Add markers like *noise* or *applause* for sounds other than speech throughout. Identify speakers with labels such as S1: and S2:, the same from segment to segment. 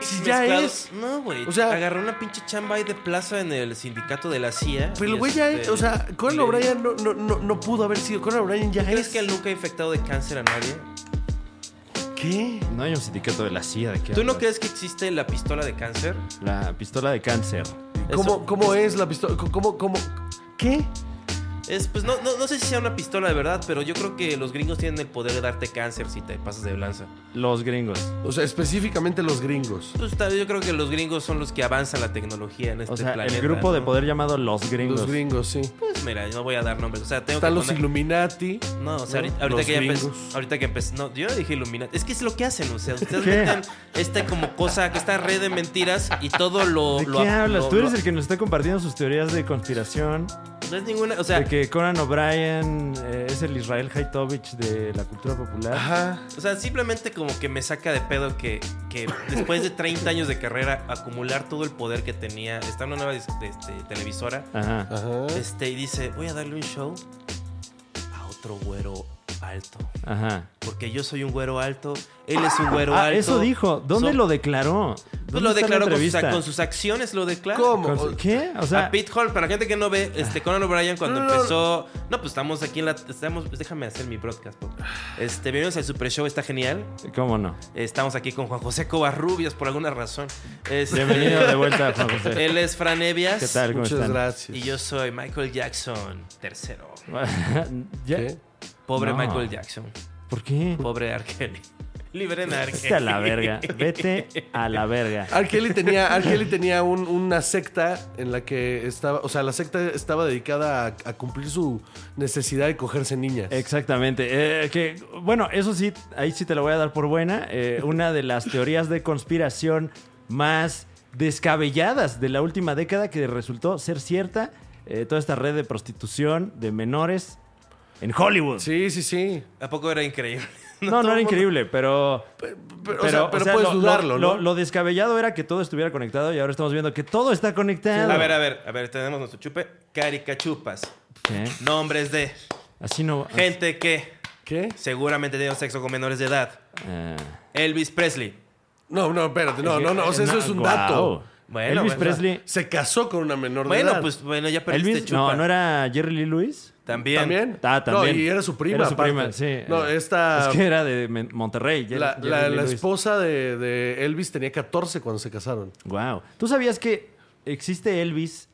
S1: Si ya
S2: mezclado.
S1: es.
S2: No, güey.
S1: O sea-
S2: agarró una pinche chamba ahí de plaza en el sindicato de la CIA.
S1: Pero
S2: y
S1: el güey ya
S2: este,
S1: es. O sea, Conan
S2: le-
S1: O'Brien no, no, no, no pudo haber sido. Conan O'Brien ya
S2: ¿Crees
S1: es.
S2: que él nunca ha infectado de cáncer a nadie?
S1: ¿Qué?
S3: No hay un sindicato de la CIA. ¿de qué
S2: ¿Tú no
S3: hablas?
S2: crees que existe la pistola de cáncer?
S3: La pistola de cáncer.
S1: ¿Cómo,
S2: Eso-
S1: cómo es la pistola? ¿Cómo, cómo? ¿Qué?
S2: Es, pues no, no, no sé si sea una pistola de verdad, pero yo creo que los gringos tienen el poder de darte cáncer si te pasas de lanza.
S3: Los gringos.
S1: O sea, específicamente los gringos.
S2: Pues, tal- yo creo que los gringos son los que avanzan la tecnología en este
S3: O sea,
S2: planeta.
S3: el grupo de
S2: ¿no?
S3: poder llamado Los Gringos.
S1: Los gringos, sí.
S2: Pues mira, yo no voy a dar nombres. O sea, tengo
S1: Están
S2: que
S1: los
S2: poner-
S1: Illuminati.
S2: No, o sea,
S1: ¿no?
S2: ahorita, ahorita
S1: Los
S2: que ya empezó.
S1: gringos.
S2: Ahorita que empezó. No, yo no dije Illuminati. Es que es lo que hacen, o sea, ustedes
S3: *laughs* ¿Qué?
S2: meten esta como cosa, que esta red de mentiras y todo lo.
S3: ¿De
S2: lo-
S3: qué hablas?
S2: lo-
S3: Tú eres
S2: lo-
S3: el que nos está compartiendo sus teorías de conspiración.
S2: No es ninguna. O sea,
S3: de que Conan O'Brien eh, es el Israel Haitovich de la cultura popular.
S1: Ajá.
S2: o sea, simplemente como que me saca de pedo que, que después de 30 años de carrera, acumular todo el poder que tenía. Está en una nueva dis- este, televisora.
S3: Ajá.
S1: Ajá.
S2: Este, y dice, voy a darle un show a otro güero alto.
S3: Ajá.
S2: Porque yo soy un güero alto, él es un güero
S3: Ah,
S2: alto.
S3: eso dijo. ¿Dónde
S2: So-
S3: lo declaró?
S2: Pues
S3: ¿Dónde
S2: lo
S3: está la
S2: declaró con sus,
S3: entrevista?
S2: con sus acciones, lo declaró.
S1: ¿Cómo?
S3: Con su- ¿Qué? O sea,
S2: a Pete Hall, para la gente que no ve, este Conan O'Brien cuando
S1: No, no, no.
S2: empezó. No, pues estamos aquí en la. Estamos, pues, déjame hacer mi broadcast. po. Este, bienvenidos al Super Show, está genial.
S3: ¿cómo no?
S2: Estamos aquí con Juan José Covarrubias por alguna razón. Este,
S3: Bienvenido de vuelta, Juan
S2: *laughs*
S3: José.
S2: Él es Fran Evias.
S3: ¿Qué tal? ¿Cómo
S1: Muchas
S3: están?
S1: gracias.
S2: Y yo soy Michael Jackson, tercero.
S3: *laughs* ¿Ya?
S1: ¿Qué?
S2: Pobre
S3: No.
S2: Michael Jackson. *laughs*
S3: ¿Por qué?
S2: Pobre Arkeli. Liberen a Arkeli.
S3: Vete Este a la verga. Vete a la verga.
S1: R. Kelly tenía, R. Kelly tenía un- una secta en la que estaba, o sea, la secta estaba dedicada a, a cumplir su necesidad de cogerse niñas.
S3: Exactamente. Eh, que, bueno, eso sí, ahí sí te lo voy a dar por buena.
S1: *laughs*
S3: Eh, una de las teorías de conspiración más descabelladas de la última década que resultó ser cierta. eh, toda esta red de prostitución de menores en Hollywood.
S1: Sí, sí, sí.
S2: *laughs* ¿A poco era increíble?
S3: *laughs* No, no era increíble, pero...
S1: Pero, o sea, pero
S3: o sea,
S1: puedes
S3: lo- lo-
S1: dudarlo,
S3: lo,
S1: ¿no?
S3: lo descabellado era que todo estuviera conectado y ahora estamos viendo que todo está conectado.
S2: A ver, a ver, a ver, tenemos nuestro chupe. Caricachupas.
S3: ¿Qué?
S2: Nombres de
S3: Así no...
S2: gente que
S1: ¿Qué?
S2: seguramente tiene sexo con menores de edad.
S3: Eh,
S2: Elvis Presley.
S1: No, no, espérate, no, no, no. O sea, eso es un
S3: guau.
S1: dato.
S2: Bueno,
S3: Elvis
S2: bueno.
S3: Presley...
S1: Se casó con una menor de edad.
S2: Bueno, pues bueno, ya perdiste
S3: Elvis,
S2: chupa.
S3: no, no era Jerry Lee Lewis.
S2: También.
S1: también.
S3: Ah, también.
S1: No, y era su prima.
S3: Era su
S1: aparte.
S3: prima, sí.
S1: No,
S3: Era-
S1: esta.
S3: Es que era de Men- Monterrey. Jerry-
S1: la,
S3: Jerry
S1: la-
S3: Lee
S1: la
S3: Lewis.
S1: esposa de, de Elvis tenía 14 cuando se casaron.
S3: Wow. ¿Tú sabías que existe Elvis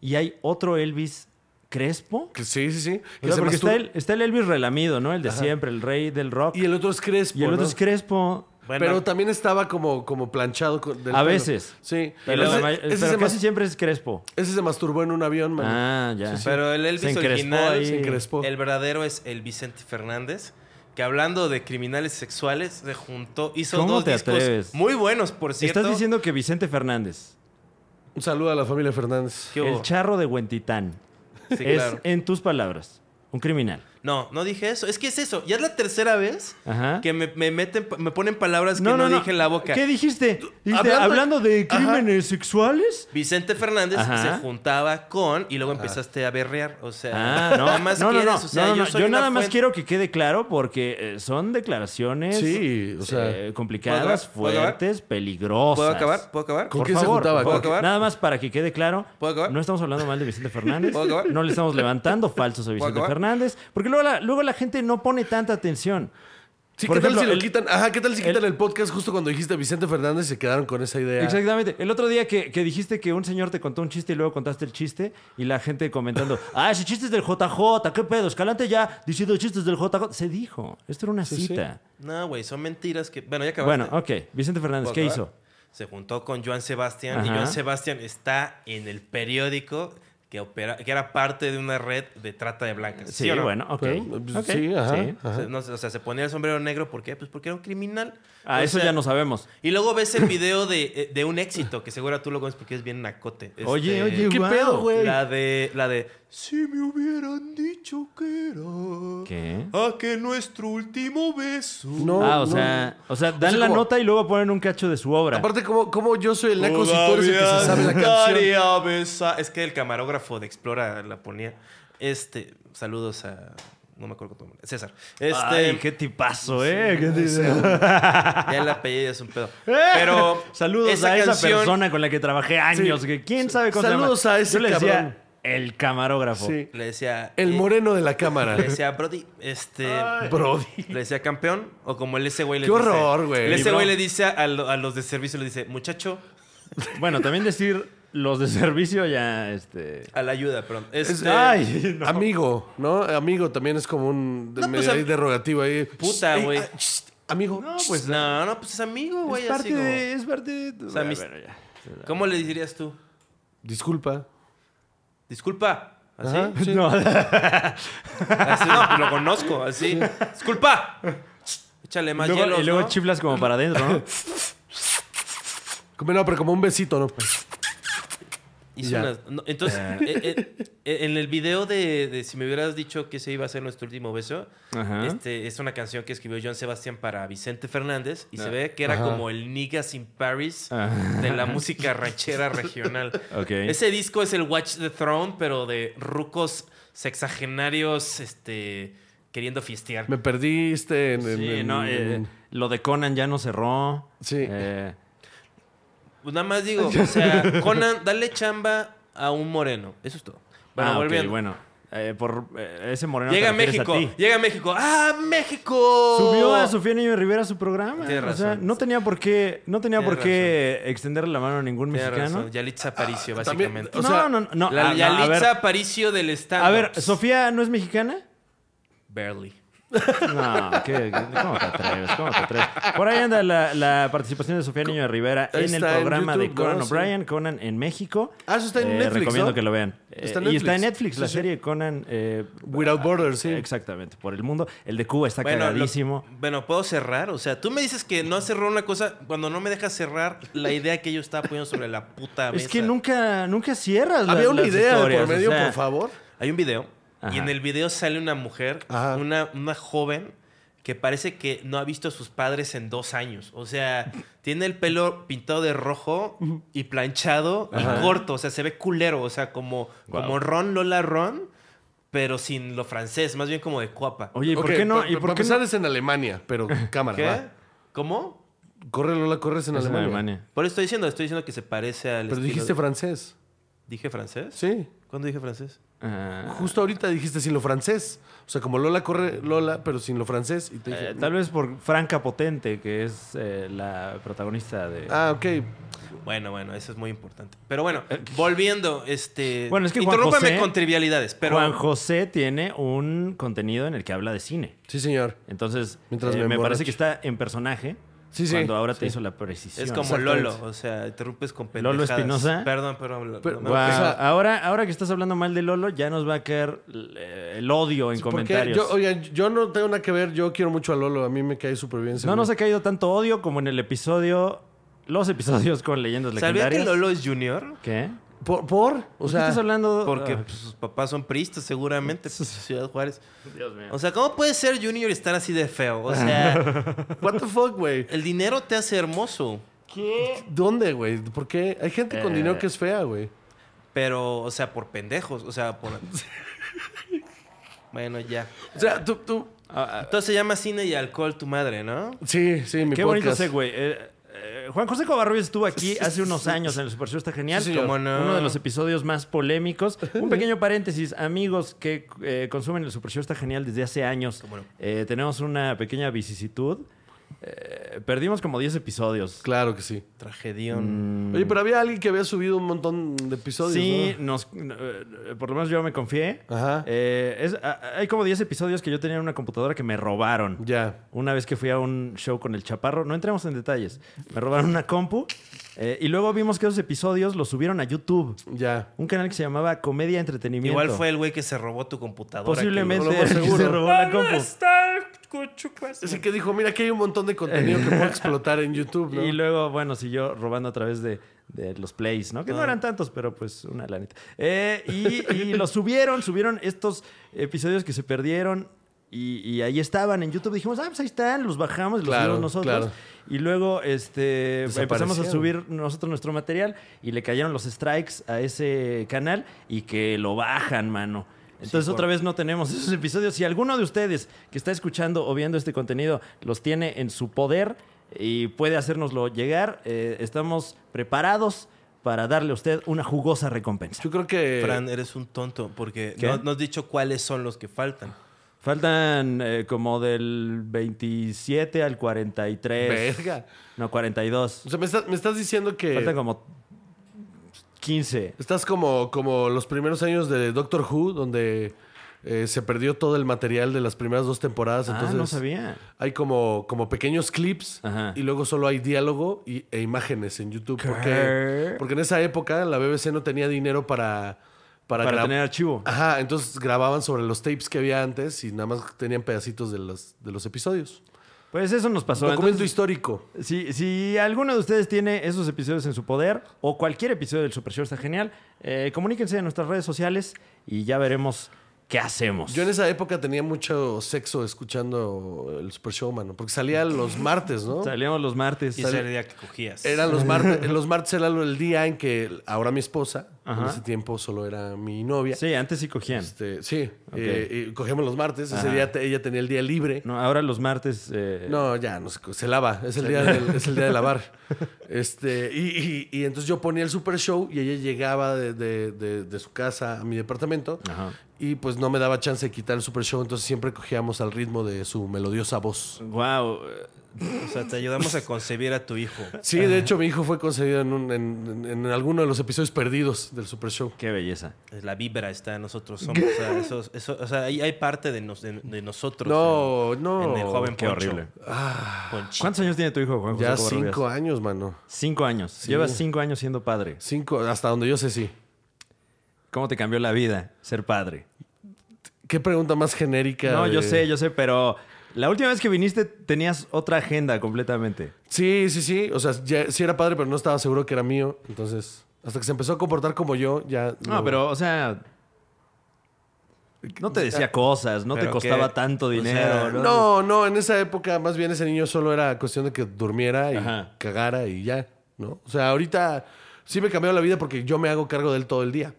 S3: y hay otro Elvis Crespo?
S1: Que Sí, sí, sí.
S3: O
S1: Que
S3: sea,
S1: se
S3: porque está
S1: mastur-
S3: el, está el Elvis relamido, ¿no? El de siempre, el rey del rock.
S1: Y el otro es Crespo.
S3: Y el otro
S1: ¿no?
S3: es Crespo.
S2: Bueno,
S1: Pero también estaba como, como planchado. con- del
S3: A
S1: pelo.
S3: veces.
S1: Sí.
S3: Pero,
S1: ese,
S3: la may-
S1: ese
S3: pero
S1: se
S3: casi
S1: mas-
S3: siempre es Crespo.
S1: ese se masturbó en un avión, man.
S3: Ah, ya.
S2: pero el
S3: Se
S2: Elvis
S3: encrespó
S2: original,
S3: ahí.
S1: Se encrespó.
S2: el verdadero es el Vicente Fernández, que hablando de criminales sexuales, se juntó, hizo
S3: ¿Cómo
S2: dos
S3: te
S2: discos
S3: atreves?
S2: muy buenos, por cierto.
S3: Estás diciendo que Vicente Fernández,
S1: Un saludo a la familia Fernández.
S2: ¿Qué hubo?
S3: el charro de Huentitán,
S2: Sí,
S3: es,
S2: claro.
S3: en tus palabras, un criminal.
S2: No, no dije eso. Es que es eso. Ya es la tercera vez
S3: Ajá.
S2: que me, me meten, me ponen palabras que no, dije en la boca.
S3: ¿Qué dijiste? Dijiste,
S1: Hablando-
S3: hablando, de crímenes sexuales.
S2: Vicente Fernández
S3: Ajá.
S2: se juntaba con y luego empezaste a berrear. O sea,
S3: Ah, no,
S2: nada más
S3: no, no,
S2: quieres,
S3: no,
S2: o sea,
S3: no, no,
S2: yo
S3: no.
S2: soy
S3: Yo
S2: una
S3: nada más
S2: fuente-
S3: quiero que quede claro porque eh, son declaraciones
S1: Sí, o sea-
S3: eh, complicadas,
S2: ¿Puedo acabar? ¿Puedo acabar?
S3: fuertes, peligrosas.
S2: ¿Puedo acabar? ¿Puedo acabar?
S1: ¿Con
S3: Por
S1: quién se
S3: favor,
S1: juntaba?
S3: por favor.
S2: ¿Puedo acabar?
S3: Nada más para que quede claro,
S2: ¿Puedo acabar?
S3: no estamos hablando mal de Vicente Fernández,
S2: ¿Puedo acabar?
S3: no le estamos levantando falsos a Vicente
S2: acabar?
S3: Fernández, porque luego la, luego la gente no pone tanta atención.
S1: Sí,
S3: Por
S1: ¿qué
S3: ejemplo,
S1: tal si
S3: el-
S1: lo quitan? Ajá, ¿qué tal si
S3: el-
S1: quitan el podcast justo cuando dijiste Vicente Fernández y se quedaron con esa idea?
S3: Exactamente. El otro día que, que dijiste que un señor te contó un chiste y luego contaste el chiste y la
S1: *laughs*
S3: gente comentando, ah, ese chiste es del JJ, qué pedo, Escalante ya diciendo chistes del JJ. Se dijo, esto era una
S1: sí.
S3: cita.
S2: No, güey, son mentiras que. Bueno, ya acabaste.
S3: Bueno, ok. Vicente Fernández,
S1: Pues,
S2: ¿Puedo
S3: ¿qué
S2: acabar?
S3: hizo?
S2: Se juntó con Joan Sebastián y
S3: Ajá.
S2: Joan Sebastián está en el periódico que, opera, que era parte de una red de trata de blancas.
S3: Sí,
S2: o no?
S3: bueno, ok.
S1: Pero, pues,
S3: ok,
S1: sí, ajá,
S2: O sea, no, o sea, se ponía el sombrero negro, ¿por qué? Pues porque era un criminal.
S3: Ah,
S2: O
S3: eso
S2: sea,
S3: ya no sabemos.
S2: Y luego ves el video de, de un éxito, que seguro tú lo conoces porque es bien nacote. Este,
S3: Oye, oye,
S1: ¿Qué
S3: guau.
S1: pedo, güey?
S2: La de, la de, si me hubieran dicho que era...
S3: ¿Qué?
S2: A que nuestro último beso...
S1: No,
S3: ah, o
S1: no.
S3: sea, o sea, dan
S1: O sea,
S3: la
S1: como-
S3: nota y luego ponen un cacho de su obra.
S1: *laughs* Aparte, como, como yo soy el naco si tú eres el que se sabe la canción.
S2: Todavía besa- Es que el camarógrafo de Explora la ponía. Este, saludos a no me acuerdo cuánto nombre. César. Este,
S3: Ay, qué tipazo, ¿eh? Qué tipazo.
S2: Ya el apellido es un
S1: *laughs*
S2: pedo.
S1: Eh,
S2: Pero.
S3: Saludos a esa persona con la que trabajé años.
S1: Sí.
S3: Que ¿Quién sabe cómo se
S1: Saludos
S3: llama?
S1: a ese
S3: Yo le decía,
S1: cabrón.
S3: el camarógrafo.
S1: Sí.
S2: Le decía.
S1: El
S2: eh,
S1: moreno de la cámara.
S2: Le decía, Brody, este.
S1: Brody.
S2: Le decía campeón, o como el ese güey le
S1: Qué
S2: dice.
S1: horror, güey.
S2: El ese
S1: Bro.
S2: güey le dice a, lo- a los de servicio, le dice, muchacho,
S3: Bueno, también decir los de servicio ya, este...
S2: a la ayuda, perdón. Este,
S3: Ay, no.
S1: Amigo, ¿no? Amigo también es como un
S2: No,
S1: medio
S2: pues,
S1: ahí derogativo ahí.
S2: Puta,
S1: Ey,
S2: güey.
S1: ah, shh, Amigo.
S3: No, pues
S2: no, no, pues es amigo, güey.
S3: es,
S2: así
S3: parte
S2: como-
S3: de, es parte de...
S2: sea,
S3: *laughs*
S2: mis-
S3: Bueno, ya.
S2: ¿Cómo le dirías tú?
S1: Disculpa.
S2: Disculpa. Así.
S1: Ajá.
S3: *laughs*
S2: sí.
S3: No,
S2: Así, no, pues lo conozco, así. Disculpa. Échale más
S3: luego-
S2: hielos,
S3: y luego
S2: ¿no?
S3: chiflas como para adentro, ¿no?
S1: Como, no, pero como un besito, ¿no? Pues,
S2: Hizo
S1: Ya.
S2: unas- no,
S3: *laughs*
S2: entonces, eh, eh, eh, en el video de, de si me hubieras dicho que ese iba a ser nuestro último beso,
S3: Ajá.
S2: este, es una canción que escribió John Sebastián para Vicente Fernández
S3: Ah.
S2: y se ve que era
S1: Ajá.
S2: como el Niggas in Paris
S3: Ajá.
S2: de la música ranchera
S3: *laughs*
S2: regional.
S3: Ah, Ok.
S2: Ese disco es el Watch the Throne, pero de rucos sexagenarios este, queriendo fiestear.
S1: Me perdiste en... en-
S3: Sí,
S1: en-
S3: no, eh,
S1: en-
S3: lo de Conan ya no cerró.
S1: Sí.
S3: Eh,
S2: Pues nada más digo, o
S3: *laughs*
S2: sea, Conan, dale chamba a un moreno. Eso es todo. Bueno,
S3: ah, ok,
S2: volviendo.
S3: bueno. Eh, por eh, ese moreno
S2: Llega a
S3: te refieres
S2: México,
S3: ti.
S2: llega a México. ¡Ah, México!
S3: Subió a Sofía Niño de Rivera a su programa.
S2: Tienes
S3: O sea,
S2: razón.
S3: no tenía por qué, no tenía
S2: Tienes
S3: por qué extenderle la mano a ningún
S2: Tienes
S3: mexicano.
S2: razón, Yalitza Aparicio,
S1: Ah, también-
S2: básicamente.
S1: o sea,
S3: no, no, no.
S2: la
S3: ah, no, a,
S2: Yalitza
S3: ver,
S2: Aparicio del stand.
S3: a ver, ¿Sofía no es mexicana?
S2: Barely.
S3: No, ¿qué, qué- cómo te atreves? ¿Cómo te atreves? Por ahí anda la, la participación de Sofía Niño de Rivera
S1: Ahí
S3: en el
S1: está, en
S3: programa de
S1: YouTube,
S3: Conan
S1: ¿no? Sí.
S3: O'Brien, Conan en México. Eh,
S1: Ah, eso está en Netflix,
S3: Recomiendo
S1: ¿no?
S3: que lo vean. Eh,
S1: Está en
S3: y está en
S1: Netflix.
S3: Netflix la
S1: Sí, sí.
S3: serie Conan. eh,
S1: Without Borders, sí.
S3: Exactamente, por el mundo. El de Cuba está
S2: Bueno, lo-
S3: cagadísimo.
S2: bueno, puedo cerrar. O sea, tú me dices que no cerró una cosa cuando no me dejas cerrar la idea que yo estaba poniendo sobre la puta mesa.
S3: Es que nunca, nunca cierras. la-
S1: Había una
S3: las
S1: idea de
S3: historias,
S1: por
S3: o
S1: medio,
S3: sea,
S1: por favor.
S2: Hay un video
S3: Ajá.
S2: y en el video sale una mujer,
S1: Ajá.
S2: una, una joven que parece que no ha visto a sus padres en dos años. O sea, tiene el pelo pintado de rojo y planchado y corto. O sea, se ve culero. O sea, como,
S3: Guau.
S2: como Ron Lola Ron, pero sin lo francés, más bien como de cuapa.
S3: Oye, ¿y por
S1: Ok,
S3: qué no?
S1: pa-
S3: ¿Y por
S1: para
S3: qué
S1: empezar
S3: no?
S1: es en Alemania, pero cámara,
S2: ¿Qué?
S1: va.
S2: ¿Cómo?
S1: Corre, Lola, corres en
S3: Es en
S1: Alemania.
S3: Alemania.
S2: Por eso estoy diciendo, estoy diciendo que se parece al.
S1: Pero
S2: estilo
S1: dijiste
S2: de-
S1: francés.
S2: ¿Dije francés?
S1: Sí.
S2: ¿Cuándo dije francés?
S3: Ah,
S1: Justo ahorita dijiste sin lo francés. O sea, como Lola corre Lola, pero sin lo francés. Y te dije,
S3: eh, tal vez por Franca Potente, que es eh, la protagonista de.
S1: Ah, ok.
S2: Bueno, bueno, eso es muy importante. Pero bueno, volviendo, este.
S3: Eh, Bueno, es que Juan
S2: Interrúmpame
S3: José-
S2: con trivialidades, pero.
S3: Juan José tiene un contenido en el que habla de cine.
S1: Sí, señor.
S3: Entonces,
S1: Mientras
S3: eh,
S1: me
S3: me,
S1: emborracho.
S3: parece que está en personaje.
S1: Sí, sí.
S3: Cuando ahora
S1: Sí.
S3: te hizo la precisión.
S2: es como
S1: Exactamente.
S2: Lolo, o sea, interrumpes con pendejadas.
S3: Lolo Espinosa.
S2: Perdón, perdón.
S1: Pero-
S2: no,
S3: Wow,
S1: O sea-
S3: ahora, ahora que estás hablando mal de Lolo, ya nos va a caer eh, el odio en
S1: Porque
S3: comentarios.
S1: yo, oigan, yo no tengo nada que ver. Yo quiero mucho a Lolo. A mí me cae súper bien.
S3: no nos ha caído tanto odio como en el episodio, los episodios con leyendas
S2: ¿Sabía que
S3: legendarias.
S2: Lolo es junior?
S3: ¿Qué?
S1: ¿Por? por? O
S3: ¿Por qué
S1: sea,
S3: estás hablando?
S2: Porque
S3: Ah,
S2: pues, sus papás son priistas, seguramente,
S3: *laughs*
S2: pues, Ciudad Juárez.
S3: Dios mío.
S2: O sea, ¿cómo puede ser junior y estar así de feo? O
S3: *laughs*
S2: sea,
S1: *laughs* what the fuck, güey.
S2: el dinero te hace hermoso.
S1: ¿Dónde, güey? ¿Por qué? Hay gente con
S3: Eh.
S1: dinero que es fea, güey.
S2: Pero, o sea, por pendejos. O sea, por. bueno, ya.
S1: O sea, tú, tú.
S3: Ah, ah,
S2: Entonces se llama cine y alcohol tu madre, ¿no?
S1: Sí, sí, mi
S3: qué
S1: podcast.
S3: bonito segue. Eh, eh, Juan José Covarrubias estuvo aquí hace unos años en el Super Show, está genial.
S1: Sí, señor.
S2: ¿Cómo no?
S3: Uno de los episodios más polémicos.
S1: *laughs*
S3: Un pequeño paréntesis, amigos que eh, consumen el Super Show está genial desde hace años.
S2: ¿Cómo no?
S3: Eh, tenemos una pequeña vicisitud. Eh, perdimos como 10 episodios.
S1: Claro que sí.
S2: Tragedión.
S1: Oye, pero había alguien que había subido un montón de episodios.
S3: Sí,
S1: ¿no? Ah.
S3: nos, eh, por lo menos yo me confié.
S1: Ajá.
S3: Eh, es- a- hay como 10 episodios que yo tenía en una computadora que me robaron.
S1: Ya.
S3: Una vez que fui a un show con el Chaparro, no entremos en detalles, me robaron una compu eh, y luego vimos que esos episodios los subieron a YouTube,
S1: Ya.
S3: un canal que se llamaba Comedia Entretenimiento.
S2: Igual fue el güey que se robó tu computadora.
S3: Mm, posiblemente
S1: lo más
S3: el que
S1: seguro.
S3: *laughs* se robó la
S2: Que
S3: compu.
S2: está con chupas.
S1: Así que dijo, mira, aquí hay un montón de contenido que
S3: *laughs*
S1: puedo explotar en YouTube, ¿no?
S3: Y luego, bueno, siguió robando a través de, de los plays, ¿no? Que
S1: Ah.
S3: no eran tantos, pero pues una lanita. Eh, y, y los subieron, subieron estos episodios que se perdieron y, y ahí estaban en YouTube. Dijimos, ah, pues ahí están, los bajamos y los
S1: Claro,
S3: subimos nosotros.
S1: claro.
S3: Y luego este, empezamos a
S1: Desaparecieron.
S3: subir nosotros nuestro material y le cayeron los strikes a ese canal y que lo bajan, mano. Entonces,
S2: Sí, por-
S3: otra vez no tenemos esos episodios. Si alguno de ustedes que está escuchando o viendo este contenido los tiene en su poder y puede hacérnoslo llegar, eh, estamos preparados para darle a usted una jugosa recompensa.
S1: Yo creo que.
S2: Fran, eres un tonto porque
S3: Eh, ¿Qué?
S2: no, no has dicho cuáles son los que faltan.
S3: Faltan eh, como del 27 al 43.
S1: verga.
S3: No, 42.
S1: O sea, me, estás- me estás diciendo que.
S3: Faltan como 15.
S1: Estás como, como los primeros años de Doctor Who, donde eh, se perdió todo el material de las primeras dos temporadas.
S3: ah,
S1: entonces
S3: no sabía.
S1: hay como, como pequeños clips
S3: Ajá.
S1: y luego solo hay diálogo y, e imágenes en YouTube. Porque,
S3: ¿Qué?
S1: porque en esa época la BBC no tenía dinero para... Para,
S3: Para
S1: gra-
S3: tener archivo.
S1: Ajá, entonces grababan sobre los tapes que había antes y nada más tenían pedacitos de los, de los episodios.
S3: Pues eso nos pasó.
S1: Documento
S3: Entonces,
S1: histórico.
S3: Si, si alguno de ustedes tiene esos episodios en su poder o cualquier episodio del Super Show está genial, eh, comuníquense en nuestras redes sociales y ya veremos qué hacemos.
S1: Yo en esa época tenía mucho sexo escuchando el Super Show, mano. Porque salía los martes, ¿no?
S3: Salíamos los martes.
S2: Y ese era el día que cogías.
S1: Eran los martes. Los martes era el día en que ahora mi esposa, en
S3: Ajá.
S1: ese tiempo solo era mi novia.
S3: Sí, antes sí cogían.
S1: Este, sí, eh, y cogíamos los martes. Ese día te- ella tenía el día libre. No,
S3: No, ahora los martes. eh,
S1: ya, no, se, se lava. Es el, día del- es el día de
S3: *laughs*
S1: lavar. Este, y, y- y entonces yo ponía el super show y ella llegaba de, de- de- de su casa a mi departamento.
S3: Ajá.
S1: Y pues no me daba chance de quitar el super show. Entonces siempre cogíamos al ritmo de su melodiosa voz.
S3: Wow.
S2: O sea, te ayudamos a concebir a tu hijo.
S1: Sí, de hecho, mi hijo fue concebido en, un- en- en- en alguno de los episodios perdidos del super show.
S3: Qué belleza.
S2: La vibra está en nosotros. Somos, o sea, eso- eso- o sea, hay, hay parte de, nos- de- de nosotros.
S1: No,
S2: en-
S1: no.
S2: En el joven
S3: Qué
S2: Poncho.
S3: horrible.
S2: Ponchi.
S3: ¿Cuántos años tiene tu hijo, Juan José
S1: Ya
S3: Covarrubias?
S1: cinco años, mano.
S3: Cinco años. Llevas cinco años siendo padre.
S1: Cinco, hasta donde yo sé, sí.
S3: ¿Cómo te cambió la vida ser padre?
S1: ¿Qué pregunta más genérica?
S3: No,
S1: de-
S3: yo sé, yo sé, pero la última vez que viniste tenías otra agenda completamente.
S1: Sí, sí, sí. O sea, ya- sí era padre, pero no estaba seguro que era mío. Entonces, hasta que se empezó a comportar como yo, ya...
S3: No, pero, o sea. No te decía cosas, no te
S2: Pero
S3: costaba
S2: que-
S3: tanto
S2: o sea,
S3: dinero.
S1: No, no, en esa época más bien ese niño solo era cuestión de que durmiera y
S3: Ajá.
S1: cagara y ya, ¿no? O sea, ahorita sí me cambió la vida porque yo me hago cargo de él todo el día.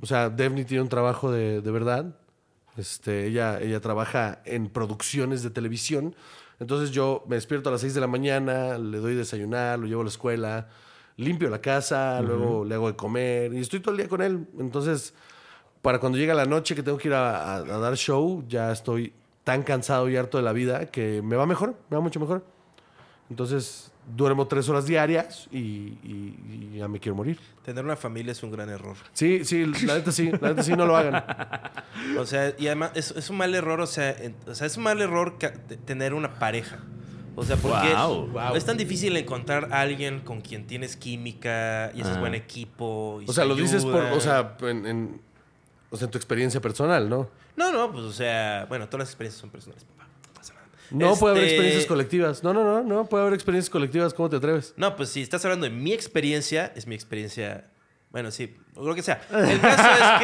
S1: O sea, Devni tiene un trabajo de, de verdad. Este, ella, ella trabaja en producciones de televisión. Entonces yo me despierto a las 6 de la mañana, le doy desayunar, lo llevo a la escuela, limpio la casa, luego le hago de comer y estoy todo el día con él. Entonces para cuando llega la noche que tengo que ir a, a- a dar show, ya estoy tan cansado y harto de la vida que me va mejor, me va mucho mejor. Entonces duermo tres horas diarias y, y- y ya me quiero morir.
S2: Tener una familia es un gran error.
S1: Sí, sí, la neta sí, la neta sí, no lo hagan.
S2: O sea, y además es, es un mal error, o sea, en- o sea, es un mal error ca- te- tener una pareja. O sea, porque
S3: Guau.
S2: Guau. es tan difícil encontrar a alguien con quien tienes química y haces
S3: Ah.
S2: buen equipo. y
S1: O sea,
S2: se
S1: lo dices por,
S2: ayudan.
S1: o sea, en, en- o sea, en tu experiencia personal, ¿no?
S2: No, no, pues, o sea, bueno, todas las experiencias son personales, papá. No pasa nada.
S1: No puede haber
S2: Este,
S1: experiencias colectivas. No, no, no, no puede haber experiencias colectivas. ¿Cómo te atreves?
S2: No, pues si estás hablando de mi experiencia, es mi experiencia. Bueno, sí, lo que
S1: *laughs*
S2: sea. El caso es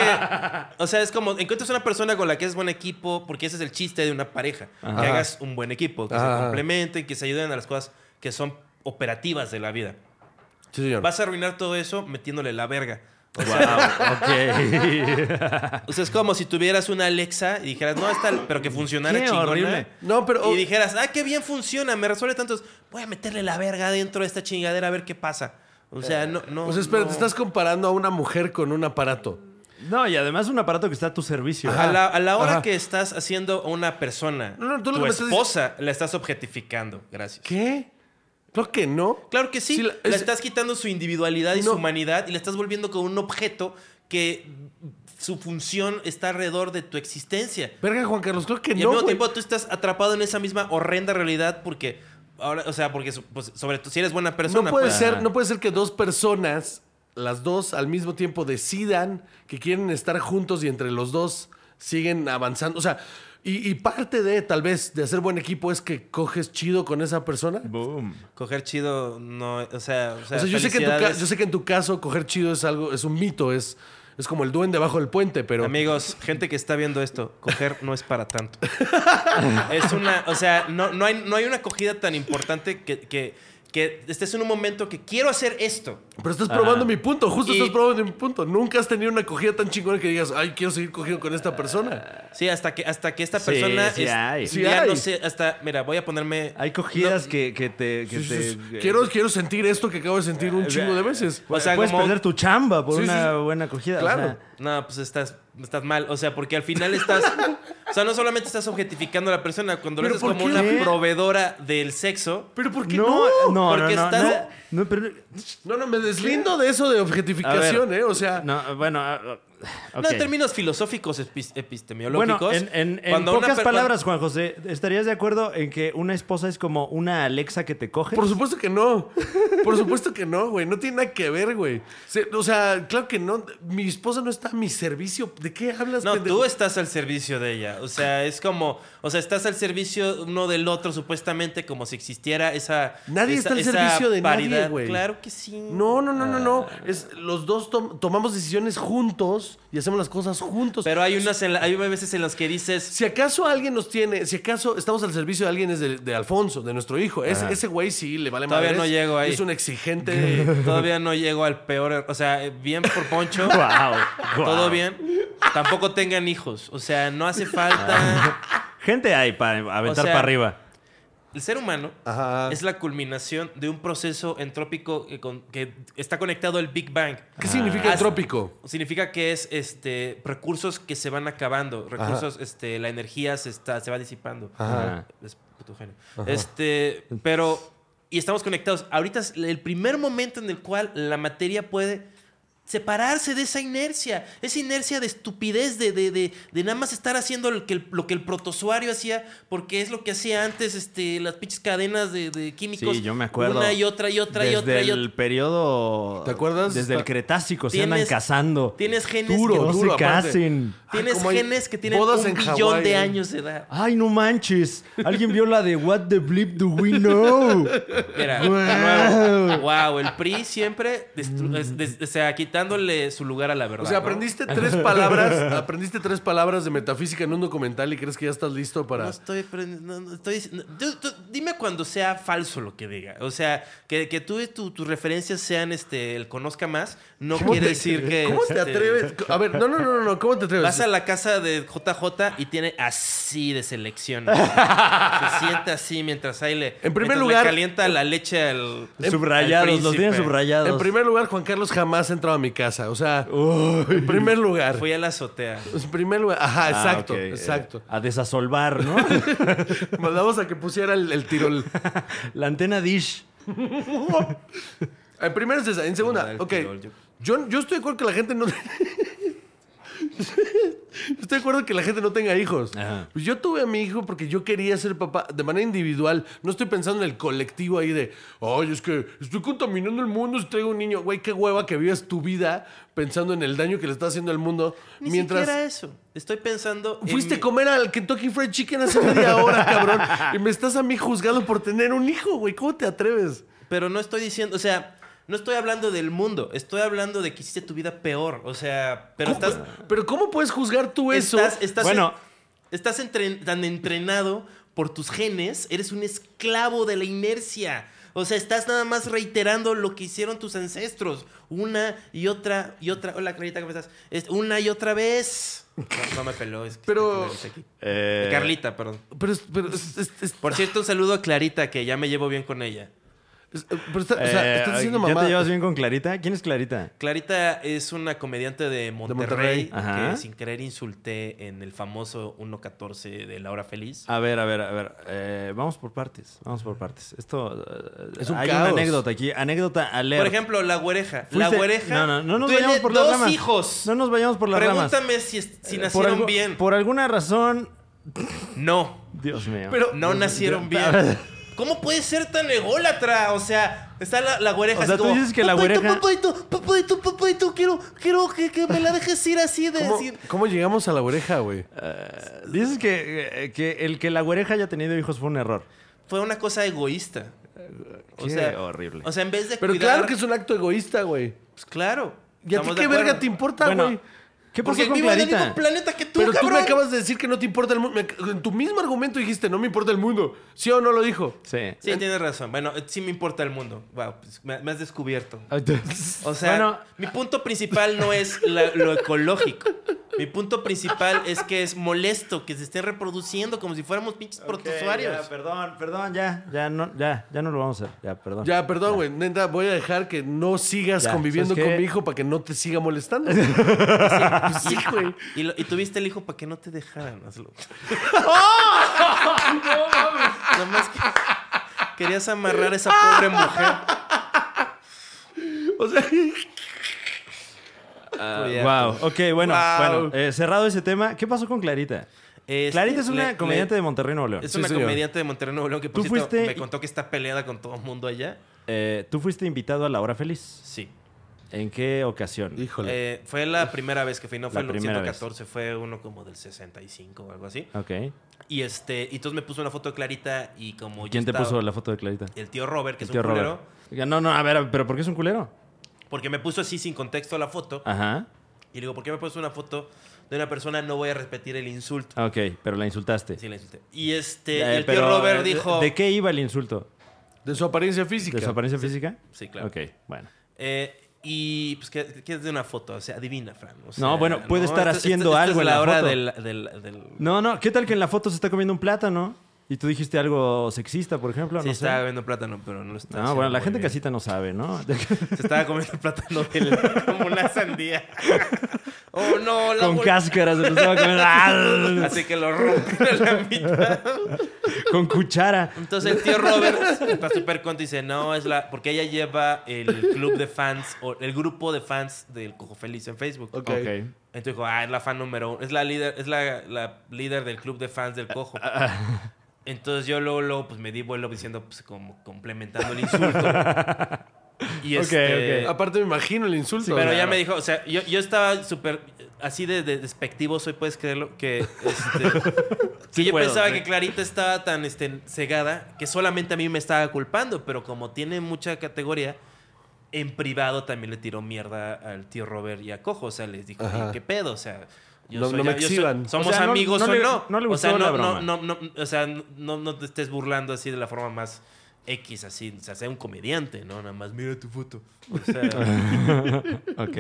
S2: que, o sea, es como encuentras una persona con la que es buen equipo, porque ese es el chiste de una pareja, que hagas un buen equipo, que
S1: Ajá.
S2: se complementen, que se ayuden a las cosas que son operativas de la vida.
S1: Sí, señor.
S2: Vas a arruinar todo eso metiéndole la verga. O sea,
S3: Wow, ok.
S2: o sea, es como si tuvieras una Alexa y dijeras, no, está, pero que funcionara
S3: Qué
S2: chingona.
S3: horrible.
S1: No, pero- oh.
S2: Y dijeras, ah, qué bien funciona, me resuelve tantos. Voy a meterle la verga dentro de esta chingadera a ver qué pasa. O sea, no, no.
S1: O sea, espera,
S2: no.
S1: te estás comparando a una mujer con un aparato.
S3: No, y además un aparato que está a tu servicio.
S2: A la, a la hora
S1: Ajá.
S2: que estás haciendo a una persona,
S1: No, no, tú lo
S2: tu
S1: que me estás
S2: esposa la estás objetificando. Gracias.
S1: ¿Qué? Claro que no.
S2: Claro que sí.
S1: Sí, la-
S2: la,
S1: es-
S2: estás quitando su individualidad y
S1: No.
S2: su humanidad y la estás volviendo con un objeto que su función está alrededor de tu existencia.
S1: Verga, Juan Carlos, creo que
S2: Y al
S1: no.
S2: mismo
S1: güey.
S2: tiempo tú estás atrapado en esa misma horrenda realidad porque ahora, o sea, porque so- pues, sobre todo si eres buena persona.
S1: no puede
S2: pues,
S1: ser, no puede ser que dos personas, las dos al mismo tiempo decidan que quieren estar juntos y entre los dos siguen avanzando. O sea, y, y parte de tal vez de hacer buen equipo es que coges chido con esa persona.
S3: Boom.
S2: Coger chido, no, o sea, o sea,
S1: O sea, yo sé, que en tu, ca-
S2: felicidades.
S1: yo sé que en tu caso coger chido es algo, es un mito, es, es como el duende abajo del puente, pero
S2: Amigos, gente que está viendo esto, coger no es para
S1: *laughs*
S2: tanto. es una, o sea, no, no, hay, no hay una cogida tan importante que, que, que estés en un momento que quiero hacer esto.
S1: Pero estás probando mi punto, justo
S2: Y-
S1: estás probando mi punto. Nunca has tenido una cogida tan chingona que digas, ay, quiero seguir cogiendo con esta persona.
S2: Sí, hasta que, hasta que esta
S3: Sí,
S2: persona.
S3: sí
S2: es-
S3: hay.
S1: Sí
S2: ya
S1: hay.
S2: no sé, hasta. Mira, voy a ponerme.
S3: Hay cogidas que, que te... que
S1: Sí, sí, sí.
S3: te-
S1: Quiero, quiero sentir esto que acabo de sentir
S2: Ah,
S1: un chingo de veces.
S2: o sea,
S3: puedes
S2: como-
S3: perder tu chamba por
S1: Sí, sí,
S3: una
S1: sí.
S3: buena acogida.
S1: Claro.
S3: o sea.
S2: No, pues estás, estás mal. O sea, porque al final estás. o sea, no solamente estás objetificando a la persona, cuando lo
S1: ¿Pero
S2: haces
S1: por
S2: como
S1: qué?
S2: una proveedora del sexo.
S1: Pero ¿por qué no?
S3: no, no, no,
S2: porque
S3: no,
S2: estás-
S3: no, no, pero-
S1: No, no, me deslindo de eso de
S3: A
S1: objetificación,
S3: ver.
S1: ¿eh? O sea,
S3: no, bueno, ah, ah,
S2: No,
S3: ok.
S2: en términos filosóficos epi- epistemológicos.
S3: Bueno, en, en- en
S2: cuando una
S3: pocas
S2: per-
S3: palabras, Juan José, ¿estarías de acuerdo en que una esposa es como una Alexa que te coge?
S1: por supuesto que no. Por supuesto que no, güey. No tiene nada que ver, güey. Se- O sea, claro que no. Mi esposa no está a mi servicio. ¿De qué hablas,
S2: No,
S1: pendejo?
S2: tú estás al servicio de ella. O sea, es como. O sea, estás al servicio uno del otro, supuestamente, como si existiera esa.
S1: Nadie
S2: esa-
S1: está al
S2: esa
S1: servicio de nadie,
S2: paridad.
S1: güey.
S2: Claro que sí.
S1: No, no, no, no, no.
S2: Ah.
S1: Es, los dos tom- tomamos decisiones juntos y hacemos las cosas juntos.
S2: Pero hay unas en la- hay veces en las que dices.
S1: Si acaso alguien nos tiene, si acaso estamos al servicio de alguien es de, de Alfonso, de nuestro hijo. Es- ese güey sí le vale
S2: Todavía
S1: madres.
S2: no llego ahí.
S1: Es un exigente.
S2: *laughs* Todavía no llego al peor. er- O sea, bien por
S1: *laughs*
S2: Poncho.
S3: *laughs* Guau, guau.
S2: Todo bien. Tampoco tengan hijos. O sea, no hace falta.
S1: Ah.
S3: Gente hay para aventar
S2: O sea,
S3: para arriba.
S2: El ser humano
S1: Ajá.
S2: es la culminación de un proceso entrópico que, con- que está conectado al Big Bang.
S1: ¿Qué significa
S2: Haz-
S1: entrópico?
S2: Significa que es este recursos que se van acabando, recursos, este, la energía se está, se va disipando. Ah,
S3: Ajá.
S2: Es puto genio. Este, pero y estamos conectados. Ahorita es el primer momento en el cual la materia puede separarse de esa inercia, esa inercia de estupidez, de, de, de, de nada más estar haciendo lo que, el, lo que el protozoario hacía, porque es lo que hacía antes este, las pinches cadenas de, de químicos.
S3: Sí, yo me acuerdo.
S2: Una y otra y otra
S3: desde
S2: y otra y
S3: el
S2: otra.
S3: periodo.
S1: ¿Te acuerdas?
S3: Desde el Cretácico se andan
S2: Tienes-
S3: cazando.
S2: Tienes genes
S3: que
S1: Duro,
S3: no
S1: duro.
S3: se
S1: aparte.
S3: casen.
S1: Ay,
S2: Tienes
S1: como hay
S2: genes que tienen
S1: bodas
S2: un
S1: en
S2: billón
S1: Hawái,
S2: de
S1: ¿eh?
S2: años de edad.
S3: Ay, no manches. ¿Alguien vio la de What the Bleep Do We
S2: *laughs*
S3: Know?
S2: Mira, wow.
S3: Wow.
S2: wow, el PRI siempre
S1: Mm.
S2: destru- es- des- o sea, quitándole su lugar a la verdad.
S1: O sea,
S2: ¿no?
S1: aprendiste tres palabras, aprendiste tres palabras de metafísica en un documental y crees que ya estás listo
S2: No
S1: para.
S2: estoy, aprendiendo- no, no estoy diciendo- tú- tú- dime cuando sea falso lo que diga. O sea, que, que tú y tu- tus referencias sean este, el conozca más, no
S1: ¿Cómo
S2: quiere
S1: te-
S2: decir que.
S1: ¿Cómo te
S2: este,
S1: atreves?
S2: *laughs*
S1: A ver, no, no, no, no, no, ¿cómo te atreves?
S2: Vas a la casa de JJ y tiene así de
S1: *laughs*
S2: selección. Se sienta así mientras ahí le.
S1: En
S2: mientras
S1: primer
S2: le
S1: lugar-
S2: calienta la leche al.
S3: subrayados,
S2: al
S3: los tienen
S2: príncipe.
S3: subrayados.
S1: En primer lugar, Juan Carlos jamás ha entrado a mi casa. O sea, en primer lugar.
S2: Fui a la azotea.
S1: En primer lugar. Ajá,
S3: Ah,
S1: exacto,
S3: ok, eh,
S1: exacto.
S3: a desasolvar, ¿no?
S1: Mandamos a que pusiera el, el tiro. el-
S3: *laughs* la antena dish.
S1: Ah, En primera es esa. En
S2: No,
S1: segunda,
S2: el
S1: ok.
S2: tirol, yo-
S1: Yo, yo estoy de acuerdo que la gente no... *laughs* yo estoy de acuerdo que la gente no tenga hijos.
S3: Ajá.
S1: Pues Yo tuve a mi hijo porque yo quería ser papá de manera individual. No estoy pensando en el colectivo ahí de, ay, es que estoy contaminando el mundo si traigo un niño. Güey, qué hueva que vivas tu vida pensando en el daño que le está haciendo al mundo.
S2: Ni
S1: mientras...
S2: siquiera eso. Estoy pensando. en
S1: Fuiste a
S2: mi-
S1: comer al Kentucky Fried Chicken hace media hora, cabrón. Y me estás a mí juzgando por tener un hijo, güey. ¿Cómo te atreves?
S2: Pero no estoy diciendo. O sea, no estoy hablando del mundo. Estoy hablando de que hiciste tu vida peor. O sea, pero
S1: ¿Cómo-
S2: estás.
S1: Pero ¿cómo puedes juzgar tú eso?
S2: Ah. Estás, estás,
S3: Bueno.
S2: estás entren- tan entrenado por tus genes. Eres un esclavo de la inercia. O sea, estás nada más reiterando lo que hicieron tus ancestros. Una y otra y otra. Hola, Clarita, ¿cómo estás? Es- Una y otra vez. No, no me peló. es que
S1: Pero-
S2: estoy con la
S3: Eh,
S2: Lisa aquí. Carlita, perdón.
S1: Pero, es- pero es- es- es-
S2: Por cierto, un saludo a Clarita, que ya me llevo bien con ella.
S1: es- pero está- o sea,
S3: eh,
S1: estás diciendo
S3: ¿Ya
S1: mamá.
S3: te llevas bien con Clarita? ¿Quién es Clarita?
S2: Clarita es una comediante de Monterrey,
S1: Monterrey.
S2: que
S3: Ajá.
S2: sin querer insulté en el famoso 1.14 de La Hora Feliz.
S3: A ver, a ver, a ver. eh, vamos por partes. Vamos por partes. Esto. eh,
S1: Es un
S3: hay
S1: caos.
S3: una anécdota aquí. Anécdota alert.
S2: Por ejemplo, La Güereja. La
S3: Fuiste-
S2: Güereja
S3: No, no, no nos
S2: tiene
S3: vayamos por las
S2: dos
S3: ramas.
S2: hijos.
S3: No nos vayamos por las ramas.
S2: Pregúntame si, es- si
S3: Eh, por
S2: nacieron
S3: algu-
S2: bien.
S3: Por alguna razón.
S2: No,
S3: Dios mío.
S1: Pero-
S2: no nacieron bien. ¿Cómo puede ser tan ególatra? O sea, está la, la güereja
S3: O sea,
S2: así
S3: tú
S2: como,
S3: dices que la
S2: "Papadito,
S3: güereja-
S2: Papadito, papadito, papadito, quiero, quiero que, que me la dejes ir así de...
S1: ¿Cómo,
S2: sin-
S1: cómo llegamos a la oreja, güey?
S3: Dices que, eh, que el que la güereja haya tenido hijos fue un error.
S2: Fue una cosa egoísta.
S3: Qué horrible.
S2: O sea, en vez de
S1: Pero
S2: cuidar...
S1: claro que es un acto egoísta, güey.
S2: Pues claro.
S1: ¿Y a ti
S2: Estamos
S1: qué
S2: de acuerdo.
S1: verga te importa,
S3: Bueno,
S1: güey?
S3: ¿Qué pasó
S2: Porque
S3: con
S2: vivo en el
S3: Clarita?
S2: mismo planeta que tú,
S1: Pero tú me
S2: cabrón.
S1: acabas de decir que no te importa el mundo. Me- En tu mismo argumento dijiste, no me importa el mundo. ¿Sí o no lo dijo?
S3: Sí.
S2: Sí, tienes razón. Bueno, eh, sí me importa el mundo. Wow, pues, me, me has descubierto.
S1: Ah,
S3: Entonces-
S2: O sea,
S3: Bueno,
S2: mi punto principal no es la- lo ecológico. Mi punto principal es que es molesto que se estén reproduciendo como si fuéramos pinches protozoarios.
S3: ya, perdón, perdón, ya, ya no, ya, ya no lo vamos a hacer. Ya, perdón.
S1: Ya, perdón, güey. Neta, voy a dejar que no sigas
S3: Ya,
S1: conviviendo
S3: ¿sabes qué?
S1: con mi hijo para que no te siga
S3: *laughs*
S1: molestando. Pues sí, güey.
S2: *laughs* Y, lo- y tuviste el hijo para que no te dejaran
S1: *laughs*
S2: hazlo. Nada más que querías amarrar a esa pobre mujer.
S1: O sea,
S2: Ah,
S3: Wow, ok, bueno,
S1: Wow.
S3: bueno eh, cerrado ese tema. ¿Qué pasó con Clarita?
S2: Este,
S3: Clarita es una
S2: le-
S3: comediante
S2: le-
S3: de Monterrey, Nuevo León.
S2: Es una
S1: Sí, señor.
S2: comediante de Monterrey Nuevo León que por
S3: ¿Tú
S2: cierto,
S3: fuiste
S2: me
S3: y-
S2: contó que está peleada con todo el mundo allá.
S3: Eh, Tú fuiste invitado a La Hora Feliz.
S2: Sí.
S3: ¿En qué ocasión?
S1: híjole.
S2: Eh, fue la primera vez que fui, no fue
S3: La
S2: el
S3: primera
S2: 114, fue uno como del 65 o algo así.
S3: Ok.
S2: Y este, y entonces me puso una foto de Clarita y como yo
S3: ¿Quién te
S2: estaba-
S3: puso la foto de Clarita?
S2: El tío Robert, que
S3: El
S2: es un culero.
S3: Robert. No, no, a ver, pero ¿por qué es un culero?
S2: Porque me puso así sin contexto la foto.
S3: Ajá.
S2: Y le digo, ¿por qué me puso una foto de una persona? No voy a repetir el insulto.
S3: Ah, Ok, pero la insultaste.
S2: Sí, la insulté. Y este,
S3: Eh,
S2: y el tío
S3: pero,
S2: Robert
S3: ¿de-
S2: dijo...
S3: ¿De qué iba el insulto?
S1: de su apariencia física.
S3: ¿De su apariencia física?
S2: Sí, claro.
S3: Ok, bueno.
S2: Eh, y pues que, que es de una foto, o sea, adivina, Fran. o sea,
S3: No, bueno, puede estar haciendo algo
S2: es
S3: en
S2: la
S3: la
S2: hora
S3: foto.
S2: del, del- del-
S3: No, no, ¿qué tal que en la foto se está comiendo un plátano? Y tú dijiste algo sexista, por ejemplo,
S2: Sí,
S3: no
S2: estaba
S3: sé.
S2: viendo plátano, pero no lo está
S3: No,
S2: haciendo
S3: bueno, la
S2: muy
S3: gente
S2: bien.
S3: casita no
S2: *laughs*
S3: sabe, ¿no?
S2: Se estaba comiendo el plátano
S3: *laughs*
S2: del- como una sandía. *laughs* Oh, no, la
S3: Con
S2: vol-
S3: cáscaras, se lo
S2: *laughs*
S3: estaba comiendo. ¡Ah!
S2: Así que lo rompen a la mitad.
S3: Con cuchara.
S2: Entonces el tío
S3: *laughs*
S2: Robert está súper contento y dice, no, es la... Porque ella lleva el club de fans, o el grupo de fans del Cojo Feliz en Facebook.
S1: Ok.
S3: Ok.
S2: Entonces dijo, ah, es la fan número uno. Es la líder, es la, la líder del club de fans del
S3: *laughs*
S2: cojo. Entonces yo luego, luego, pues me di vuelo diciendo, pues como complementando el insulto.
S3: *laughs*
S2: y
S3: Ok,
S2: este,
S3: ok.
S1: Aparte me imagino el insulto.
S2: Pero ya
S1: güey.
S2: me dijo, o sea, yo, yo estaba súper así de, de despectivo, soy, puedes creerlo, que,
S3: *laughs*
S2: este, que yo
S3: puedo,
S2: pensaba
S3: sí.
S2: que Clarita estaba tan este, cegada que solamente a mí me estaba culpando, pero como tiene mucha categoría, en privado también le tiró mierda al tío Robert y a Cojo, o sea, les dijo,
S1: Ajá.
S2: "Oye, ¿qué pedo? O sea, yo
S1: No-
S2: soy-
S1: no me
S2: yo soy-
S1: exhiban.
S2: somos
S3: O sea, no-
S2: amigos
S3: no
S2: o
S3: le-
S2: no.
S3: no le
S2: o sea,
S3: gustó la
S2: no-
S3: broma.
S2: no- no- no- o sea, no, no te estés burlando así de la forma más X, así, o sea, sea un comediante, ¿no? Nada más, mira tu foto. O
S3: *laughs*
S2: sea,
S3: Ok.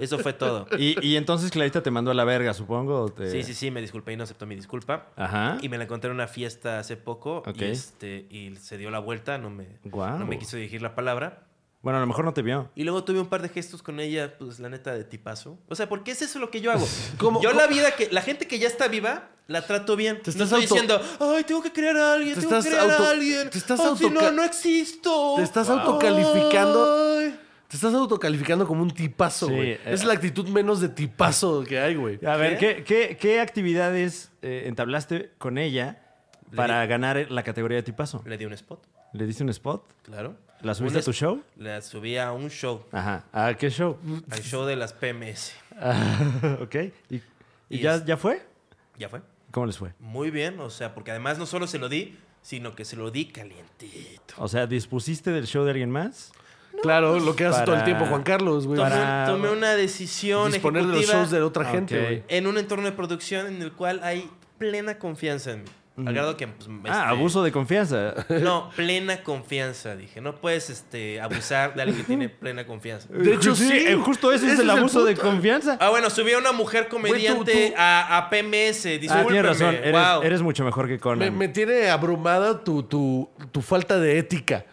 S2: eso fue todo.
S3: Y, y entonces Clarita te mandó a la verga, supongo. o te-
S2: Sí, sí, sí, me disculpé y no aceptó mi disculpa.
S3: Ajá.
S2: Y me la encontré en una fiesta hace poco
S3: Ok.
S2: y, este, y se dio la vuelta, no me,
S3: Guau.
S2: no me quiso dirigir la palabra.
S3: Bueno, a lo mejor no te vio.
S2: Y luego tuve un par de gestos con ella, pues la neta de tipazo. O sea, porque es eso lo que yo hago.
S1: *laughs* ¿Cómo-
S2: yo
S1: cómo-
S2: la vida que la gente que ya está viva la trato bien.
S1: Te
S2: no
S1: estás
S2: estoy
S1: auto-
S2: diciendo, ay, tengo que crear a alguien,
S1: Te
S2: tengo que
S1: estás
S2: crear
S1: auto-
S2: a alguien.
S1: te estás
S2: Ay, si no,
S1: autoca-
S2: no existo.
S1: Te estás autocalificando.
S2: Ay.
S1: Te estás autocalificando como un tipazo,
S3: Sí,
S1: güey.
S3: eh.
S1: Es la actitud menos de tipazo que hay, güey.
S3: A ver, ¿qué, qué, qué actividades eh, entablaste con ella para ganar la categoría de tipazo?
S2: Le di un spot,
S3: ¿Le diste un spot?
S2: claro.
S3: ¿La subiste
S2: Un
S3: a tu
S2: es-
S3: show?
S2: La subí a un show,
S3: Ajá. ¿A qué show?
S2: al show de las PMS.
S3: Ah, ok. ¿Y, y
S2: Y
S3: ya,
S2: es-
S3: ya fue?
S2: ¿Ya fue?
S3: ¿Cómo les fue?
S2: Muy bien, o sea, porque además no solo se lo di, sino que se lo di calientito.
S3: O sea, ¿dispusiste del show de alguien más?
S1: claro, lo que hace
S3: pues para-
S1: todo el tiempo Juan Carlos, güey.
S2: Tomé,
S3: Para-
S2: tomé una decisión
S1: Pues, Disponer de los
S2: ejecutiva
S1: shows de otra
S3: Ah,
S1: gente,
S3: ok.
S1: güey.
S2: en un entorno de producción en el cual hay plena confianza en mí. Al grado que... pues,
S3: Ah,
S2: este,
S3: abuso *laughs* de confianza.
S2: No, plena confianza, dije. No puedes este, abusar de alguien que tiene plena confianza.
S1: De hecho, sí.
S3: eh, Justo eso es
S1: Ese
S3: el
S1: es el
S3: abuso de
S1: punto.
S3: confianza.
S2: Ah, bueno, subí a una mujer comediante
S1: Güey, tú- tú-
S2: A, a PMS.
S3: Ah,
S2: Discúlpeme.
S3: tienes razón. Eres,
S2: Wow.
S3: eres mucho mejor que
S1: Me,
S3: Conan.
S1: me tiene abrumada tu, tu, tu falta de ética.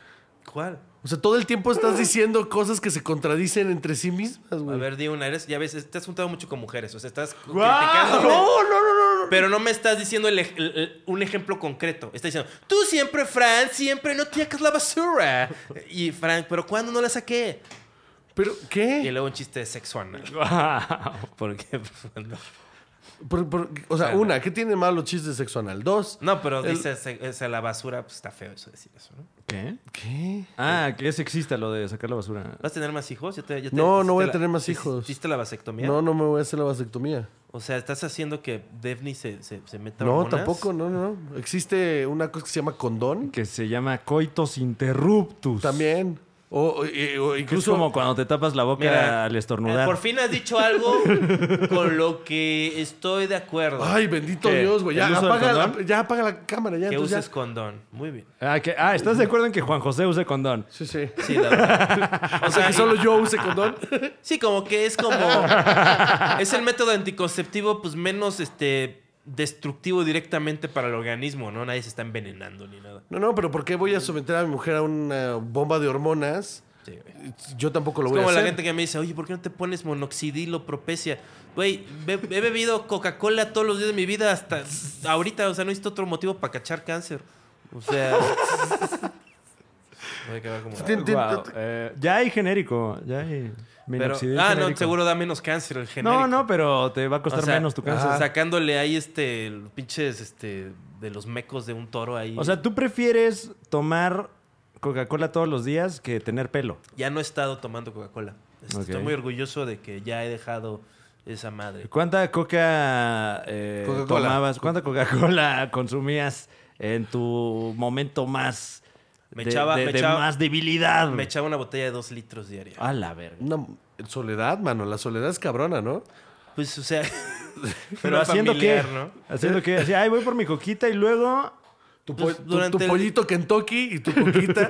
S2: ¿Cuál?
S1: O sea, todo el tiempo estás diciendo cosas que se contradicen entre sí mismas,
S2: A
S1: güey.
S2: ver, di una. Eres, ya ves, te has juntado mucho con mujeres. O sea, estás
S1: No,
S2: criticándome.
S1: no, no, no. no.
S2: Pero no me estás diciendo el ej- el- el- un ejemplo concreto. Estás diciendo, tú siempre, Fran, siempre no tiras la basura. Y Fran, ¿pero cuándo no la saqué?
S1: Pero,
S2: Y
S1: ¿qué?
S2: luego un chiste de sexo anal.
S3: Guau.
S2: Porque,
S1: pues,
S2: no.
S1: Por- por- o sea, una, ¿qué tiene malo chiste sexual? Dos,
S2: No, pero
S1: El-
S2: dices, se- se la basura, pues está feo eso decir eso, ¿no?
S3: *laughs* ¿Qué?
S1: ¿qué?
S3: Ah, que es exista lo de sacar la basura.
S2: ¿Vas a tener más hijos? Ya te- ya te-
S1: No,
S2: hiciste
S1: no voy a
S2: la-
S1: tener más
S2: ¿te
S1: hijos.
S2: ¿Hiciste la vasectomía?
S1: No, no me voy a hacer la vasectomía.
S2: O sea, estás haciendo que Devni se, se, se meta
S1: No,
S2: hormonas?
S1: tampoco, no, no. no. Existe una cosa que se llama condón
S3: Que se llama coitos interruptus.
S1: también. O, eh, o
S3: Es
S1: incluso.
S3: como cuando te tapas la boca
S2: Mira,
S3: al estornudar.
S2: eh, Por fin has dicho algo con lo que estoy de acuerdo.
S1: Ay, bendito
S3: ¿Qué?
S1: Dios, güey. Ya,
S3: ¿El uso del
S1: apaga la-
S3: condón?
S1: ya apaga la cámara, ya.
S2: que
S1: entonces
S2: uses
S1: ya-
S2: condón. Muy bien.
S3: Ah, que- ah, ¿estás de acuerdo en que Juan José use condón?
S1: Sí, sí.
S2: Sí, la verdad.
S1: *laughs*
S3: Ah,
S1: O sea, que solo yo use condón. *laughs*
S2: Sí, como que es como. es el método anticonceptivo, pues menos este destructivo directamente para el organismo, ¿no? Nadie se está envenenando ni nada.
S1: No, no, pero ¿por qué voy a someter a mi mujer a una bomba de hormonas?
S2: Sí, güey.
S1: Yo tampoco lo
S2: Es
S1: voy
S2: como
S1: a hacer.
S2: la gente que me dice, oye, ¿por qué no te pones monoxidilo propecia? Güey, be- he bebido Coca-Cola todos los días de mi vida hasta ahorita, o sea, no necesito otro motivo para cachar cáncer. O
S1: *laughs*
S2: sea. Voy a acabar como-
S1: Tien- tien-
S3: Guau, eh, ya hay genérico, ya hay
S2: Pero-
S3: minoxidil
S2: ah, no,
S3: genérico.
S2: seguro da menos cáncer el genérico.
S3: No, no, pero te va a costar
S2: O sea,
S3: menos tu cáncer.
S2: ajá, Sacándole ahí este, el pinches, este, de los mecos de un toro ahí.
S3: O sea, ¿tú prefieres tomar Coca-Cola todos los días que tener pelo?
S2: ya no he estado tomando Coca-Cola. Este,
S3: Ok.
S2: Estoy muy orgulloso de que ya he dejado esa madre.
S3: ¿Cuánta coca eh,
S1: Coca-Cola.
S3: tomabas? ¿Cuánta Coca-Cola *laughs* consumías en tu momento más
S2: Me
S3: de,
S2: echaba-
S3: de-
S2: me
S3: de
S2: echaba-
S3: más debilidad?
S2: Me echaba una botella de dos litros diaria.
S3: A la verga.
S1: Una soledad, mano. La soledad es cabrona, ¿no?
S2: Pues, o sea.
S3: *laughs*
S2: *laughs*
S3: Pero
S2: una
S3: haciendo
S2: familiar,
S3: qué?
S2: ¿no?
S3: Haciendo qué? Así, ay, voy por mi coquita
S2: *laughs*
S3: y luego
S1: Tu,
S2: Pues,
S1: po- tu-
S2: durante
S1: tu
S2: el-
S1: pollito Kentucky y tu
S3: *laughs*
S1: coquita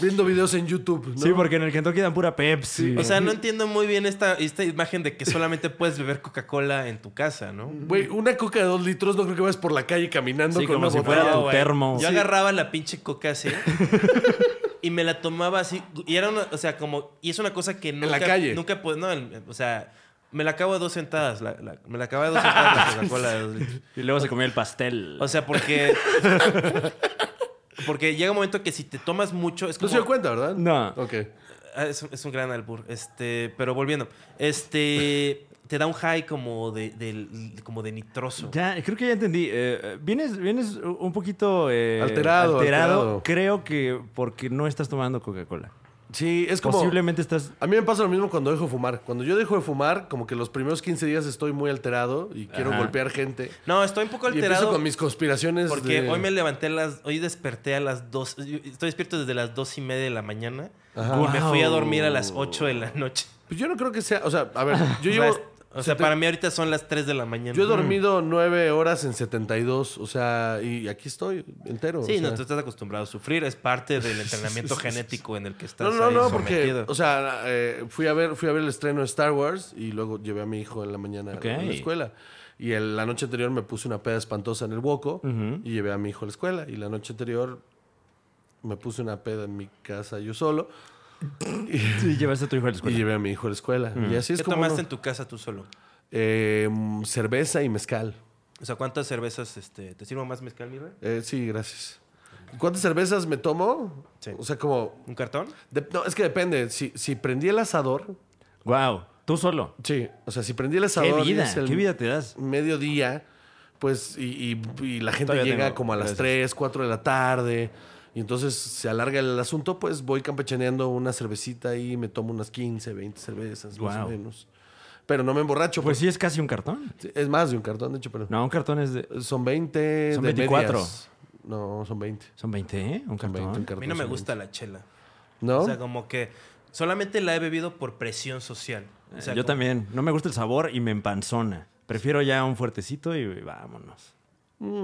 S1: viendo videos en YouTube. ¿no?
S3: Sí, porque en el Kentucky dan pura Pepsi.
S2: O sea, no entiendo muy bien esta, esta imagen de que solamente puedes beber Coca-Cola en tu casa, ¿no?
S1: Güey, una coca de dos litros no creo que vayas por la calle caminando
S3: Sí,
S1: con
S3: como
S1: una
S3: si
S1: botella.
S3: fuera
S2: No,
S3: tu
S2: güey.
S3: termo.
S2: Yo
S3: Sí.
S2: agarraba la pinche coca
S3: *laughs*
S2: así y me la tomaba así. Y era una, o sea, como, y es una cosa que nunca.
S1: la calle.
S2: Nunca pues, no, el- o sea, me la acabo a dos sentadas. la- la- me la acababa a dos sentadas la Coca-Cola de dos litros.
S3: Y luego se comió el pastel.
S2: O sea, porque. Porque llega un momento que si te tomas mucho. Es
S1: No
S2: como,
S1: se dio cuenta, ¿verdad?
S3: No.
S1: Ok.
S2: Ah, es, un- es un gran albur. Este, pero volviendo. Este. Te da un high como de, del- como de nitroso.
S3: Ya, creo que ya entendí. Eh, vienes, vienes un poquito eh,
S1: Alterado, alterado.
S3: Creo que porque no estás tomando Coca-Cola.
S1: Sí, es como.
S3: Posiblemente estás.
S1: A mí me pasa lo mismo cuando dejo de fumar. Cuando yo dejo de fumar, como que los primeros 15 días estoy muy alterado y quiero
S3: Ajá.
S1: golpear gente.
S2: No, estoy un poco
S1: Y empiezo
S2: alterado.
S1: con mis conspiraciones.
S2: Porque
S1: de-
S2: hoy me levanté a las. Hoy desperté a las 2. Estoy despierto desde las dos y media de la mañana.
S1: Ajá.
S2: Y me fui a dormir a las
S3: Wow.
S2: 8 de la noche.
S1: Pues yo no creo que sea. O sea,
S2: *laughs*
S1: a ver, yo
S2: o sea,
S1: llevo.
S2: es- o sea, para mí mm. ahorita son las 3 de la mañana.
S1: Yo he dormido nueve horas en 72, o sea, y aquí estoy entero.
S2: Sí,
S1: Mm. o sea.
S2: no, tú estás acostumbrado a sufrir. Es parte
S1: *laughs*
S2: del entrenamiento genético en el que estás.
S1: No, no,
S2: ahí
S1: no, porque,
S2: sometido.
S1: o sea, eh, fui, a ver, fui a ver el estreno de Star Wars y luego llevé a mi hijo en la mañana
S3: Ok.
S1: a la escuela. Y el- la noche anterior me puse una peda espantosa en el hueco y llevé a mi hijo a la escuela. Y la noche anterior me puse una peda en mi casa yo solo
S3: Sí, llevaste a tu hijo a la
S1: y
S3: escuela.
S1: llevé a mi hijo a la escuela. Y así es
S2: ¿Qué
S1: como
S2: tomaste en
S1: uno-
S2: tu casa tú solo?
S1: Eh, mm, cerveza y mezcal.
S2: O sea, ¿cuántas cervezas este, te sirvo más mezcal, mi rey?
S1: Eh, sí, gracias. ¿Cuántas cervezas me tomo?
S2: Sí.
S1: O sea, como
S2: ¿Un cartón?
S1: De- no, es que depende. Si, si prendí el asador,
S3: Wow, tú solo.
S1: sí, o sea, si prendí el
S3: ¿Qué
S1: asador. y
S3: vida?
S1: es el
S3: ¿Qué vida te das?
S1: Mediodía, pues, y, y- y la gente
S3: Todavía
S1: llega
S3: tengo,
S1: como a las
S3: gracias.
S1: 3, 4 de la tarde, y entonces se alarga el asunto, pues voy campechaneando una cervecita y me tomo unas 15, 20 cervezas, más
S3: Guau.
S1: o menos. Pero no me emborracho,
S3: Pues
S1: pues.
S3: sí, es casi un cartón.
S1: Es más de un cartón, de hecho, pero.
S3: No, un cartón es de.
S1: Son 20.
S3: Son
S1: de
S3: 24.
S1: medias. No, son 20.
S3: Son 20, ¿eh? Un
S1: Son 20, un
S3: cartón.
S1: cartón
S2: A mí no me
S1: son
S2: gusta la chela.
S1: 20. ¿No?
S2: O sea, como que solamente la he bebido por presión social. O sea,
S3: Eh, Yo
S2: como-
S3: también. No me gusta el sabor y me empanzona. Prefiero ya un fuertecito y
S1: *laughs*
S3: vámonos.
S1: Mm.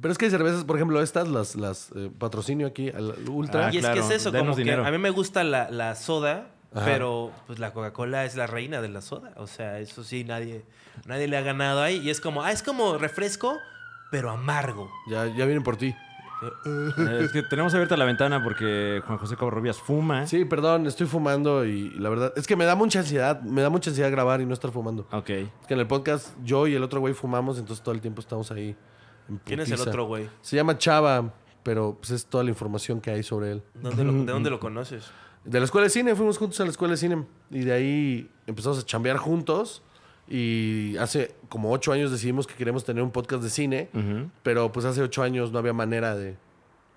S1: Pero es que hay cervezas, por ejemplo, estas las, las eh, patrocinio aquí al Ultra.
S3: Ah,
S2: y es
S3: claro,
S2: que es eso,
S3: denos
S2: como que
S3: dinero.
S2: a mí me gusta la, la soda,
S1: Ajá.
S2: pero pues la Coca-Cola es la reina de la soda. O sea, eso sí, nadie, nadie le ha ganado ahí. Y es como, ah, es como refresco, pero amargo.
S1: Ya, ya vienen por ti.
S3: Eh, es que tenemos abierta la ventana porque Juan José Covarrubias
S2: ¿Eh?
S3: fuma.
S1: Sí, perdón, estoy fumando y la verdad es que me da mucha ansiedad, me da mucha ansiedad grabar y no estar fumando.
S3: Ok.
S1: Es que en el podcast yo y el otro güey fumamos, entonces todo el tiempo estamos ahí. en
S2: ¿Quién es el
S1: putiza.
S2: otro güey?
S1: Se llama Chava, pero pues es toda la información que hay sobre él.
S2: ¿Dónde lo- ¿De
S3: *laughs*
S2: dónde lo conoces?
S1: De la escuela de cine, fuimos juntos a la escuela de cine y de ahí empezamos a chambear juntos y hace como ocho años decidimos que queríamos tener un podcast de cine,
S2: Mm.
S1: pero pues hace ocho años no había manera de,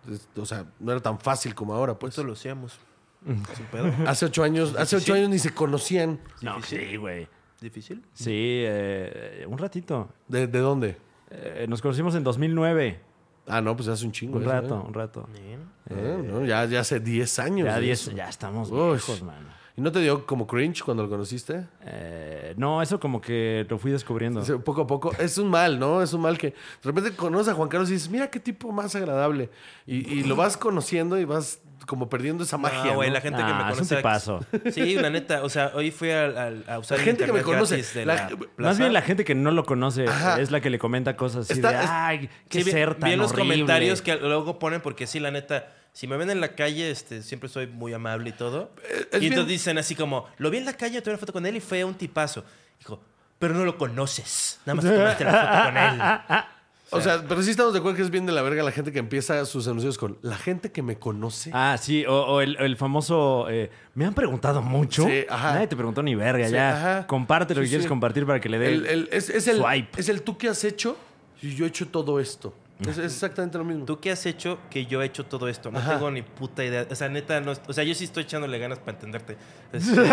S1: de- o sea, no era tan fácil como ahora, pues.
S2: Eso lo hacíamos.
S3: Mm.
S2: Sin pedo.
S1: Hace ocho años, hace ocho
S2: Difícil.
S1: años ni se conocían.
S3: No, sí, güey.
S2: ¿Difícil?
S3: Sí, eh, un ratito.
S1: ¿De, de dónde?
S3: Eh, nos conocimos en 2009.
S1: Ah, no, pues hace un chingo.
S3: Un
S1: eso,
S3: rato,
S1: ¿eh?
S3: un rato.
S2: Bien.
S1: Ah, no, ya, ya hace 10 años.
S3: Ya,
S1: de
S3: diez-
S1: eso.
S3: ya estamos
S1: Uy.
S3: viejos, mano.
S1: ¿Y no te dio como cringe cuando lo conociste?
S3: Eh, no, eso como que lo fui descubriendo.
S1: Sí, Poco a poco. Es un mal, ¿no? Es un mal que de repente conoces a Juan Carlos y dices, mira qué tipo más agradable. Y, y lo vas conociendo y vas como perdiendo esa magia.
S2: No, güey,
S1: ¿no?
S2: la gente que me
S3: Ah, es un
S2: conoce.
S3: tipazo.
S2: Sí, la neta. O sea, hoy fui al- al- a, usar
S1: La
S2: el
S1: gente que me
S2: internet
S1: conoce,
S2: gratis De
S1: la-
S2: la,
S1: más
S3: Más
S2: plaza.
S3: bien la gente que no lo conoce
S1: Ajá.
S3: es la que le comenta cosas así
S1: Está-
S3: de,
S1: es-
S3: ay, qué
S2: Sí, vi-
S3: ser tan
S2: vi en los
S3: horrible".
S2: comentarios que luego ponen, porque sí, la neta, si me ven en la calle, este, siempre soy muy amable y todo.
S1: Eh, es
S2: y entonces
S1: bien-
S2: dicen así como, lo vi en la calle, tuve una foto con él y fue un tipazo. Dijo, pero no lo conoces,
S1: *laughs*
S2: nada más te tomaste la foto con él.
S1: O sea, pero sí estamos de acuerdo que es bien de la verga la gente que empieza sus anuncios con la gente que me conoce.
S3: Ah, sí, o, o el, el famoso, eh, me han preguntado mucho.
S1: Sí, ajá.
S3: Nadie te preguntó ni verga,
S1: Sí,
S3: ya.
S1: ajá.
S3: Comparte lo
S1: Sí,
S3: que quieres
S1: sí.
S3: compartir para que le dé.
S1: El- el- es, es el,
S3: Swipe.
S1: es el tú que has hecho y yo he hecho todo esto. Es, es exactamente lo mismo.
S2: ¿Tú qué has hecho que yo he hecho todo esto? No
S1: Ajá.
S2: tengo ni puta idea. O sea, neta, no, o sea, yo sí estoy echándole ganas para entenderte.
S1: *laughs*
S2: Este, o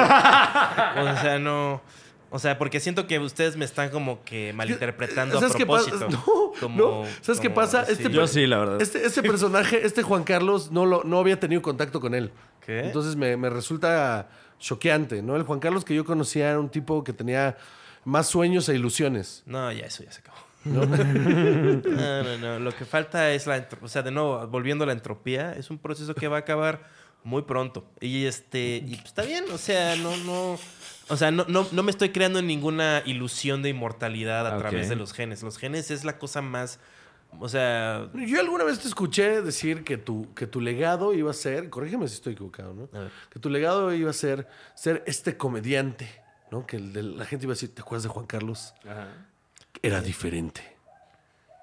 S2: sea, no... O sea, porque siento que ustedes me están como que malinterpretando
S1: ¿Sabes
S2: a
S1: qué pasa?
S2: propósito.
S1: *laughs* No,
S2: Como-
S1: no. ¿Sabes qué
S2: como
S1: pasa?
S2: decir-
S1: Este
S3: Yo sí, la verdad.
S1: Este, este personaje, este Juan Carlos, no, lo, no había tenido contacto con él.
S2: ¿Qué?
S1: Entonces me, me resulta choqueante, ¿no? El Juan Carlos que yo conocía era un tipo que tenía más sueños e ilusiones.
S2: No, ya eso ya se
S1: *laughs*
S2: acabó. No, no, no. Lo que falta es la... entro- O sea, de nuevo, volviendo a la entropía, es un proceso que va a acabar muy pronto. Y este... Y pues, está bien, o sea, no, no... O sea, no, no, no me estoy creando ninguna ilusión de inmortalidad a
S1: Ah,
S3: Ok.
S2: través de los genes. Los genes es la cosa más... O sea...
S1: Yo alguna vez te escuché decir que tu, que tu legado iba a ser, corrígeme si estoy equivocado, ¿no?
S2: A ver.
S1: Que tu legado iba a ser ser este comediante, ¿no? Que el de- la gente iba a decir, ¿te acuerdas de Juan Carlos? Era diferente.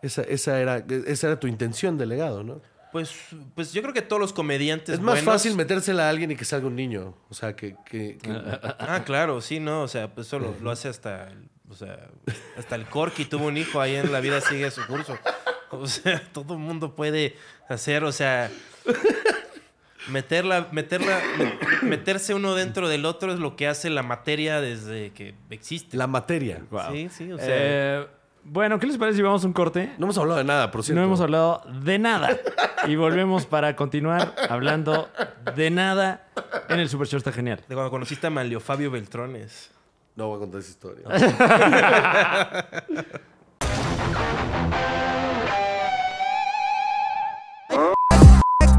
S1: Esa, esa, era, esa era tu intención de legado, ¿no?
S2: Pues, pues yo creo que todos los comediantes
S1: Es más
S2: buenos-
S1: fácil metérsela a alguien y que salga un niño. O sea, que... que- que-
S2: Ah, claro, sí, no, o sea, pues eso lo, lo hace hasta, el- o sea, hasta el Corky tuvo un hijo ahí en la vida sigue su curso. O sea, *laughs* todo el mundo puede hacer, o sea, meterla, meterla, me- meterse uno dentro del otro es lo que hace la materia desde que existe.
S1: la materia.
S3: Guau.
S2: Sí, sí, o sea,
S3: Eh, bueno, ¿qué les parece si vamos a un corte?
S1: No hemos hablado de nada, por cierto.
S3: No hemos hablado de nada. Y volvemos para continuar hablando de nada en el Super Show. Está genial.
S2: de cuando conociste a Manlio Fabio Beltrones.
S1: No voy a contar esa historia.
S2: *laughs*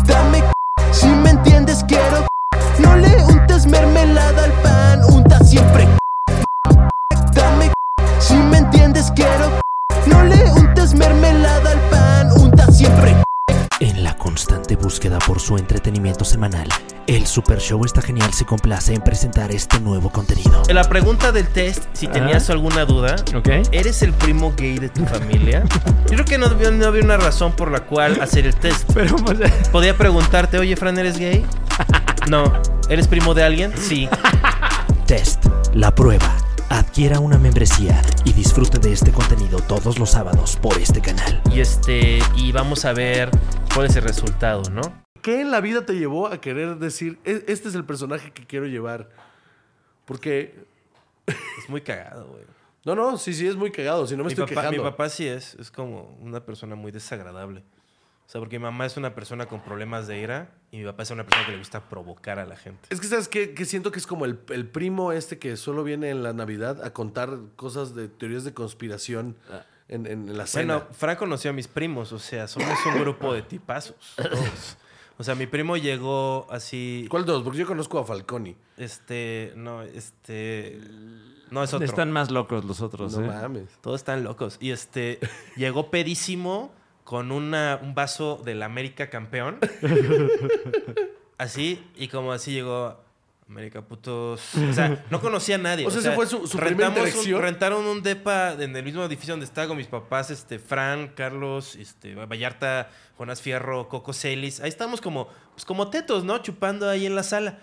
S4: Dame si me entiendes quiero No le untes mermelada al pan, unta siempre Dame si me entiendes quiero No le untes mermelada al pan, unta siempre
S5: En la constante búsqueda por su entretenimiento semanal, el Super Show está genial se complace en presentar este nuevo contenido.
S2: En la pregunta del test, si tenías alguna duda,
S3: ¿Ok?
S2: ¿eres el primo gay de tu familia? Yo creo que no, había- no había una razón por la cual hacer el test.
S3: Pero pues,
S2: Podía preguntarte, oye, Fran, ¿eres *laughs* gay? No. ¿Eres primo de alguien? Sí.
S5: Test, la prueba. Adquiera una membresía y disfrute de este contenido todos los sábados por este canal.
S2: Y este, y vamos a ver cuál es el resultado, ¿no?
S1: ¿Qué en la vida te llevó a querer decir, "E- este es el personaje que quiero llevar? Porque...
S2: Es muy cagado, güey.
S1: No, no, sí, sí, es muy cagado. Si no me
S2: Mi
S1: estoy
S2: papá, mi
S1: quejando.
S2: papá sí es, es como una persona muy desagradable. O sea, porque mi mamá es una persona con problemas de ira y mi papá es una persona que le gusta provocar a la gente.
S1: Es que, ¿sabes qué? Que siento que es como el, el primo este que solo viene en la Navidad a contar cosas de teorías de conspiración en, en la cena.
S2: Ah. Bueno, Fran conoció a mis primos, o sea, somos un grupo de tipazos. todos. O sea, mi primo llegó así.
S1: ¿Cuál dos? Porque yo conozco a Falconi.
S2: Este, no, este. No, es otro.
S3: están más locos los
S2: Pues
S3: otros.
S1: no
S3: ¿eh?
S1: mames.
S2: Todos están locos. Y
S1: *laughs*
S2: este llegó pedísimo con una, un vaso del América
S1: *laughs*
S2: campeón. así, y como así llegó. América putos. O sea, no conocía a nadie.
S1: O sea, esa fue su- su primera
S2: rentamos un-
S1: interacción.
S2: rentaron un depa en el mismo edificio donde estaba con mis papás, este, Fran, Carlos, este, Vallarta, Jonás Fierro, Coco Celis. Ahí estábamos como, pues como tetos, ¿no? Chupando ahí en la sala.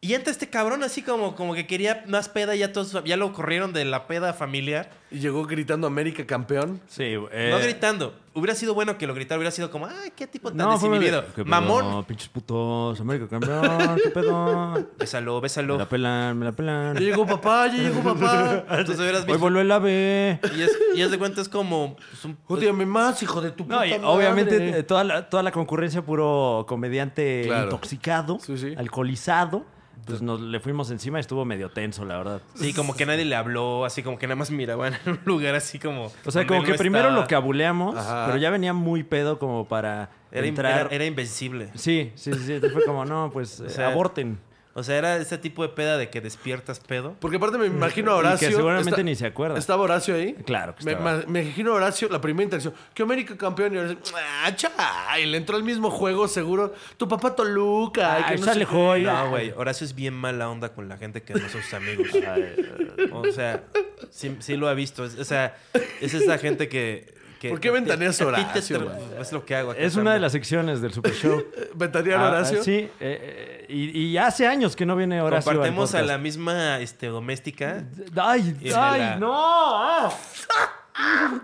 S2: Y entra este cabrón así como, como que quería más peda, ya todos, ya lo corrieron de la peda familiar.
S1: Y llegó gritando América campeón.
S3: Sí, eh,
S2: No gritando, hubiera sido bueno que lo gritara, hubiera sido como, ay, qué tipo tan
S3: No, fue una de-
S2: desinhibido.
S3: ¿Qué pedo?
S2: Mamón.
S3: Pinches putos. América campeón. ¿Qué pedo?
S2: Bésalo,
S3: Me
S2: bésalo.
S3: la pelan, me la pelan.
S1: Ya llegó papá, ya llegó papá.
S2: Entonces hubieras
S3: Hoy
S2: visto.
S3: voló el ave.
S2: Y es, y es de cuenta, es como. pues, un-
S1: Jódeme más, hijo de tu puta
S3: No, y
S1: madre.
S3: obviamente eh, toda la, toda la concurrencia, puro comediante
S1: Claro.
S3: intoxicado,
S1: Sí, sí.
S3: alcoholizado. Pues nos le fuimos encima y estuvo medio tenso, la verdad.
S2: sí, como que nadie le habló, así como que nada más miraban en un lugar así como.
S3: O sea,
S2: donde
S3: como
S2: él
S3: que
S2: no
S3: primero
S2: estaba.
S3: lo cabuleamos,
S1: Ajá.
S3: pero ya venía muy pedo como para
S2: Era, in-
S3: entrar.
S2: era- era invencible.
S3: Sí, sí, sí, sí. Entonces fue como, no,
S2: *laughs*
S3: pues eh,
S2: sea,
S3: aborten.
S2: O sea, era ese tipo de peda de que despiertas pedo.
S1: Porque aparte me imagino a
S3: Y
S1: Horacio.
S3: que seguramente
S1: está-
S3: ni se acuerda.
S1: ¿Estaba Horacio ahí?
S3: Claro que
S1: me,
S3: estaba.
S1: ma- me imagino a Horacio, la primera interacción. Que América campeón. Y Horacio, ah, chay, le entró al mismo juego, seguro. Tu papá Toluca. ay,
S3: Ay,
S1: que no
S3: sale
S1: sé qué".
S3: joy.
S2: No, güey. Horacio es bien mala onda con la gente que no son sus amigos.
S1: *laughs*
S2: O sea, sí, sí lo ha visto. Es- O sea, es esa gente que. que-
S1: ¿Por qué ventaneas a
S2: a ti te
S1: Horacio,
S2: tra- Es lo que hago. acá
S3: Es una de
S2: también.
S3: las secciones del Super
S2: *laughs*
S3: Show.
S1: ¿Ventanear
S3: Ah,
S1: Horacio?
S3: sí, eh, eh, y, y hace años que no viene Horacio. al
S2: Compartemos a
S3: podcast.
S2: la misma este, doméstica.
S3: ¡Ay!
S2: Y a
S3: ¡Ay!
S2: la-
S3: ¡No! Ah. *laughs*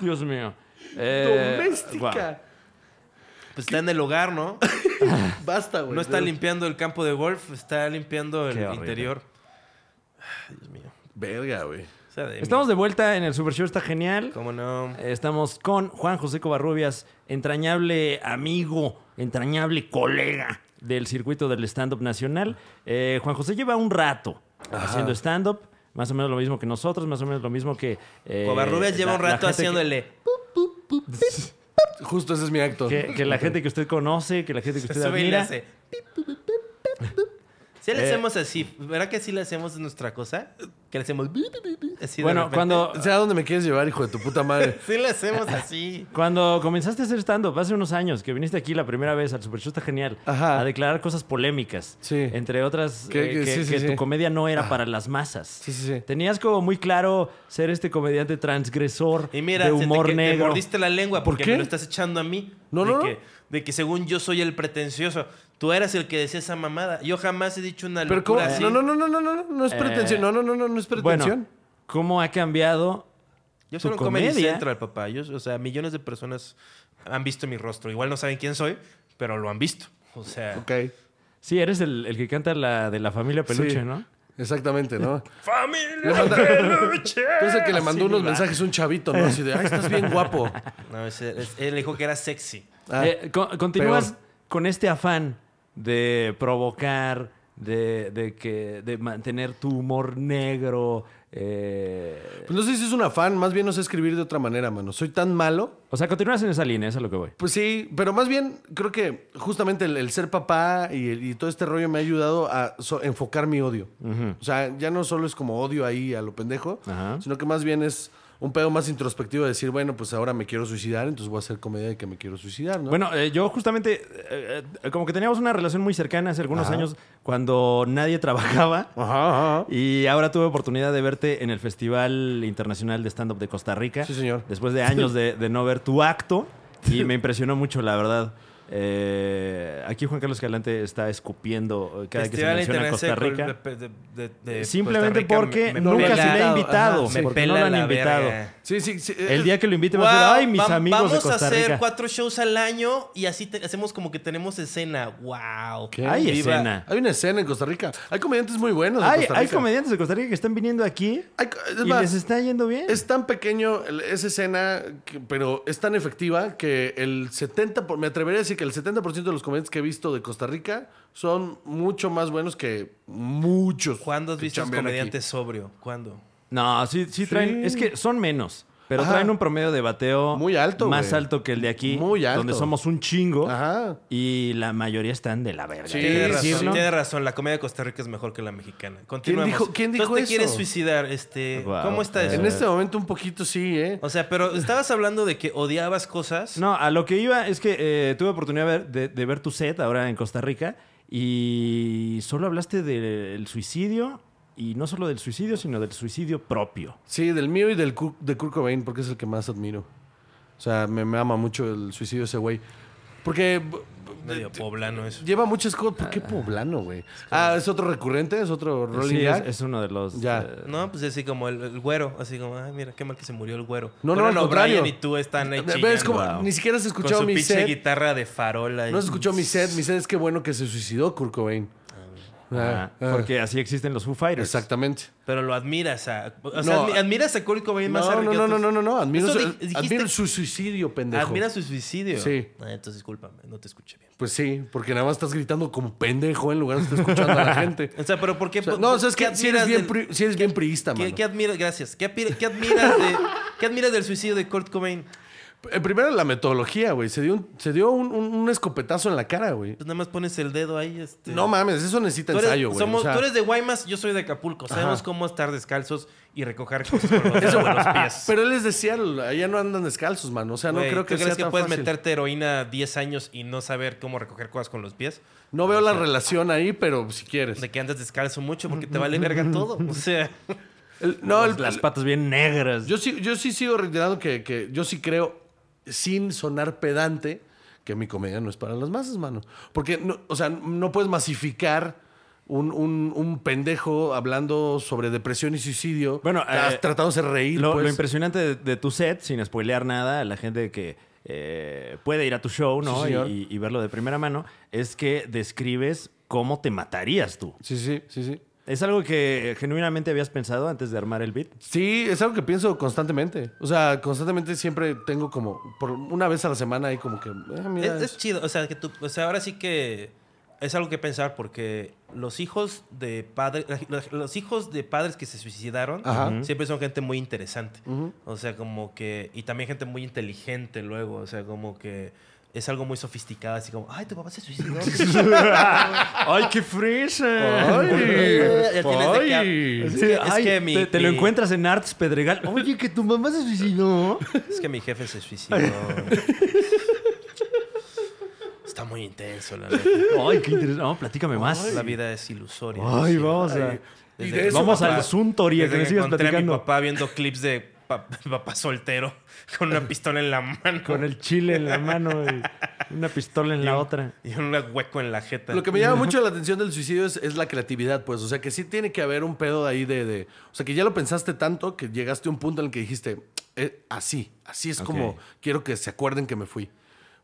S3: Dios mío. Eh, guau.
S1: Doméstica.
S2: Pues está en el hogar, ¿no?
S1: Basta, güey.
S2: No está
S1: Yo-
S2: limpiando el campo de golf, está limpiando el
S3: Qué horrible.
S2: interior. Ay, Dios mío.
S1: Verga, güey.
S2: O sea, de mí.
S3: Estamos de vuelta en el Super Show, está genial.
S2: ¿Cómo no?
S3: Estamos con Juan José Covarrubias, entrañable amigo, entrañable colega del circuito del stand-up nacional. Eh, Juan José lleva un rato haciendo stand-up, más o menos lo mismo que nosotros, más o menos lo mismo que... eh,
S2: Covarrubias lleva
S3: la-
S2: un
S3: la
S2: rato
S3: gente que-
S2: haciéndole.
S1: Justo ese es mi acto.
S3: Que, que la gente que usted conoce, que la
S2: *laughs*
S3: gente que usted
S2: Sube y le
S3: admira.
S2: hace. Si
S1: Eh.
S2: le hacemos así, ¿verdad que sí le hacemos nuestra cosa? Que le hacemos. así de
S3: Bueno,
S2: repente.
S3: cuando,
S1: O sea, ¿a dónde me quieres llevar, hijo de tu puta
S3: *laughs*
S1: madre?
S2: *laughs* Sí le hacemos así.
S3: Cuando comenzaste a hacer stand-up hace unos años, que viniste aquí la primera vez al Super Show está genial,
S1: Ajá.
S3: a declarar cosas polémicas.
S1: Sí.
S3: Entre otras,
S1: Que-
S3: eh,
S1: que-
S3: que,
S1: sí, sí,
S3: que
S1: sí.
S3: tu comedia no era para las masas.
S1: Sí, sí, sí.
S3: Tenías como muy claro ser este comediante transgresor
S2: Y mira,
S3: de
S2: se te-
S3: humor
S2: que te,
S3: negro.
S2: mordiste la lengua
S1: ¿Por
S2: porque
S1: qué?
S2: me lo estás echando a mí.
S1: No,
S2: de
S1: no, no.
S2: que, De que según yo soy el pretencioso. Tú eras el que decía esa mamada. Yo jamás he dicho una locura
S1: Pero ¿cómo?
S2: así.
S1: No, no, no, no, no, no, no es pretensión. No, no, no, no, no es
S3: Eh, bueno,
S1: pretensión.
S3: ¿cómo ha cambiado?
S2: Yo
S3: tu
S2: soy un Comedy
S3: comedia.
S2: Central, papá. Yo, o sea, millones de personas han visto mi rostro. Igual no saben quién soy, pero lo han visto. O sea,
S1: Ok.
S3: Sí, eres el, el que canta la de la familia Peluche,
S1: Sí.
S3: ¿no?
S1: Exactamente, ¿no? Le
S2: ¡Familia!
S1: manda- Tú es el que le mandó unos mensajes un chavito, ¿no? Así de, ay, estás bien guapo.
S2: No, ese- es- él dijo que era sexy.
S1: Ah,
S3: Eh, con- continúas
S1: peor.
S3: con este afán de provocar, de, de que, de mantener tu humor negro. eh,
S1: Pues no sé si es un afán, más bien no sé escribir de otra manera, mano. Soy tan malo.
S3: o sea, continúas en esa línea, eso es a lo que voy.
S1: Pues sí, pero más bien creo que justamente el, el ser papá y, el- y todo este rollo me ha ayudado a so- enfocar mi odio. O sea, ya no solo es como odio ahí a lo pendejo,
S3: Ajá.
S1: sino que más bien es un pedo más introspectivo de decir, bueno, pues ahora me quiero suicidar, entonces voy a hacer comedia de que me quiero suicidar, ¿no?
S3: Bueno, eh, yo justamente, eh, eh, como que teníamos una relación muy cercana hace algunos años cuando nadie *laughs* trabajaba.
S1: Ajá, ajá.
S3: Y ahora tuve oportunidad de verte en el Festival Internacional de Stand-Up de Costa Rica.
S1: Sí, señor.
S3: Después de años de, de no ver tu acto. Y me impresionó mucho, la verdad. Eh, aquí Juan Carlos Calante está escupiendo eh, cada
S2: Festival
S3: que se menciona Costa
S2: Internacional
S3: Rica.
S2: de- de- de- de
S3: Simplemente
S2: pues, Costa Rica
S3: porque
S2: me- me
S3: nunca
S2: pela-
S3: se le ha invitado.
S1: Ajá, sí.
S2: Me
S3: porque
S2: pela
S3: no lo han
S2: la
S3: invitado.
S2: verga.
S1: Sí, sí, sí.
S3: El día que lo inviten va a
S2: Guau,
S3: ser, ¡ay, mis
S2: va-
S3: amigos
S2: vamos
S3: de Costa
S2: a hacer
S3: Rica!
S2: cuatro shows al año y así te- hacemos como que tenemos escena. ¡Wow!
S1: ¿Qué?
S3: Hay
S2: Viva-
S3: escena.
S1: Hay una escena en Costa Rica. Hay comediantes muy buenos en
S3: Hay,
S1: Costa
S3: hay
S1: Rica.
S3: comediantes de Costa Rica que están viniendo aquí
S1: Hay co- es
S3: y
S1: más,
S3: les está yendo bien.
S1: Es tan pequeño el- esa escena, que- pero es tan efectiva que el 70%, por- me atrevería a decir que el 70% de los comediantes que he visto de Costa Rica son mucho más buenos que muchos.
S2: ¿Cuándo has
S1: que
S2: visto a un
S1: chambean aquí.
S2: comediante sobrio? ¿Cuándo?
S3: No, sí, sí traen. Es que son menos. Pero
S1: Ajá.
S3: traen un promedio de bateo
S1: Muy alto,
S3: Más
S1: güey.
S3: alto que el de aquí.
S1: Muy alto.
S3: Donde somos un chingo.
S1: Ajá.
S3: Y la mayoría están de la verga.
S1: Sí,
S3: hay que
S2: Tiene razón,
S3: decirlo.
S2: tiene razón. La comedia de Costa Rica es mejor que la mexicana. Continuamos.
S1: dijo- quién dijo
S2: Entonces,
S1: eso?
S2: te quieres suicidar. Este,
S3: Guau.
S2: ¿Cómo está eso?
S1: En este momento un poquito sí, ¿eh?
S2: O sea, pero estabas hablando de que odiabas cosas.
S3: No, a lo que iba es que eh, tuve oportunidad de ver, de- de ver tu set ahora en Costa Rica. Y solo hablaste del suicidio. Y no solo del suicidio, sino del suicidio propio.
S1: Sí, del mío y del Kurt- de Kurt Cobain, porque es el que más admiro. O sea, me, me ama mucho el suicidio ese güey. Porque b- b-
S2: medio poblano eso.
S1: Lleva muchas cosas. ¿Por qué poblano, güey? Ah, es otro recurrente, es otro rolling
S3: Sí, es,
S1: gag?
S3: es uno de los.
S1: Ya.
S3: eh,
S2: No, pues así como el, el güero, así como, ay, mira, qué mal que se murió el güero.
S1: No, no,
S2: Conan
S1: al contrario.
S2: O'Brien y tú están ahí
S1: Ves
S2: chillando.
S1: como-
S2: Wow.
S1: Ni siquiera has
S2: Con
S1: escuchado
S2: su
S1: mi
S2: pinche
S1: set.
S2: guitarra de farola. y-
S1: No has escuchado mi set. Mi set es que bueno que se suicidó Kurt Cobain.
S3: ah,
S1: Ah, ah.
S3: Porque así existen los Foo Fighters.
S1: Exactamente.
S2: Pero lo admiras a... O sea,
S1: No,
S2: admi- admiras a Kurt Cobain
S1: No,
S2: más
S1: no,
S2: arriba que
S1: no, no,
S2: otros.
S1: no, no, no. Admiro,
S2: Eso
S1: su,
S2: di- dijiste-
S1: admiro su suicidio, pendejo.
S2: Admira su suicidio.
S1: Sí.
S2: Ah, entonces discúlpame, no te escuché bien.
S1: Pues sí, porque nada más estás gritando como pendejo en lugar de estar escuchando a la
S2: *laughs*
S1: gente.
S2: O sea, pero ¿por qué?
S1: O sea,
S2: por-
S1: no,
S2: por-
S1: o sea, es
S2: qué
S1: que si eres
S2: admiras
S1: bien,
S2: del-
S1: pri- sí eres bien priista,
S2: ¿Qué,
S1: mano.
S2: qué admiras? Gracias. ¿Qué, api- qué admiras de, ¿Qué admiras del suicidio de Kurt Cobain?
S1: Eh, Primero la metodología, güey. Se dio, un, se dio un, un- un escopetazo en la cara, güey.
S2: Pues nada más pones el dedo ahí. Este,
S1: No mames, eso necesita
S2: Tú eres,
S1: ensayo, güey.
S2: somos-
S1: o sea,
S2: tú eres de Guaymas, yo soy de Acapulco. Sabemos cómo estar descalzos y recoger cosas con los,
S1: eso,
S2: con los pies.
S1: Pero él es de Seattle, allá no andan descalzos, mano. O sea, no
S2: *laughs* Güey,
S1: creo
S2: ¿tú
S1: que sea
S2: crees que
S1: tan
S2: puedes
S1: fácil.
S2: meterte heroína 10 años y no saber cómo recoger cosas con los pies?
S1: No veo la relación ahí, pero si quieres.
S2: De que andas descalzo mucho porque te vale verga todo. O sea,
S1: El- no, el-
S3: Las patas bien negras.
S1: Yo sí, yo sí sigo reiterando que, que yo sí creo, sin sonar pedante, que mi comedia no es para las masas, mano. Porque, no, o sea, no puedes masificar un, un- un pendejo hablando sobre depresión y suicidio.
S3: Bueno,
S1: ah,
S3: eh,
S1: tratándose de reír.
S3: lo,
S1: pues.
S3: lo impresionante de, de tu set, sin spoilear nada, la gente que eh, puede ir a tu show ¿no?
S1: Sí, señor.
S3: y, y verlo de primera mano, es que describes cómo te matarías tú.
S1: Sí, sí, sí, sí.
S3: ¿Es algo que eh, genuinamente habías pensado antes de armar el beat?
S1: Sí, es algo que pienso constantemente. O sea, constantemente siempre tengo como, por una vez a la semana hay como que, ah, mira,
S2: es, es chido. O sea, que tú, o sea, ahora sí que es algo que pensar porque los hijos de padres, los hijos de padres que se suicidaron
S1: Ajá.
S2: siempre son gente muy interesante. O sea, como que y también gente muy inteligente luego. O sea, como que es algo muy sofisticado, así como, ay, tu papá se
S3: *laughs*
S2: suicidó.
S3: ¡Ay, qué fresa!
S1: Ay,
S2: Ya tienes de qué
S1: ay.
S2: hablar. Es que- es que mi-
S3: te, te lo
S2: mi-
S3: encuentras en Arts Pedregal. *laughs* Oye, que tu mamá se suicidó.
S2: Es que mi jefe se
S3: *laughs*
S2: suicidó. Está muy intenso, la neta.
S3: Ay, qué interesante. No, platícame más.
S2: La vida es ilusoria.
S3: Ay,
S2: Sí.
S3: vamos a.
S1: Ay. Y
S2: Desde
S1: de
S2: que
S1: eso,
S3: Vamos
S1: papá,
S3: al asunto, Oria, que
S2: Desde
S3: me
S2: que
S3: sigas
S2: encontré a mi
S3: platicando.
S2: papá viendo clips de pa- papá soltero *laughs* con una pistola en la mano.
S3: Con el chile en la mano y una pistola en la otra.
S2: Y un hueco en la jeta.
S1: Lo que me llama mucho la atención del suicidio es, es la creatividad, pues. O sea, que sí tiene que haber un pedo de ahí de, de- O sea, que ya lo pensaste tanto que llegaste a un punto en el que dijiste, "Eh, así, así es como
S3: Ok.
S1: quiero que se acuerden que me fui.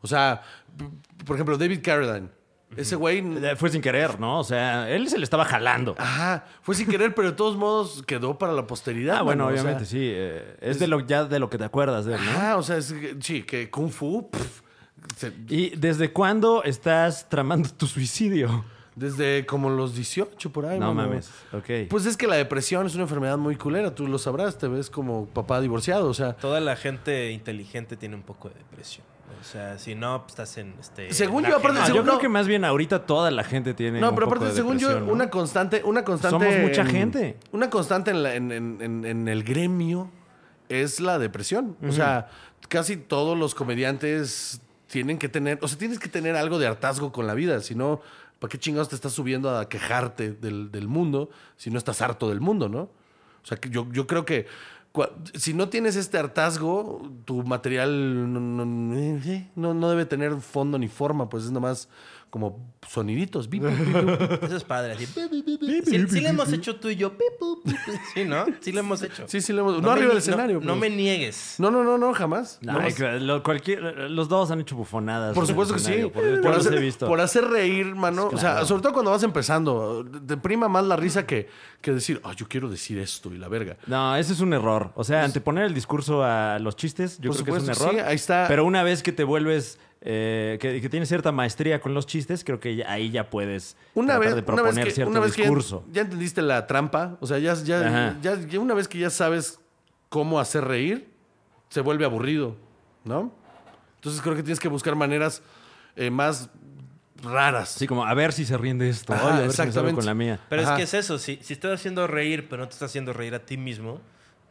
S1: O sea, p- por ejemplo, David Carradine. Ese güey.
S3: Eh, Fue sin querer, ¿no? O sea, él se le estaba jalando.
S1: Ajá, fue sin querer, pero de todos modos quedó para la posteridad.
S3: Ah, bueno,
S1: mano, o sea.
S3: obviamente, sí. eh, es de lo, ya de lo que te acuerdas de él, ¿no?
S1: Ajá, o sea, es que- sí, que Kung Fu. pf, se-
S3: ¿Y desde cuándo estás tramando tu suicidio?
S1: desde como los 18 por ahí.
S3: No
S1: mano.
S3: mames, ok.
S1: Pues es que la depresión es una enfermedad muy culera, tú lo sabrás, te ves como papá divorciado, o sea.
S2: Toda la gente inteligente tiene un poco de depresión. O sea, si no, pues, estás en este.
S1: Según
S2: en
S1: yo,
S2: la
S1: aparte,
S2: jeta.
S3: No,
S1: según-
S3: yo creo
S1: no.
S3: que más bien ahorita toda la gente tiene.
S1: No,
S3: un
S1: pero
S3: poco
S1: aparte,
S3: de
S1: según yo,
S3: depresión, ¿no?
S1: una constante, una constante.
S3: Somos mucha
S1: en-
S3: gente.
S1: Una constante en, la- en- en- en- en el gremio es la depresión. O sea, casi todos los comediantes tienen que tener, o sea, tienes que tener algo de hartazgo con la vida, si no, ¿para qué chingados te estás subiendo a quejarte del, del mundo si no estás harto del mundo, no? O sea, que yo, yo creo que cua- si no tienes este hartazgo, tu material no, no- eh, eh, no- no debe tener fondo ni forma, pues es nomás como soniditos. bip, bip, bip,
S2: *laughs*
S1: bip.
S2: Eso es padre. Así. Sí, sí le hemos hecho tú y yo. Sí, ¿no? Sí lo hemos hecho.
S1: Sí, sí, lo hemos- no
S2: me
S1: arriba
S2: nie-
S1: del escenario,
S2: No, no
S1: pues.
S2: me niegues.
S1: No, no, no, no, jamás.
S3: Ay,
S1: No más.
S3: claro, lo- cualquier- los dos han hecho bufonadas.
S1: por
S3: en el
S1: supuesto que sí.
S3: escenario, Por, yo los
S1: hacer,
S3: he visto.
S1: por hacer reír, mano. O sea,
S3: Claro.
S1: sobre todo cuando vas empezando, te prima más la risa que, que decir, ah, yo quiero decir esto y la verga.
S3: No, ese es un error. O sea, anteponer el discurso a los chistes, yo
S1: Por
S3: creo que es un
S1: supuesto,
S3: error.
S1: sí, ahí está.
S3: Pero una vez que te vuelves, eh, que, que tienes cierta maestría con los chistes, creo que ya- ahí ya puedes
S1: Una
S3: tratar
S1: vez,
S3: de
S1: una
S3: proponer
S1: vez que,
S3: cierto
S1: una vez que ya-
S3: discurso.
S1: ya, entendiste la trampa, o sea, ya, ya,
S3: Ajá.
S1: ya- ya una vez que ya sabes cómo hacer reír, se vuelve aburrido, ¿no? Entonces creo que tienes que buscar maneras eh, más raras.
S3: Así como, a ver si se ríen de esto.
S1: Ajá,
S3: oye, a ver si me salgo
S1: exactamente.
S3: con la mía.
S2: Pero
S1: Ajá.
S2: es que es eso. Si, si estás haciendo reír, pero no te estás haciendo reír a ti mismo,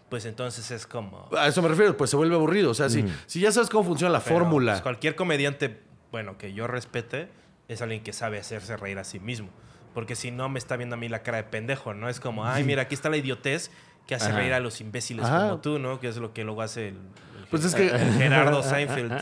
S2: pues entonces es como.
S1: A eso me refiero, pues se vuelve aburrido. O sea,
S3: Mm.
S1: si, si ya sabes cómo funciona la
S2: Pero,
S1: fórmula.
S2: pues, cualquier comediante, bueno, que yo respete, es alguien que sabe hacerse reír a sí mismo. Porque si no, me está viendo a mí la cara de pendejo, ¿no? Es como, ay, mira, aquí está la idiotez que hace
S3: Ajá.
S2: reír a los imbéciles
S1: Ajá.
S2: como tú, ¿no? Que es lo que luego hace el, el *laughs*
S1: Pues es que- *laughs*
S2: Gerardo Seinfeld.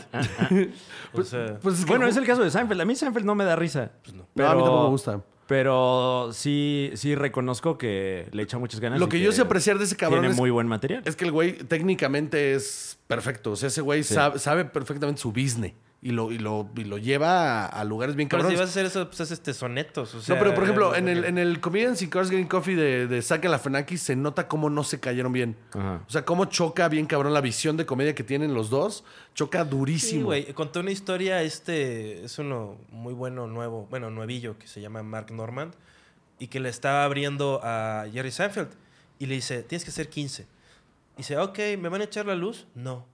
S2: o sea,
S1: Pues es que- Pues
S3: Bueno, es el caso de Seinfeld. A mí Seinfeld no me da risa.
S2: no.
S1: No, a mí tampoco me gusta.
S3: Pero sí, sí reconozco que le echa muchas ganas.
S1: Lo
S3: y
S1: que yo sé apreciar de ese cabrón
S3: Tiene
S1: es-
S3: muy buen material.
S1: Es que el güey técnicamente es perfecto. O sea, ese güey sabe, sabe perfectamente su business y lo, y lo, y lo lleva a, a lugares bien
S2: pero si
S1: cabrones.
S2: vas eh, a hacer eso, pues haces sonetos. O sea,
S1: no, pero por ejemplo, en el, en el Comedians in Cars Green Coffee de, de Zack Galifianakis se nota cómo no se cayeron bien.
S3: Ajá.
S1: O sea, cómo choca bien cabrón la visión de comedia que tienen los dos. Choca
S2: Sí,
S1: durísimo.
S2: güey. Conté una historia, este es uno muy bueno, nuevo, bueno, nuevillo, que se llama Mark Norman, y que le estaba abriendo a Jerry Seinfeld. Y le dice, tienes que hacer 15. Y dice, ok, ¿me van a echar la luz? No,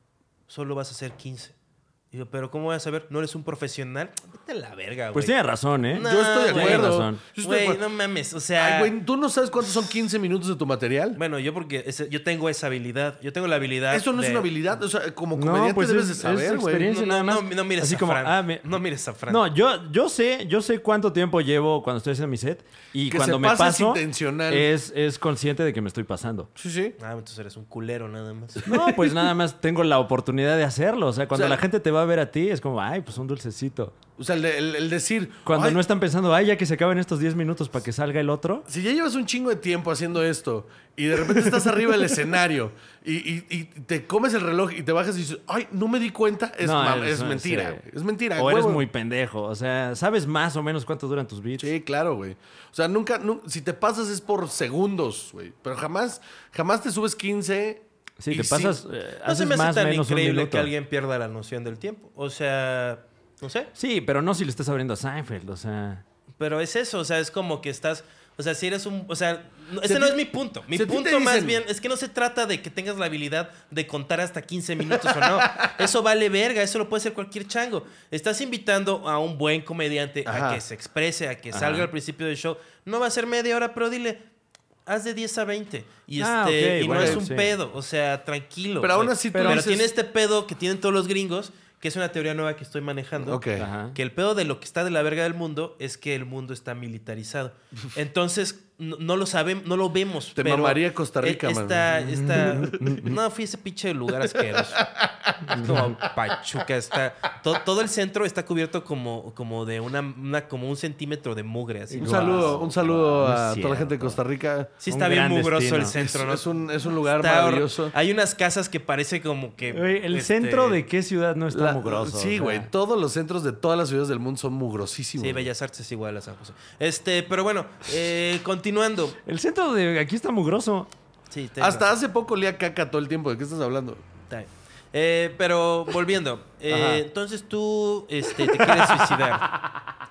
S2: solo vas a hacer 15. Digo, pero ¿cómo voy a saber? ¿No eres un profesional? Vete a la verga, güey.
S3: Pues tiene razón, ¿eh?
S2: No,
S1: Yo estoy de
S2: güey.
S1: acuerdo.
S3: Tienes razón.
S1: Yo estoy de
S2: Güey,
S1: acuerdo.
S2: no mames, o sea...
S1: Ay, güey, ¿tú no sabes cuántos son 15 minutos de tu material?
S2: Bueno, yo porque ese- yo tengo esa habilidad. Yo tengo la habilidad
S1: Eso no es
S2: de-
S1: una habilidad. O sea, como comediante
S3: pues
S1: debes
S3: es-
S1: de
S3: es
S1: saber, güey.
S3: experiencia.
S2: No, no,
S3: nada más.
S2: no, no mires
S3: Así
S2: a
S3: como,
S2: Fran.
S3: ah, me-
S2: No mires a Fran.
S3: No, yo, yo sé, yo sé cuánto tiempo llevo cuando estoy haciendo mi set y
S1: Que
S3: cuando
S1: se
S3: me
S1: pasa es
S3: paso
S1: intencional.
S3: es, es consciente de que me estoy pasando.
S1: Sí, sí.
S2: Ah, entonces eres un culero nada más.
S3: No, pues nada más tengo la oportunidad de hacerlo. O sea, cuando
S1: O sea,
S3: la gente te va a ver a ti, es como, ay, pues un dulcecito.
S1: O sea, el, de- el- el decir.
S3: Cuando
S1: "Ay,
S3: no están pensando, ay, ya que se acaben estos 10 minutos para que salga el otro.
S1: Si ya llevas un chingo de tiempo haciendo esto y de repente estás arriba del escenario y, y- y te comes el reloj y te bajas y dices, ay, no me di cuenta, es,
S3: No,
S1: mam-
S3: eres-
S1: es mentira.
S3: sí.
S1: güey. Es mentira.
S3: O
S1: güey.
S3: eres muy pendejo. O sea, sabes más o menos cuánto duran tus beats.
S1: Sí, claro, güey. O sea, nunca, nu- si te pasas es por segundos, güey. Pero jamás, jamás te subes 15.
S3: Sí,
S1: y
S3: te pasas. eh,
S2: No se
S3: haces
S2: me hace
S3: más,
S2: tan
S3: menos un
S2: increíble
S3: minuto.
S2: que alguien pierda la noción del tiempo. O sea, no sé.
S3: Sí, pero no si le estás abriendo a Seinfeld. O sea.
S2: Pero es eso, o sea, es como que estás. O sea, si eres un. O sea, no-
S1: Si
S2: ese
S1: a
S2: no
S1: ti-
S2: es mi punto. Mi
S1: si a ti te
S2: punto más
S1: dicen-
S2: bien es que no se trata de que tengas la habilidad de contar hasta 15 minutos o
S1: *laughs*
S2: no. Eso vale verga, eso lo puede hacer cualquier chango. Estás invitando a un buen comediante
S1: Ajá.
S2: a que se exprese, a que salga al principio del show. No va a ser media hora, pero dile, haz de 10 a 20. Y,
S3: Ah,
S2: este,
S3: ok,
S2: y
S3: bueno,
S2: no es un
S3: sí.
S2: pedo, o sea, tranquilo.
S1: Pero aún
S2: güey.
S1: así tú
S2: Pero,
S1: dices-
S2: tiene este pedo que tienen todos los gringos, que es una teoría nueva que estoy manejando.
S1: Ok.
S3: Ajá.
S2: Que el pedo de lo que está de la verga del mundo es que el mundo está
S1: *laughs*
S2: militarizado. Entonces, no, no lo sabemos, no lo vemos.
S1: Te
S2: pero
S1: mamaría Costa Rica,
S2: e-
S1: mano.
S2: esta,
S3: *laughs*
S2: esta, No, fui a ese pinche lugar asqueroso. Es como Pachuca. Está, to- todo, el centro está cubierto como, como de una, una- como un centímetro de mugre. Así.
S1: Un
S3: Guau,
S1: saludo, un saludo
S3: guau,
S1: a
S3: es
S1: toda la gente de
S3: cierto.
S1: Costa Rica.
S2: Sí,
S3: Un
S2: está bien
S3: gran
S2: mugroso el
S3: destino.
S2: centro,
S1: es,
S2: ¿no?
S1: es un, es un lugar
S2: Está hor- Ah,
S1: maravilloso.
S2: Hay unas casas que parece como que.
S3: Oye, el
S2: este,
S3: centro de qué ciudad no está
S1: La-
S3: mugroso.
S1: sí,
S3: O
S1: güey.
S3: sea,
S1: Todos los centros de todas las ciudades del mundo son mugrosísimos.
S2: Sí, Bellas Artes es igual a San José. Este, pero bueno, eh, continuando.
S3: El centro de aquí está mugroso.
S2: Sí, tengo-
S1: Hasta hace poco leía caca todo el tiempo. ¿De qué estás hablando?
S2: Está bien. Eh, pero volviendo, eh, entonces tú este, te quieres suicidar.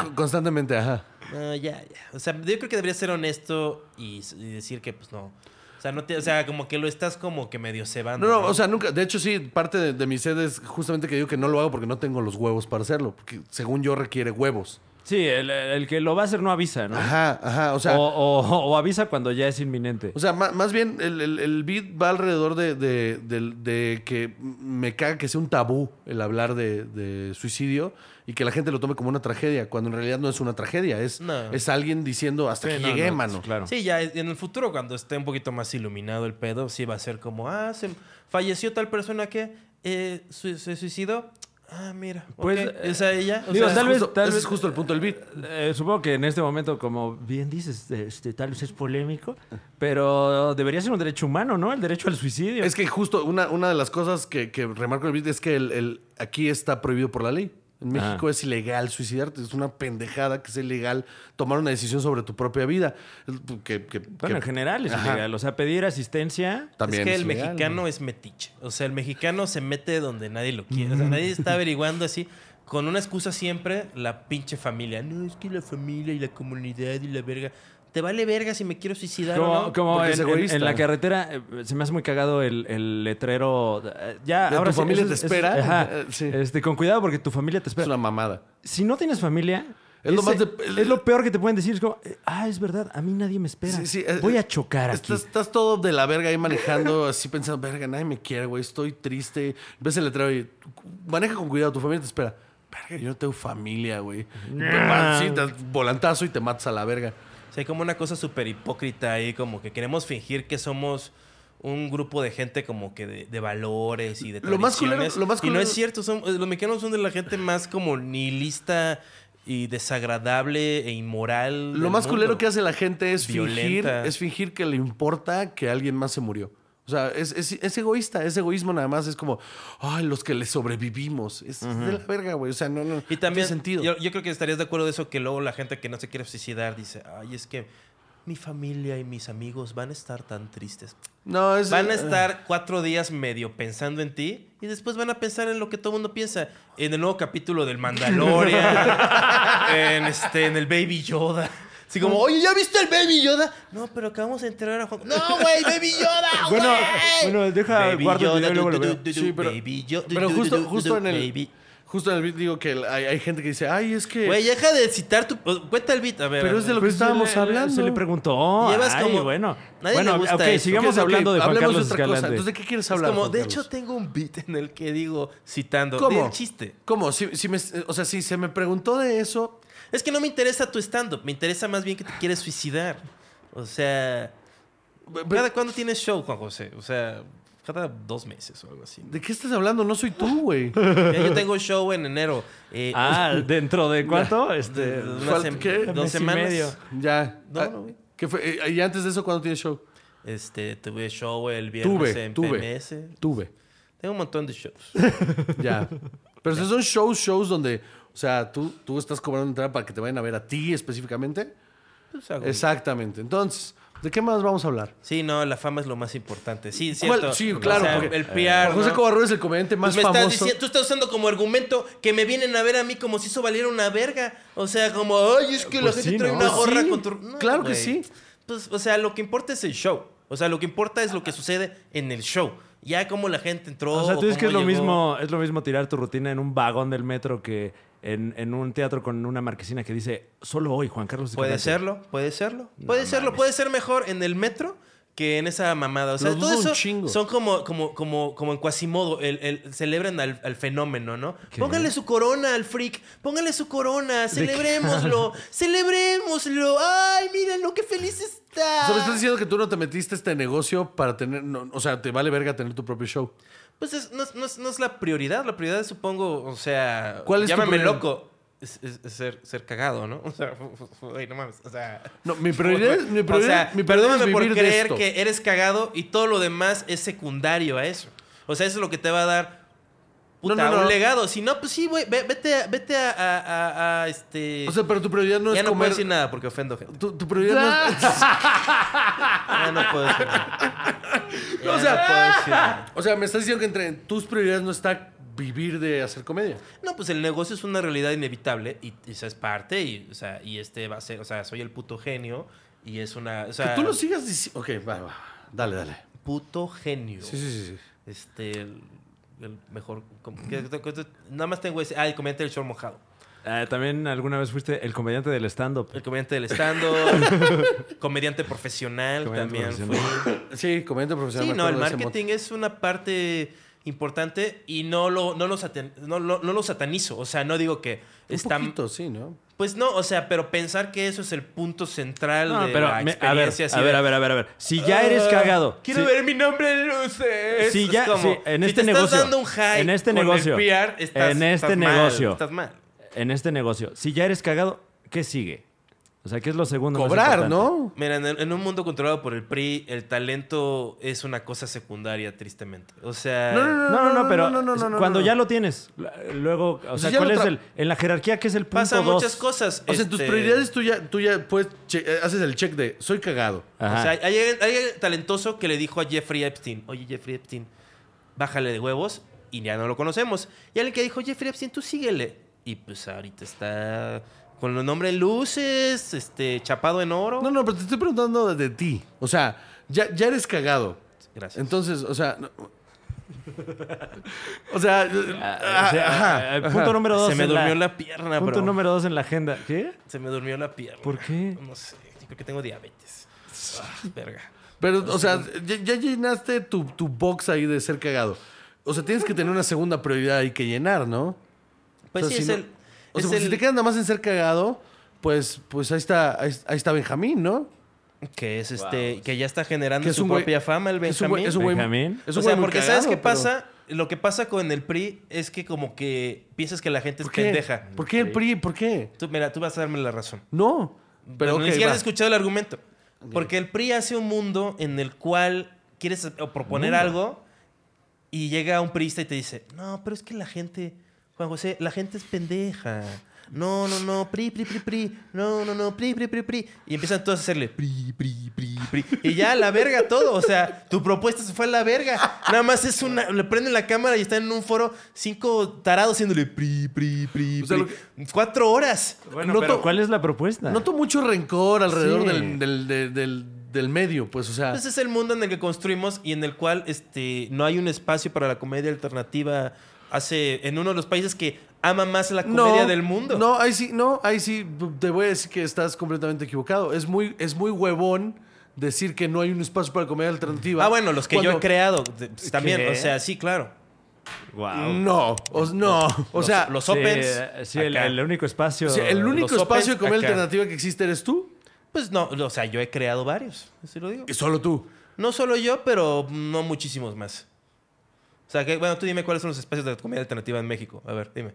S1: Co- Constantemente, ajá.
S2: No, ya, ya. O sea, yo creo que deberías ser honesto y, y decir que pues no. O sea, no te- o sea, como que lo estás como que medio cebando.
S1: No, no, o sea, nunca. De hecho, sí, parte de, de mi sed es justamente que digo que no lo hago porque no tengo los huevos para hacerlo. Porque según yo requiere huevos.
S3: Sí, el, el que lo va a hacer no avisa, ¿no?
S1: Ajá, ajá. O sea,
S3: o, o- o avisa cuando ya es inminente.
S1: o sea ma- más, bien el, el- el beat va alrededor de, de- del- de que me caga que sea un tabú el hablar de, de suicidio y que la gente lo tome como una tragedia, cuando en realidad no es una tragedia. Es,
S2: No.
S1: es alguien diciendo hasta
S3: Sí,
S1: que
S3: no,
S1: llegué,
S3: no,
S1: mano.
S3: Claro.
S2: Sí, ya en el futuro cuando esté un poquito más iluminado el pedo, sí va a ser como, ah, se, falleció tal persona que eh, su- se suicidó. Ah, mira.
S3: Pues,
S2: ok,
S3: eh,
S2: esa ella. O
S3: digo,
S2: sea,
S3: tal
S1: es
S3: vez-
S1: justo-
S3: tal
S1: ese
S3: vez-
S1: es justo el punto del beat.
S3: Eh, supongo que en este momento, como bien dices, este, tal vez es polémico, pero debería ser un derecho humano, ¿no? El derecho al suicidio.
S1: Es que justo una, una de las cosas que, que remarco en el beat es que el, el- aquí está prohibido por la ley. En México es ilegal suicidarte. Es una pendejada que es ilegal tomar una decisión sobre tu propia vida. Que, que-
S3: bueno,
S1: que-
S3: en general es
S1: Ajá.
S3: ilegal. O sea, pedir asistencia.
S1: También
S2: es que
S1: es
S2: el
S1: ilegal,
S2: mexicano es metiche. O sea, el mexicano se mete donde nadie lo quiere. O sea, nadie está
S1: *laughs*
S2: averiguando así. Con una excusa siempre, la pinche familia. No, es que la familia y la comunidad y la verga. Te vale verga si me quiero suicidar o
S3: Como,
S2: no.
S3: como
S1: porque
S3: en,
S1: es
S3: en-
S1: egoísta.
S3: en la carretera eh, se me hace muy cagado el, el letrero. eh, Ya,
S1: De
S3: ahora
S1: tu
S3: sí,
S1: familia
S3: eso
S1: te
S3: es-
S1: espera.
S3: eso- ajá.
S1: Eh, sí.
S3: Este, con cuidado porque tu familia
S1: Es
S3: te espera.
S1: una mamada.
S3: Si no tienes familia,
S1: Es lo
S3: ese-
S1: más de-
S3: es lo peor que te pueden decir. Es como, eh, ah, es verdad, a mí nadie me espera.
S1: Sí, sí, eh,
S3: Voy
S1: eh,
S3: a chocar aquí.
S1: Estás, estás todo de la verga ahí manejando, *laughs* así pensando, verga, nadie me quiere, güey, estoy triste. Ves el letrero y maneja con cuidado, tu familia te espera. Verga, yo no tengo familia, güey. Te vas, sí, das volantazo y te matas a la verga.
S2: sea, hay como una cosa súper hipócrita ahí, como que queremos fingir que somos un grupo de gente como que de, de valores y de
S1: Lo más culero-
S2: tradiciones.
S1: lo más
S2: Y no
S1: culero-
S2: es cierto, son, los mexicanos son de la gente más como nihilista y desagradable e inmoral.
S1: Lo más culero que hace la gente es fingir,
S2: Violenta.
S1: es fingir que le importa que alguien más se murió. O sea, es, es- es egoísta, es egoísmo nada más, es como, ay, los que le sobrevivimos. Es de la verga, güey. O sea, no, no, no
S2: Y
S1: tiene
S2: también,
S1: sentido.
S2: Yo, yo creo que estarías de acuerdo de eso, que luego la gente que no se quiere suicidar dice, ay, es que mi familia y mis amigos van a estar tan tristes.
S1: no, es, eh,
S2: Van a estar cuatro días medio pensando en ti y después van a pensar en lo que todo el mundo piensa. En el nuevo capítulo del
S1: *laughs*
S2: Mandalorian, en, este, en el Baby Yoda. Así como, oye, ¿ya viste el Baby Yoda? No, pero acabamos de enterar a Juan. No, güey, Baby
S1: *laughs*
S2: Yoda.
S3: Bueno,
S2: güey".
S3: bueno, deja, guardo el video y
S2: du,
S3: luego lo
S2: du,
S3: veo.
S2: du, du,
S1: Sí, pero,
S2: Baby Yoda, du,
S1: pero
S2: du, du,
S1: justo,
S2: du, du,
S1: justo en el.
S2: Baby.
S1: Justo en el beat digo que el- hay, hay gente que dice, ay, es que.
S2: Güey, deja de citar tu. Cuenta el beat. A ver.
S1: Pero
S2: a
S1: es de
S2: ver.
S3: Pues
S1: lo que estábamos
S3: se le-
S1: hablando.
S3: Se le preguntó.
S2: Llevas
S3: Ay,
S2: como-
S3: bueno.
S2: Nadie
S3: bueno,
S2: le gusta
S3: ok,
S2: eso.
S1: Ok,
S3: sigamos
S1: ok,
S3: hablando de Juan
S1: hablemos
S3: Carlos
S1: otra cosa.
S3: Escalante.
S1: Entonces, ¿de qué quieres
S2: Es
S1: hablar?
S2: como,
S1: Juan
S2: de
S1: Carlos?
S2: hecho, tengo un beat en el que digo citando
S1: ¿Cómo?
S2: del chiste.
S1: ¿Cómo? Si, si me- o sea, si se me preguntó de eso,
S2: Es que no me interesa tu stand-up, me interesa más bien que te quieres suicidar. O sea. ¿Cada cuándo tienes show, Juan José? O sea, cada dos meses o algo
S1: *laughs*
S2: así.
S1: ¿de qué estás hablando? No soy tú,
S2: *laughs*
S1: güey.
S2: Ya yo tengo show en enero. eh, *laughs*
S3: Ah,
S1: *laughs*
S3: ¿dentro de cuánto? Este,
S2: de- de
S1: ¿cuál-
S2: unas sem-
S1: qué?
S2: dos
S3: Mes y
S2: semanas.
S3: medio.
S1: Ya.
S2: No,
S1: Ah,
S2: no, güey.
S1: ¿Qué fue? Eh, ¿Y antes de eso cuándo tienes show?
S2: Este, tuve show el viernes
S1: Tuve,
S2: en
S1: tuve.
S2: PMS.
S1: Tuve.
S2: Tengo un montón de shows.
S1: Ya. Pero si son shows, shows donde, o sea, tú, tú estás cobrando entrada para que te vayan a ver a ti específicamente.
S2: Pues hago-
S1: Exactamente. Entonces, ¿de qué más vamos a hablar?
S2: Sí, no, la fama es lo más importante. Sí, es
S1: ¿Cuál?
S2: cierto.
S1: Sí, claro,
S2: O sea,
S1: porque-
S2: el PR.
S1: Juan José
S2: ¿no?
S1: Covarrubias es el comediante más
S2: me
S1: famoso.
S2: Estás diciendo, tú estás usando como argumento que me vienen a ver a mí como si eso valiera una verga. O sea, como, ay, es que la
S3: Pues
S2: gente
S3: sí,
S2: trae
S3: ¿no?
S2: una
S3: Pues
S2: gorra
S1: sí,
S2: con tu. No,
S1: claro que
S2: güey.
S1: sí.
S2: Pues, o sea, lo que importa es el show. O sea, lo que importa es lo que sucede en el show. Ya como la gente entró.
S3: O sea, tú dices que es
S2: cómo
S3: lo,
S2: llegó.
S3: mismo, es lo mismo tirar tu rutina en un vagón del metro que en, en un teatro con una marquesina que dice solo hoy Juan Carlos
S2: Puede
S3: Escalante".
S2: serlo, puede serlo. Puede serlo, puede ser mejor en el metro que en esa mamada. O sea,
S1: Lo
S2: todo
S1: dudo un
S2: eso
S1: chingo.
S2: son como, como, como, como en Quasimodo, el, el- celebran al, al fenómeno, ¿no? Póngale su corona al freak, póngale su corona, celebrémoslo,
S1: *laughs*
S2: celebrémoslo. Ay, miren lo que feliz está.
S1: O sea, me estás diciendo que tú no te metiste a este negocio para tener. no, o sea, te vale verga tener tu propio show.
S2: Pues es- no, es- no es- no es la prioridad, la prioridad supongo, o sea,
S1: ¿Cuál es tu
S2: llámame
S1: prioridad?
S2: loco. Es, es- es ser, ser cagado, ¿no? *laughs* O sea, ay, no mames, o sea...
S1: No, mi prioridad, mi prioridad,
S2: o sea,
S1: mi prioridad
S2: perdóname
S1: es
S2: por
S1: vivir de
S2: creer
S1: esto.
S2: que eres cagado y todo lo demás es secundario a eso. O sea, eso es lo que te va a dar puta,
S1: No, no, no.
S2: un legado. Si no, pues sí, güey, ve- vete, a, vete a, a- a- a, este...
S1: O sea, pero tu prioridad no
S2: ya
S1: es
S2: no puedo
S1: comer.
S2: decir nada porque ofendo gente.
S1: tu, tu prioridad no es.
S2: Ya no puedo decir nada. Ya
S1: *laughs* O sea-
S2: no puedo decir nada.
S1: *laughs* O sea, me estás diciendo que entre tus prioridades no está vivir de hacer comedia.
S2: No, pues el negocio es una realidad inevitable y, y esa es parte y, o sea, y este va a ser, o sea, soy el puto genio y es una, o sea,
S1: que tú lo sigas diciendo. Ok, va, va. Dale, dale.
S2: puto genio.
S1: Sí, sí, sí. sí.
S2: Este, el, el mejor, com- que- que- que- nada más tengo ese, ah, el comediante del short mojado,
S3: Ah, También alguna vez fuiste el comediante del stand-up.
S2: el comediante del
S1: *laughs*
S2: stand comediante profesional
S3: Comediante
S2: también fui.
S1: Sí, comediante profesional.
S2: Sí,
S1: me
S2: no, el
S1: acuerdo de ese
S2: marketing es una parte importante y no lo, no lo, satan- no, lo- no lo satanizo, o sea, no digo que
S1: mote. Un
S2: está...
S1: poquito, sí, ¿no?
S2: Pues no, o sea, pero pensar que eso es el punto central
S3: No,
S2: de
S3: pero
S2: la
S3: me- a ver,
S2: experiencia. así
S3: a ver,
S2: de,
S3: a ver, a ver, a ver. Si ya eres
S2: "Ah,
S3: cagado.
S2: Quiero
S3: si-
S2: ver mi nombre en luces.
S3: Sí,
S2: Es
S3: ya,
S2: como,
S3: sí, en
S2: si
S3: este
S2: te
S3: negocio,
S2: Estás dando un high
S3: en este
S2: con el
S3: negocio,
S2: PR, estás-
S3: en este
S2: estás mal,
S3: negocio.
S2: estás mal.
S3: En este negocio, si ya eres cagado, ¿qué sigue? O sea, ¿qué es lo segundo? más
S1: Cobrar,
S3: importante?
S1: ¿no?
S2: Mira, en, el- en un mundo controlado por el PRI, el talento es una cosa secundaria, tristemente. O sea,
S1: no,
S3: No, no, no, pero
S1: no, no, no, no,
S3: cuando
S1: no.
S3: ya lo tienes, la- luego,
S2: Pues
S3: o sea,
S1: ya
S3: ¿cuál
S1: lo
S3: es
S1: tra-
S3: el en la jerarquía que es el punto
S2: pasan
S3: dos?
S2: muchas cosas.
S1: O sea, en tus
S2: este,
S1: prioridades tú ya, tú ya puedes che- eh, haces el check de soy cagado.
S3: Ajá.
S2: O sea, hay alguien, hay alguien talentoso que le dijo a Jeffrey Epstein, oye Jeffrey Epstein, bájale de huevos y ya no lo conocemos. Y alguien que dijo, Jeffrey Epstein, tú síguele. Y pues ahorita está con los nombres en luces, este, chapado en oro.
S1: No, no, pero te estoy preguntando de, de ti. O sea, ya, ya eres cagado.
S2: Gracias.
S1: Entonces, o sea. no- o sea.
S3: Ah, o sea, ah, punto número dos.
S2: Se me
S3: en
S2: durmió la pierna,
S3: Punto
S2: bro.
S3: número dos en la agenda. ¿Qué?
S2: Se me durmió la pierna.
S3: ¿Por qué?
S2: No sé, yo creo que tengo diabetes. Ah, verga.
S1: Pero, o sea, ya, ya llenaste tu, tu box ahí de ser cagado. O sea, tienes que tener una segunda prioridad ahí que llenar, ¿no?
S2: Pues
S1: O sea,
S2: sí,
S1: si
S2: es
S1: no-
S2: el...
S1: O
S2: es
S1: sea, porque si
S2: el-
S1: te quedas nada más en ser cagado, pues, pues ahí está, ahí, ahí está Benjamín, ¿no?
S2: Que es este, que ya está generando
S1: Que es
S2: su
S1: un güey-
S2: propia fama el
S1: que es un
S2: Benjamín.
S1: güey- es un güey-
S3: Benjamín.
S1: es un
S2: o sea,
S1: güey muy
S2: porque ¿sabes
S1: cagado,
S2: qué
S1: pero-
S2: pasa? Lo que pasa con el PRI es que como que piensas que la gente es
S1: ¿Por qué?
S2: pendeja.
S1: ¿Por qué el PRI? ¿Por qué?
S2: Tú, mira, tú vas a darme la razón.
S1: No. Pero
S2: Pero ni
S1: ok,
S2: siquiera
S1: va.
S2: has escuchado el argumento. Porque el PRI hace un mundo en el cual quieres eh, proponer algo y llega un priista y te dice, no, pero es que la gente, Juan José, la gente es pendeja. No, no, no, PRI, PRI, PRI, PRI. No, no, no, PRI, PRI, PRI, PRI. Y empiezan todos a hacerle PRI, PRI, PRI, PRI. Y ya, la verga todo. O sea, tu propuesta se fue a la verga. Nada más es una... Le prenden la cámara y están en un foro cinco tarados haciéndole PRI, PRI, PRI,
S1: O sea,
S2: PRI.
S1: lo
S2: Cuatro horas.
S3: Bueno,
S1: Noto-
S3: pero ¿cuál es la propuesta?
S1: Noto mucho rencor alrededor
S3: Sí.
S1: del, del- del- del- del medio, pues, o sea.
S2: Ese es el mundo en el que construimos y en el cual este, no hay un espacio para la comedia alternativa. Hace en uno de los países que ama más la comedia del mundo.
S1: No, ahí sí, no, ahí sí te voy a decir que estás completamente equivocado. Es muy, es muy huevón decir que no hay un espacio para comedia alternativa.
S2: Ah, bueno, los que yo he
S1: cuando-
S2: creado de- pues, también.
S3: ¿Qué?
S2: O sea, sí, claro.
S3: Wow.
S1: No, o, no. O
S2: Los-
S1: sea,
S2: los
S3: Sí,
S2: opens.
S3: eh, Sí, el,
S2: acá.
S3: el único espacio.
S1: o sea, el único
S2: los
S1: espacio
S2: opens
S1: de comedia
S2: acá.
S1: alternativa que existe eres tú
S2: Pues no, o sea, yo he creado varios. Así lo digo.
S1: y solo tú.
S2: No solo yo, pero no muchísimos más. O sea, que, bueno, tú dime cuáles son los espacios de la comedia alternativa en México. A ver, dime.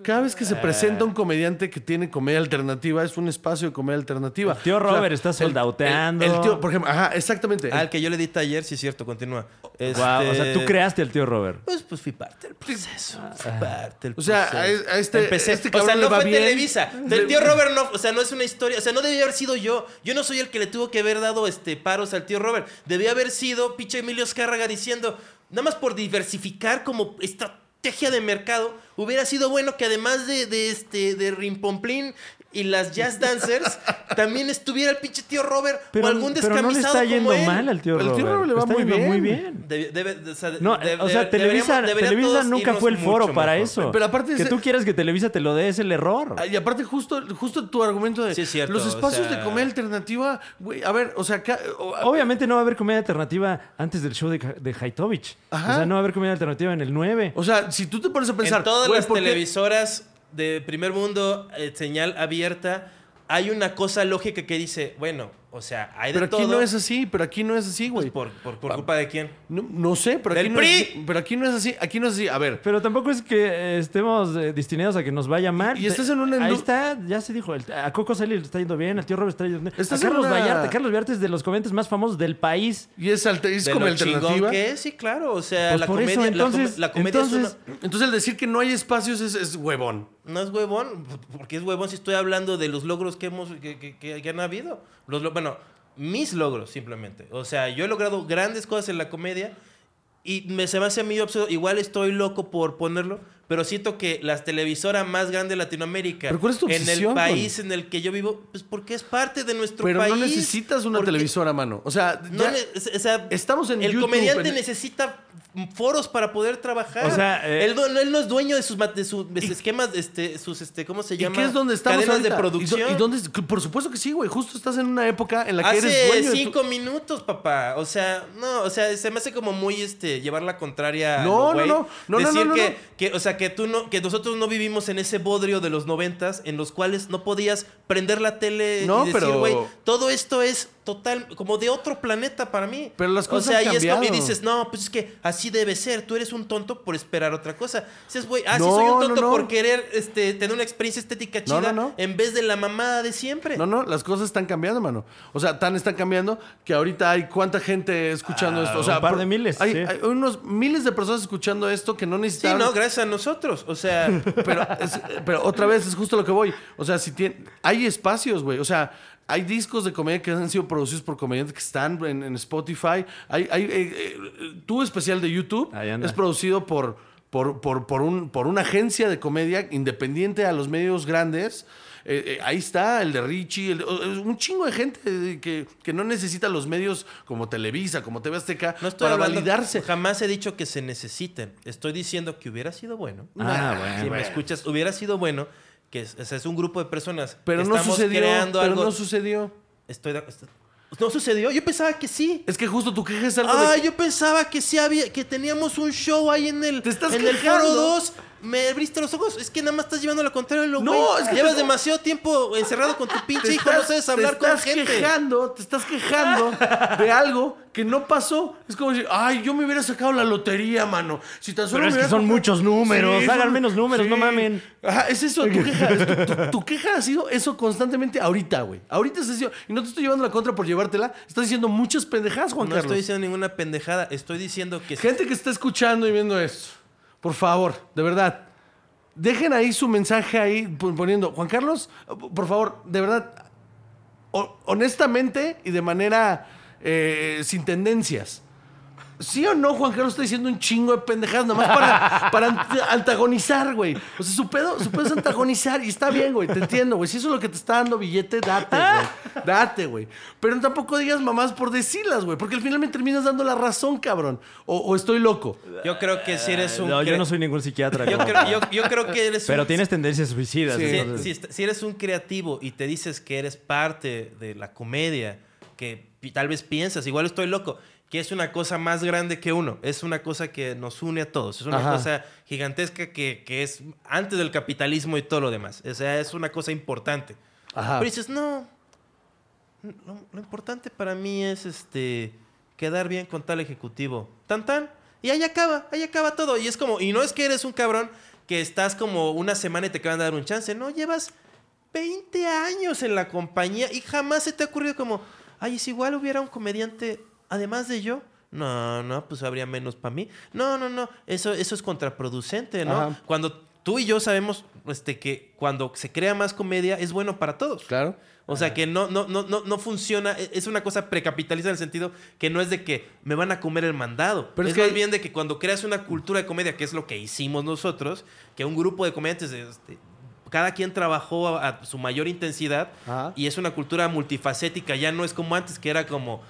S1: Cada vez que
S2: Ah.
S1: se presenta un comediante que tiene comedia alternativa, es un espacio de comedia alternativa.
S3: El tío
S1: O sea,
S3: Robert está
S1: el-
S3: soldauteando.
S1: El, el tío, por ejemplo, ajá, exactamente.
S2: Al Ah, que yo le di taller, sí es cierto, continúa.
S3: Eh, Guau, O sea,
S2: Este,
S3: tú creaste al tío Robert.
S2: Pues, pues fui parte del proceso. Fui parte del
S1: O sea,
S2: proceso.
S1: a es- a este-
S2: Empecé.
S1: este
S2: o sea,
S1: cabrón le
S2: no
S1: va
S2: fue
S1: bien.
S2: Televisa.
S1: Le-
S2: El tío Robert no, o sea, no es una historia. O sea, no debía haber sido yo. Yo no soy el que le tuvo que haber dado este paros al tío Robert. Debía haber sido pinche Emilio Escárraga diciendo, nada más por diversificar como estrategia de mercado, hubiera sido bueno que además de, de este de Rimpomplín y las jazz dancers, *laughs* también estuviera el pinche tío Robert o algún
S3: pero no le
S2: descamisado
S3: está yendo
S2: como él.
S3: mal al tío
S1: El tío
S3: Robert.
S1: Robert le va
S3: está
S1: muy
S3: yendo
S1: bien.
S3: muy bien.
S2: Debe- debe- o sea,
S3: No,
S2: de-
S3: o sea,
S2: de-
S3: Televisa,
S2: deberíamos- debería
S3: Televisa
S2: todos
S3: nunca
S2: irnos
S3: fue el foro
S2: mucho
S3: para
S2: mejor.
S3: eso.
S1: Pero aparte
S3: que
S1: ese-
S3: tú quieres que Televisa te lo dé es el error.
S1: Ay, Ah, Y aparte, justo, justo tu argumento de
S2: Sí, es cierto,
S1: los
S2: o
S1: espacios
S2: sea-
S1: de comedia alternativa, güey, a ver, o sea, ca- o- a-
S3: Obviamente no va a haber comedia alternativa antes del show de, Ja- de Haitovich.
S1: Ajá.
S3: O sea, no va a haber comedia alternativa en el 9.
S1: o sea, si tú te pones a pensar,
S2: en todas
S1: güey,
S2: las
S1: ¿por qué-
S2: televisoras de primer mundo, eh, señal abierta, hay una cosa lógica que dice, bueno, o sea, hay de
S1: Pero aquí
S2: todo. pues,
S1: no es así, pero aquí no es así, güey.
S2: por, por- por culpa de quién?
S1: No, no sé, pero aquí
S2: ¡Del
S1: no es
S2: PRI!
S1: así, pero aquí no es así, aquí no es así. A ver,
S3: Pero tampoco es que eh, estemos eh, destinados a que nos vaya mal.
S1: Y estás en una
S3: Ahí
S1: indu-
S3: está, ya se dijo. el- a Coco Celis le está yendo bien, al tío Robert está yendo bien.
S1: Estás
S3: a Carlos
S1: en una-
S3: Vallarta. Carlos Vallarta es de los comediantes más famosos del país.
S1: y es, alter- es
S2: De
S1: como
S2: lo chingón
S1: alternativa.
S2: que es, sí, claro. O sea,
S3: Pues
S2: la,
S3: por
S2: comedia,
S3: eso,
S2: la com-
S3: entonces-
S2: la, comedia es
S3: entonces-
S2: una-
S1: Entonces, el decir que no hay espacios es, es huevón.
S2: No es huevón, porque es huevón si estoy hablando de los logros que hemos que, que- que- que han habido. Los, lo- bueno, mis logros simplemente. O sea, yo he logrado grandes cosas en la comedia y me, se me hace a mí absurdo. Igual estoy loco por ponerlo, pero siento que la televisora más grande de Latinoamérica,
S1: ¿Pero cuál es tu
S2: en
S1: obsesión
S2: el
S1: con-
S2: país en el que yo vivo, pues porque es parte de nuestro
S1: Pero
S2: país.
S1: no necesitas una
S2: porque
S1: televisora, mano. O sea,
S2: no
S1: ya-
S2: ne- o sea,
S1: estamos en
S2: el
S1: YouTube,
S2: comediante
S1: en-
S2: necesita foros para poder trabajar.
S3: O sea, eh,
S2: él, no- él no es dueño de sus, ma- de sus de sus esquemas, este, sus, este, ¿cómo se
S1: ¿y
S2: llama?
S1: qué es donde estamos
S2: Cadenas
S1: ahorita?
S2: de producción. Ah,
S1: ¿Y, do- y dónde es- Por supuesto que sí, güey. Justo estás en una época en la que
S2: Hace
S1: eres dueño de tu-
S2: cinco minutos, papá. O sea, no, o sea, se me hace como muy este llevar la contraria. a lo
S1: No, no,
S2: güey.
S1: no. No, no,
S2: Decir
S1: no, no,
S2: que,
S1: no.
S2: que, o sea, que tú no, que nosotros no vivimos en ese bodrio de los noventas, en los cuales no podías prender la tele
S1: No,
S2: y decir,
S1: pero-
S2: güey, todo esto es total, como de otro planeta para mí.
S1: Pero las cosas
S2: O sea,
S1: han
S2: y, es como- y
S1: cambiado.
S2: dices, no, pues es que así debe ser. Tú eres un tonto por esperar otra cosa. Dices, güey, ah, sí
S1: No,
S2: soy un
S1: no,
S2: tonto
S1: no.
S2: por querer este, tener una experiencia estética
S1: No, no,
S2: chida
S1: no.
S2: en vez de la mamada de siempre.
S1: No, no, las cosas están cambiando, mano. O sea, tan están cambiando que ahorita hay cuánta gente escuchando
S3: Ah,
S1: esto. O sea,
S3: un par
S1: por-
S3: de miles,
S1: Hay,
S3: sí.
S1: hay unos miles de personas escuchando esto que no
S2: Sí,
S1: necesitan.
S2: no, gracias a nosotros. O
S1: *laughs*
S2: sea,
S1: pero, es- pero otra vez es justo lo que voy. O sea, si tiene, hay espacios, güey. O sea, hay discos de comedia que han sido producidos por comediantes que están en, en Spotify. Hay, hay, eh, eh, tu especial de YouTube
S3: Ahí anda.
S1: es producido por, por, por, por un, por una agencia de comedia independiente a los medios grandes. Eh, eh, ahí está el de Richie, el de- o- es un chingo de gente eh, que, que no necesita los medios como Televisa, como TV Azteca,
S2: no estoy
S1: para
S2: hablando-
S1: validarse.
S2: Jamás he dicho que se necesiten. Estoy diciendo que hubiera sido bueno.
S3: Ah,
S2: si
S3: bueno.
S2: me escuchas, hubiera sido bueno que es, o sea, es un grupo de personas
S1: Pero
S2: que
S1: no
S2: estamos
S1: sucedió.
S2: creando
S1: Pero
S2: algo.
S1: no sucedió.
S2: Estoy de- est- ¿No sucedió? Yo pensaba que sí.
S1: Es que justo tu queja es algo de
S2: Ah, yo pensaba que sí había, que teníamos un show ahí en el,
S1: Te estás
S2: en el
S1: quejando.
S2: Foro 2. me abriste los ojos. Es que nada más estás llevando lo contrario de lo
S1: No,
S2: güey.
S1: es que
S2: Llevas
S1: te-
S2: demasiado tiempo encerrado con tu pinche
S1: Te
S2: hijo. No sabes
S1: te
S2: hablar con
S1: estás
S2: gente.
S1: quejando, te estás quejando de algo que no pasó. Es como decir, ay, yo me hubiera sacado la lotería, mano. Si tan solo
S3: Pero es
S1: me
S3: que
S1: hubiera
S3: son
S1: comprado-"
S3: muchos números,
S1: son-
S3: hagan menos números, no mamen.
S1: Ajá, es eso, tu queja, es tu, tu-
S3: *laughs*
S1: tu queja ha sido eso constantemente ahorita, güey. Ahorita es eso. Y no te estoy llevando la contra por llevártela. Estás diciendo muchas pendejadas, Juan
S2: No
S1: Carlos.
S2: estoy diciendo ninguna pendejada. Estoy diciendo que.
S1: Gente que está escuchando y viendo esto, por favor, de verdad, dejen ahí su mensaje ahí pon- poniendo, Juan Carlos, por favor, de verdad, ho- honestamente y de manera eh, sin tendencias. ¿Sí o no, Juan Carlos está diciendo un chingo de pendejadas nomás para, para ant- antagonizar, güey? O sea, su pedo, su pedo es antagonizar y está bien, güey, te entiendo, güey. Si eso es lo que te está dando billete, date, güey. Date, güey. Pero tampoco digas mamás por decirlas, güey, porque al final me terminas dando la razón, cabrón. O, o estoy loco.
S2: Yo creo que si eres un.
S3: Ah, Eh, No, yo
S2: cre-
S3: no soy ningún psiquiatra.
S2: Yo
S3: como-
S2: creo, yo- yo creo que eres
S3: Pero
S2: un-
S3: tienes tendencias suicidas.
S1: Sí.
S2: Si,
S3: entonces-
S2: si est- si eres un creativo y te dices que eres parte de la comedia, que pi- tal vez piensas, igual estoy loco, que es una cosa más grande que uno, es una cosa que nos une a todos, es una
S1: Ajá.
S2: cosa gigantesca que, que es antes del capitalismo y todo lo demás, o sea, es una cosa importante.
S1: Ajá.
S2: Pero dices, no, lo, lo importante para mí es este quedar bien con tal ejecutivo. Tan tan. Y ahí acaba, ahí acaba todo. Y es como, y no es que eres un cabrón que estás como una semana y te acaban de dar un chance. No, llevas 20 años en la compañía y jamás se te ha ocurrido como, ay, ¿y si igual hubiera un comediante además de yo. No, no, pues habría menos para mí. No, no, no, eso, eso es contraproducente, ¿no?
S1: Ajá.
S2: Cuando tú y yo sabemos este, que cuando se crea más comedia es bueno para todos.
S1: Claro.
S2: O sea, que no, no, no, no, no funciona. E- Es una cosa precapitalista en el sentido que no es de que me van a comer el mandado.
S1: Pero
S2: Pero
S1: es
S2: es,
S1: que-
S2: más bien de que cuando creas una cultura de comedia, que es lo que hicimos nosotros, que un grupo de comediantes, este, cada quien trabajó a, a su mayor intensidad
S1: Ajá.
S2: y es una cultura multifacética. Ya no es como antes, que era como.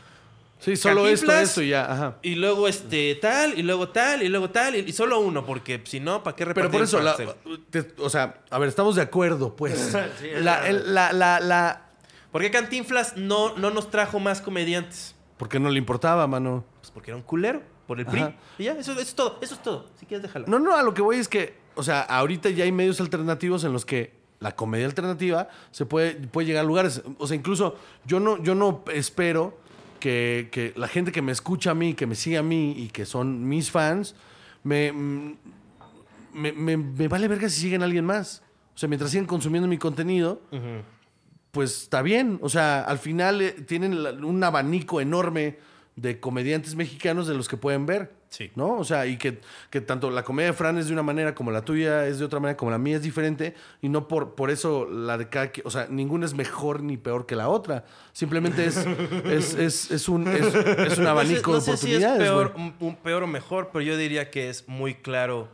S1: Sí, solo esto,
S2: Cantinflas.
S1: esto y ya. Ajá.
S2: Y luego este tal, y luego tal, y luego tal, y, y solo uno, porque si no, ¿para qué
S1: Pero
S2: repartir?
S1: por eso,
S2: el
S1: la-
S2: pastel?
S1: te- o sea, a ver, estamos de acuerdo, pues. la, el- la, la, la-
S2: ¿Por qué Cantinflas no, no nos trajo más comediantes?
S1: Porque no le importaba, mano.
S2: Pues porque era un culero, por el PRI.
S1: Ajá.
S2: Y ya, eso, eso es todo, eso es todo. Si quieres, déjalo.
S1: No, no, a lo que voy es que, o sea, ahorita ya hay medios alternativos en los que la comedia alternativa se puede, puede llegar a lugares. O sea, incluso yo no, yo no espero que, que la gente que me escucha a mí, que me sigue a mí y que son mis fans, me, mm, me, me- me vale verga si siguen a alguien más. O sea, mientras sigan consumiendo mi contenido, pues está bien. O sea, al final eh, tienen la- un abanico enorme de comediantes mexicanos de los que pueden ver.
S2: Sí.
S1: ¿No? O sea, y que, que tanto la comedia de Fran es de una manera como la tuya es de otra manera, como la mía es diferente. Y no por, por eso la de cada... qui- O sea, ninguna es mejor ni peor que la otra.
S2: *laughs*
S1: Simplemente es, es, es, es un, es, es un abanico
S2: no sé,
S1: de
S2: no sé si es
S1: oportunidades.
S2: peor,
S1: güey.
S2: un, un peor o mejor, pero yo diría que es muy claro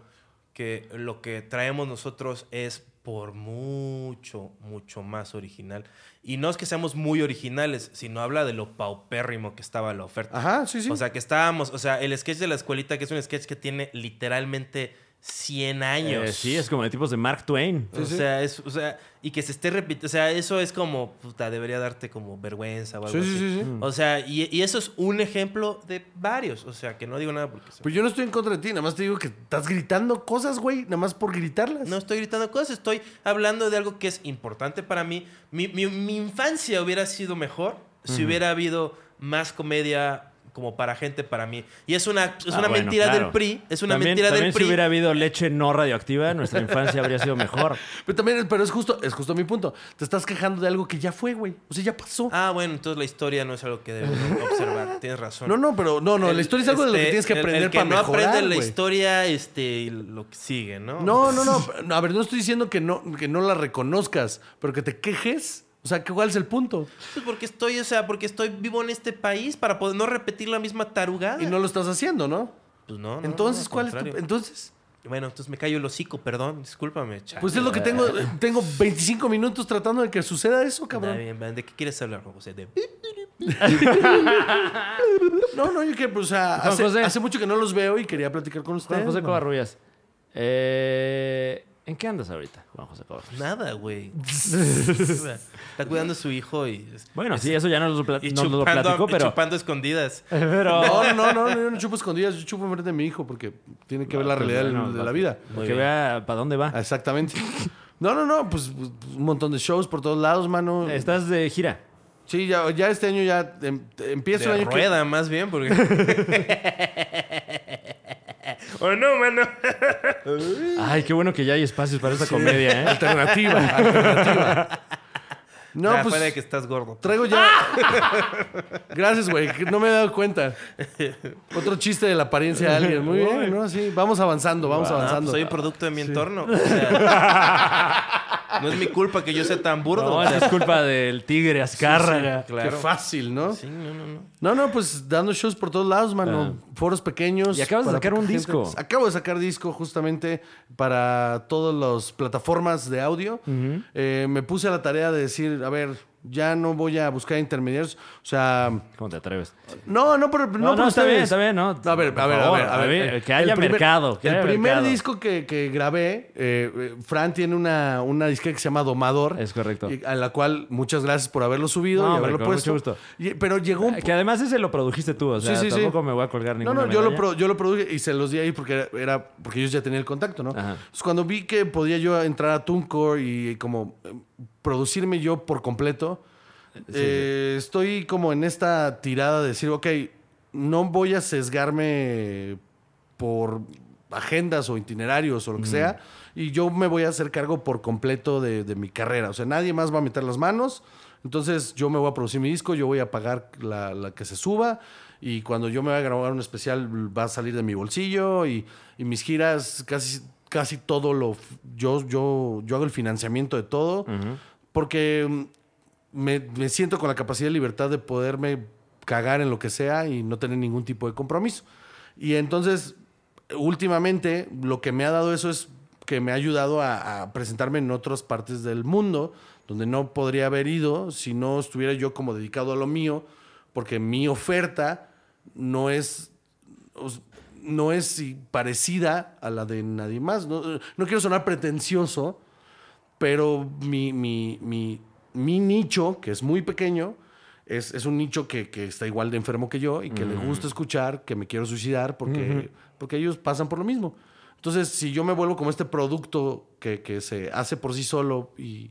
S2: que lo que traemos nosotros es por mucho, mucho más original. Y no es que seamos muy originales, sino habla de lo paupérrimo que estaba la oferta.
S1: Ajá, sí, sí.
S2: O sea, que estábamos, o sea, el sketch de la escuelita, que es un sketch que tiene literalmente 100 años.
S3: Eh, sí, es como de tipos de Mark Twain.
S2: o, sea, es, o sea, y que se esté repitiendo. O sea, eso es como, puta, debería darte como vergüenza o algo
S1: Sí, sí,
S2: así.
S1: sí, sí.
S2: O sea, y, y eso es un ejemplo de varios. O sea, que no digo nada porque.
S1: Pues yo no estoy en contra de ti, nada más te digo que estás gritando cosas, güey, nada más por gritarlas.
S2: No estoy gritando cosas, estoy hablando de algo que es importante para mí. Mi, mi- mi infancia hubiera sido mejor si hubiera habido más comedia como para gente para mí. Y es una, es
S3: Ah,
S2: una
S3: bueno,
S2: mentira
S3: claro.
S2: del PRI. Es una
S3: También-
S2: mentira
S3: también
S2: del PRI.
S3: Si hubiera habido leche no radioactiva, nuestra infancia habría sido
S2: *laughs*
S3: mejor.
S1: Pero también, pero es justo, es justo mi punto. Te estás quejando de algo que ya fue, güey. O sea, ya pasó.
S2: Ah, bueno, entonces la historia no es algo que
S1: *laughs*
S2: debemos observar. Tienes razón.
S1: no, no, pero no, no,
S2: El-
S1: la historia es algo de lo que
S2: este,
S1: tienes que
S2: el- el
S1: aprender
S2: que
S1: para
S2: no
S1: mejorar,
S2: aprende la
S1: güey.
S2: historia, este, y lo que sigue, ¿no?
S1: No, no, no. A ver, no estoy diciendo que no, que no la reconozcas, pero que te quejes. O sea, que ¿cuál es el punto?
S2: Pues porque estoy, o sea, porque estoy vivo en este país para poder no repetir la misma tarugada.
S1: Y no lo estás haciendo, ¿no?
S2: Pues no, no, no,
S1: Entonces,
S2: al
S1: ¿cuál es tu...?
S2: contrario.
S1: Entonces,
S2: Bueno, entonces me callo el hocico, perdón, discúlpame, chale.
S1: pues es lo
S2: *laughs*
S1: que tengo. Tengo 25 minutos tratando de que suceda eso,
S2: Está
S1: cabrón.
S2: bien, ¿De qué quieres hablar, Juan José? De-
S1: No, no, yo que, pues, o sea,
S3: Juan
S1: hace,
S3: José.
S1: hace mucho que no los veo y quería platicar con ustedes.
S3: Juan José
S1: ¿no?
S3: Covarrubias. Eh, ¿En qué andas ahorita, Juan José Covarrubias?
S2: Nada,
S1: *laughs*
S2: güey. Está cuidando a su hijo y.
S3: Bueno, sí, eso ya nos lo, pla-
S2: Este, y
S3: nos lo
S2: chupando-
S3: platicó,
S2: y
S3: pero...
S2: chupando escondidas.
S3: pero
S1: No, no, no, no, yo no chupo escondidas, yo chupo enfrente de mi hijo porque tiene que ver
S2: Ah,
S1: la
S3: pues,
S1: realidad
S3: bueno,
S1: de la
S3: va-
S1: vida. Ah,
S3: Que vea para dónde va.
S1: Exactamente. No, no, no, pues un montón de shows por todos lados, mano.
S3: Estás de gira.
S1: Sí, ya, ya este año ya em- empieza el
S2: De
S1: año que-
S2: rueda, más bien, porque. *laughs* oh, no, mano.
S3: Ay, qué bueno que ya hay espacios para esta comedia, ¿eh?
S1: alternativa, alternativa.
S2: No,
S1: No,
S2: nah,
S1: pues
S2: fuera Ah, de que estás gordo.
S1: traigo ya. *laughs* Gracias, güey. que No me he dado
S2: *laughs*
S1: cuenta. Otro chiste de la apariencia de alguien. Muy bien, ¿no? Sí, vamos avanzando, vamos
S2: Ah, pues
S1: avanzando.
S2: soy un producto de mi entorno.
S1: *laughs*
S2: o sea, no es mi culpa que yo sea tan burdo.
S3: *laughs* No,
S2: o sea,
S3: esa es culpa del tigre Azcárraga.
S1: Qué fácil, ¿no?
S2: Sí, no, no, no.
S1: No, no, pues dando shows por todos lados, mano. Foros pequeños.
S3: Ah. Y acabas de
S1: para
S3: sacar
S1: poca
S3: un
S1: gente.
S3: disco.
S1: Acabo de sacar disco justamente para todas las plataformas de audio. Eh, me puse a la tarea de decir, a ver, ya no voy a buscar intermediarios. O sea,
S3: ¿Cómo te atreves?
S1: no, no, pero
S3: No, no,
S1: por
S3: está
S1: ustedes.
S3: bien, está bien, ¿no?
S1: A ver,
S3: Por
S1: a ver,
S3: favor,
S1: a ver, a ver.
S3: a ver, que
S1: El
S3: haya
S1: primer-
S3: mercado, que
S1: el
S3: haya
S1: primer
S3: mercado.
S1: disco que, que grabé, eh, eh, Fran tiene una, una disquera que se llama Domador.
S3: Es correcto.
S1: y- a la cual muchas gracias por haberlo subido
S3: No,
S1: y
S3: hombre,
S1: haberlo
S3: con
S1: puesto.
S3: mucho gusto.
S1: Y- pero llegó un
S3: Que además ese lo produjiste tú, o sea,
S1: Sí, sí, sí.
S3: tampoco me voy a colgar
S1: no,
S3: ninguna
S1: no, yo lo,
S3: medalla.
S1: pro- yo lo produje y se los di ahí porque era, era- porque ellos ya tenían el contacto, ¿no?
S3: Ajá.
S1: Entonces, cuando vi que podía yo entrar a TuneCore y como eh, producirme yo por completo, eh, estoy como en esta tirada de decir, ok, no voy a sesgarme por agendas o itinerarios o lo que sea, y yo me voy a hacer cargo por completo de, de mi carrera. O sea, nadie más va a meter las manos. Entonces yo me voy a producir mi disco, yo voy a pagar la, la que se suba y cuando yo me voy a grabar un especial va a salir de mi bolsillo y, y mis giras casi, casi todo lo... f- Yo, yo, yo hago el financiamiento de todo porque mm, me, me siento con la capacidad y libertad de poderme cagar en lo que sea y no tener ningún tipo de compromiso. Y entonces, últimamente, lo que me ha dado eso es que me ha ayudado a, a presentarme en otras partes del mundo donde no podría haber ido si no estuviera yo como dedicado a lo mío, porque mi oferta no es os- no es i- parecida a la de nadie más. No, no quiero sonar pretencioso, pero mi, mi- mi- mi nicho, que es muy pequeño, es, es un nicho que, que está igual de enfermo que yo y que
S3: Mm.
S1: le gusta escuchar, que me quiero suicidar porque, porque ellos pasan por lo mismo. Entonces, si yo me vuelvo como este producto que, que se hace por sí solo y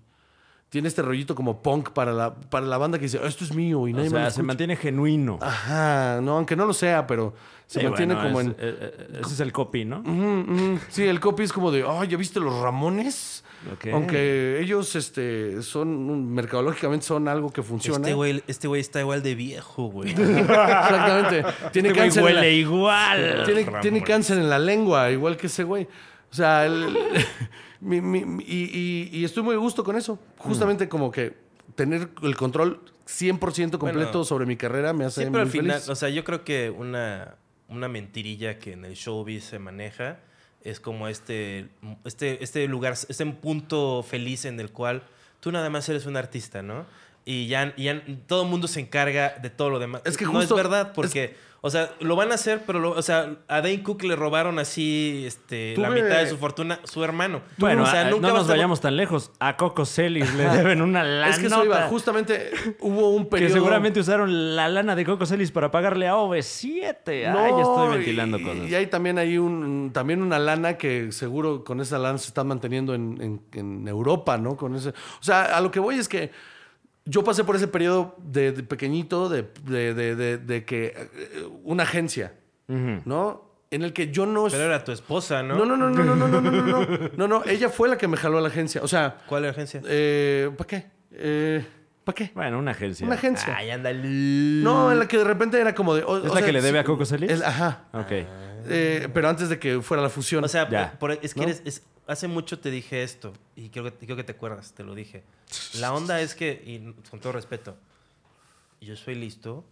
S1: tiene este rollito como punk para la, para la banda que dice, esto es mío y nadie
S3: O
S1: más lo
S3: sea, se
S1: escucha".
S3: mantiene genuino.
S1: Ajá, no, aunque no lo sea, pero se
S3: Sí,
S1: mantiene
S3: bueno,
S1: como
S3: es-
S1: en...
S3: eh, eh, ese es el copy, ¿no?
S1: Mm, mm. Sí, el copy es como de, oh, ¿ya viste los Ramones?
S3: Ok.
S1: Aunque ellos este, son, un- mercadológicamente son algo que funciona.
S2: Este güey este güey está igual de viejo, güey.
S1: *laughs* Exactamente. Tiene,
S3: Este güey
S1: cáncer en la-
S3: huele igual.
S1: tiene,
S2: Ramones.
S1: tiene cáncer en la lengua, igual que ese güey. O sea, el- *laughs* mi- mi- mi- y, y- y estoy muy a gusto con eso. Justamente como que tener el control 100% completo
S2: Bueno.
S1: sobre mi carrera me hace
S2: Sí, pero al
S1: muy
S2: final,
S1: feliz.
S2: o sea, yo creo que una, una mentirilla que en el showbiz se maneja es como este, este, este lugar, este punto feliz en el cual tú nada más eres un artista, ¿no? Y ya, y ya todo el mundo se encarga de todo lo demás.
S1: Es que
S2: No es
S1: justo-
S2: verdad, porque, o sea, lo van a hacer, pero, lo- o sea, a Dane Cook le robaron así este, la
S1: Tuve-
S2: mitad de su fortuna, su hermano.
S3: Bueno,
S2: o sea,
S3: a-
S2: nunca
S3: no
S2: vas
S3: nos
S2: a-
S3: vayamos tan lejos. A Coco Celis
S1: *laughs*
S3: le deben una lana.
S1: es que eso iba. Justamente hubo un
S3: Que
S1: periodo...
S3: seguramente usaron la lana de Coco Celis para pagarle a OV7.
S1: No,
S3: Ay, ya estoy ventilando
S1: y,
S3: cosas.
S1: Y hay también ahí un, también una lana que seguro con esa lana se está manteniendo en, en- en Europa, ¿no? Con ese, o sea, a lo que voy es que yo pasé por ese periodo de, de pequeñito de, de- de- de- de que eh, una agencia, ¿no? En el que yo no...
S2: Pero era tu esposa, ¿no?
S1: no, no, no, no, no, no, no, no, no, no, no, no, ella fue la que me jaló a la agencia. O sea,
S2: ¿Cuál agencia?
S1: eh, ¿para qué? Eh, ¿Para qué?
S3: Bueno, una agencia.
S1: Una agencia.
S2: Ay, ándale.
S1: No, en la que de repente era como de... o-
S3: ¿Es
S1: o
S3: la
S1: sea,
S3: que le
S1: sí,
S3: debe a Coco Celis?
S1: es- Ajá.
S3: Ok.
S1: Eh, pero antes de que fuera la fusión.
S2: O sea,
S3: Ya.
S2: por- por- es que
S1: ¿No?
S2: eres- es- hace mucho te dije esto y creo que, creo que te acuerdas, te lo dije. La onda es que, y con todo respeto, yo soy listo,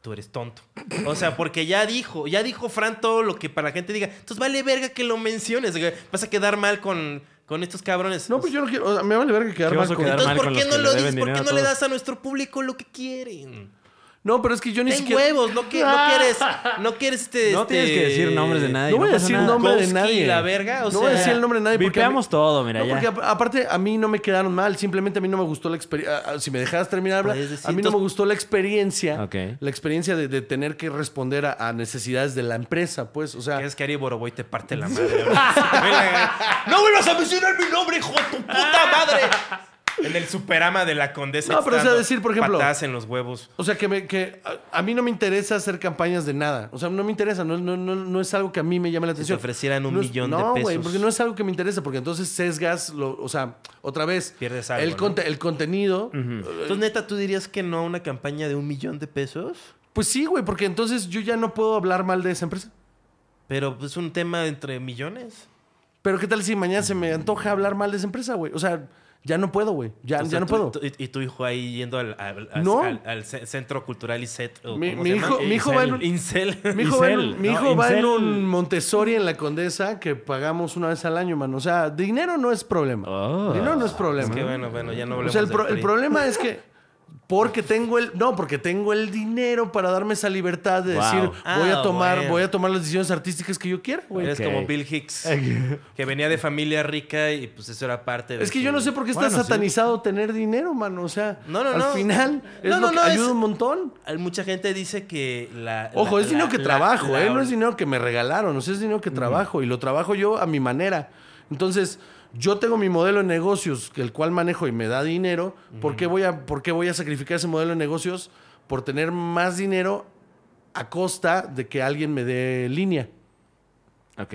S2: tú eres tonto. O sea, porque ya dijo, ya dijo Fran todo lo que para la gente diga. Entonces vale verga que lo menciones. güey. Vas a quedar mal con, con estos cabrones.
S1: no, pues yo no quiero. o sea, me vale verga quedar
S3: ¿Qué
S1: mal
S3: vas a
S1: con-
S3: quedar
S2: Entonces,
S3: mal
S2: ¿por
S3: con
S2: qué
S3: los
S2: no
S3: que
S2: lo
S3: le deben
S2: dices? ¿Por
S3: dinero
S2: qué
S3: a
S2: no le
S3: todos?
S2: das a nuestro público lo que quieren?
S1: No, pero es que yo ni
S2: Ten
S1: siquiera.
S2: huevos, no, que- no quieres. No quieres este.
S3: *laughs* No
S2: este-
S3: tienes que decir nombres de nadie.
S1: No voy a
S3: pasa
S1: decir
S3: nada.
S1: nombre de
S2: Kowski,
S1: nadie.
S2: la verga, o
S1: no voy a
S2: sea,
S1: decir el nombre de nadie. porque a mí-
S3: Vipeamos todo, mira,
S1: No,
S3: ya.
S1: porque a- aparte a mí no me quedaron mal, simplemente a mí no me gustó la experiencia. Si me dejaras terminar, habla,
S2: Puedes decir
S1: a mí no
S2: tus-
S1: me gustó la experiencia.
S3: Ok.
S1: La experiencia de, de tener que responder a, a necesidades de la empresa, pues. O sea,
S2: ¿Quieres que Ari Boroboy te parte
S1: *laughs*
S2: la madre? ¡No vuelvas a mencionar mi nombre, hijo de tu puta madre! En el superama de la condesa.
S1: No, pero, o sea,
S2: estando
S1: decir, por ejemplo-
S2: Patadas en los huevos.
S1: O sea, que, me- que a, a mí no me interesa hacer campañas de nada. O sea, no me interesa. No, no, no, no es algo que a mí me llame la
S2: te
S1: atención.
S2: ofrecieran un
S1: No es-
S2: millón de
S1: No, güey,
S2: pesos.
S1: porque no es algo que me interesa. Porque entonces sesgas, lo- o sea, otra vez.
S2: Pierdes algo,
S1: El,
S2: ¿no?
S1: conte- el contenido.
S2: Entonces, neta, ¿tú dirías que no a una campaña de un millón de pesos?
S1: Pues sí, güey, porque entonces yo ya no puedo hablar mal de esa empresa.
S2: Pero pues, es un tema entre millones.
S1: Pero ¿qué tal si mañana se me antoja hablar mal de esa empresa, güey? O sea, ya no puedo, güey. Ya,
S2: O sea,
S1: ya no
S2: tú-
S1: puedo.
S2: tú- Y, y tu hijo ahí yendo al, al- al-
S1: No.
S2: al- al ce- Centro Cultural ISET. o
S1: Mi-
S2: ¿cómo
S1: mi
S2: se llama?
S1: hijo- mi hijo va en un-
S2: Incel. *laughs*
S1: Mi hijo, va en,
S3: Incel,
S1: mi
S3: ¿no?
S1: hijo va en
S3: Incel.
S1: un Montessori en la Condesa que pagamos una vez al año, mano. O sea, dinero no es problema.
S3: Oh.
S1: Dinero no es problema.
S2: Es que bueno, bueno, ya no
S1: O
S2: volvemos
S1: sea, el, pro-
S2: del
S1: el
S2: PRI.
S1: problema es que porque tengo el no, porque tengo el dinero para darme esa libertad de
S3: Wow.
S1: decir,
S2: Ah,
S1: voy a tomar,
S2: bueno.
S1: voy a tomar las decisiones artísticas que yo quiera, güey.
S2: Eres
S3: Ok.
S2: como Bill
S1: *laughs*
S2: Hicks, que venía de familia rica y pues eso era parte de
S1: Es que
S2: su-
S1: yo no sé por qué está
S3: Bueno, sí.
S1: satanizado tener dinero, mano. O sea,
S2: No, no,
S1: al
S2: no.
S1: final es
S2: No,
S1: lo
S2: no,
S1: que
S2: no,
S1: ayuda
S2: es-
S1: un montón.
S2: Hay Mucha gente dice que la...
S1: Ojo,
S2: la-
S1: es dinero
S2: la-
S1: que
S2: la-
S1: trabajo,
S2: la-
S1: ¿eh? No es dinero que me regalaron, o sea, es dinero que trabajo y lo trabajo yo a mi manera. Entonces, yo tengo mi modelo de negocios, que el cual manejo y me da dinero. ¿Por, qué voy a, ¿Por qué voy a sacrificar ese modelo de negocios por tener más dinero a costa de que alguien me dé línea?
S3: Ok.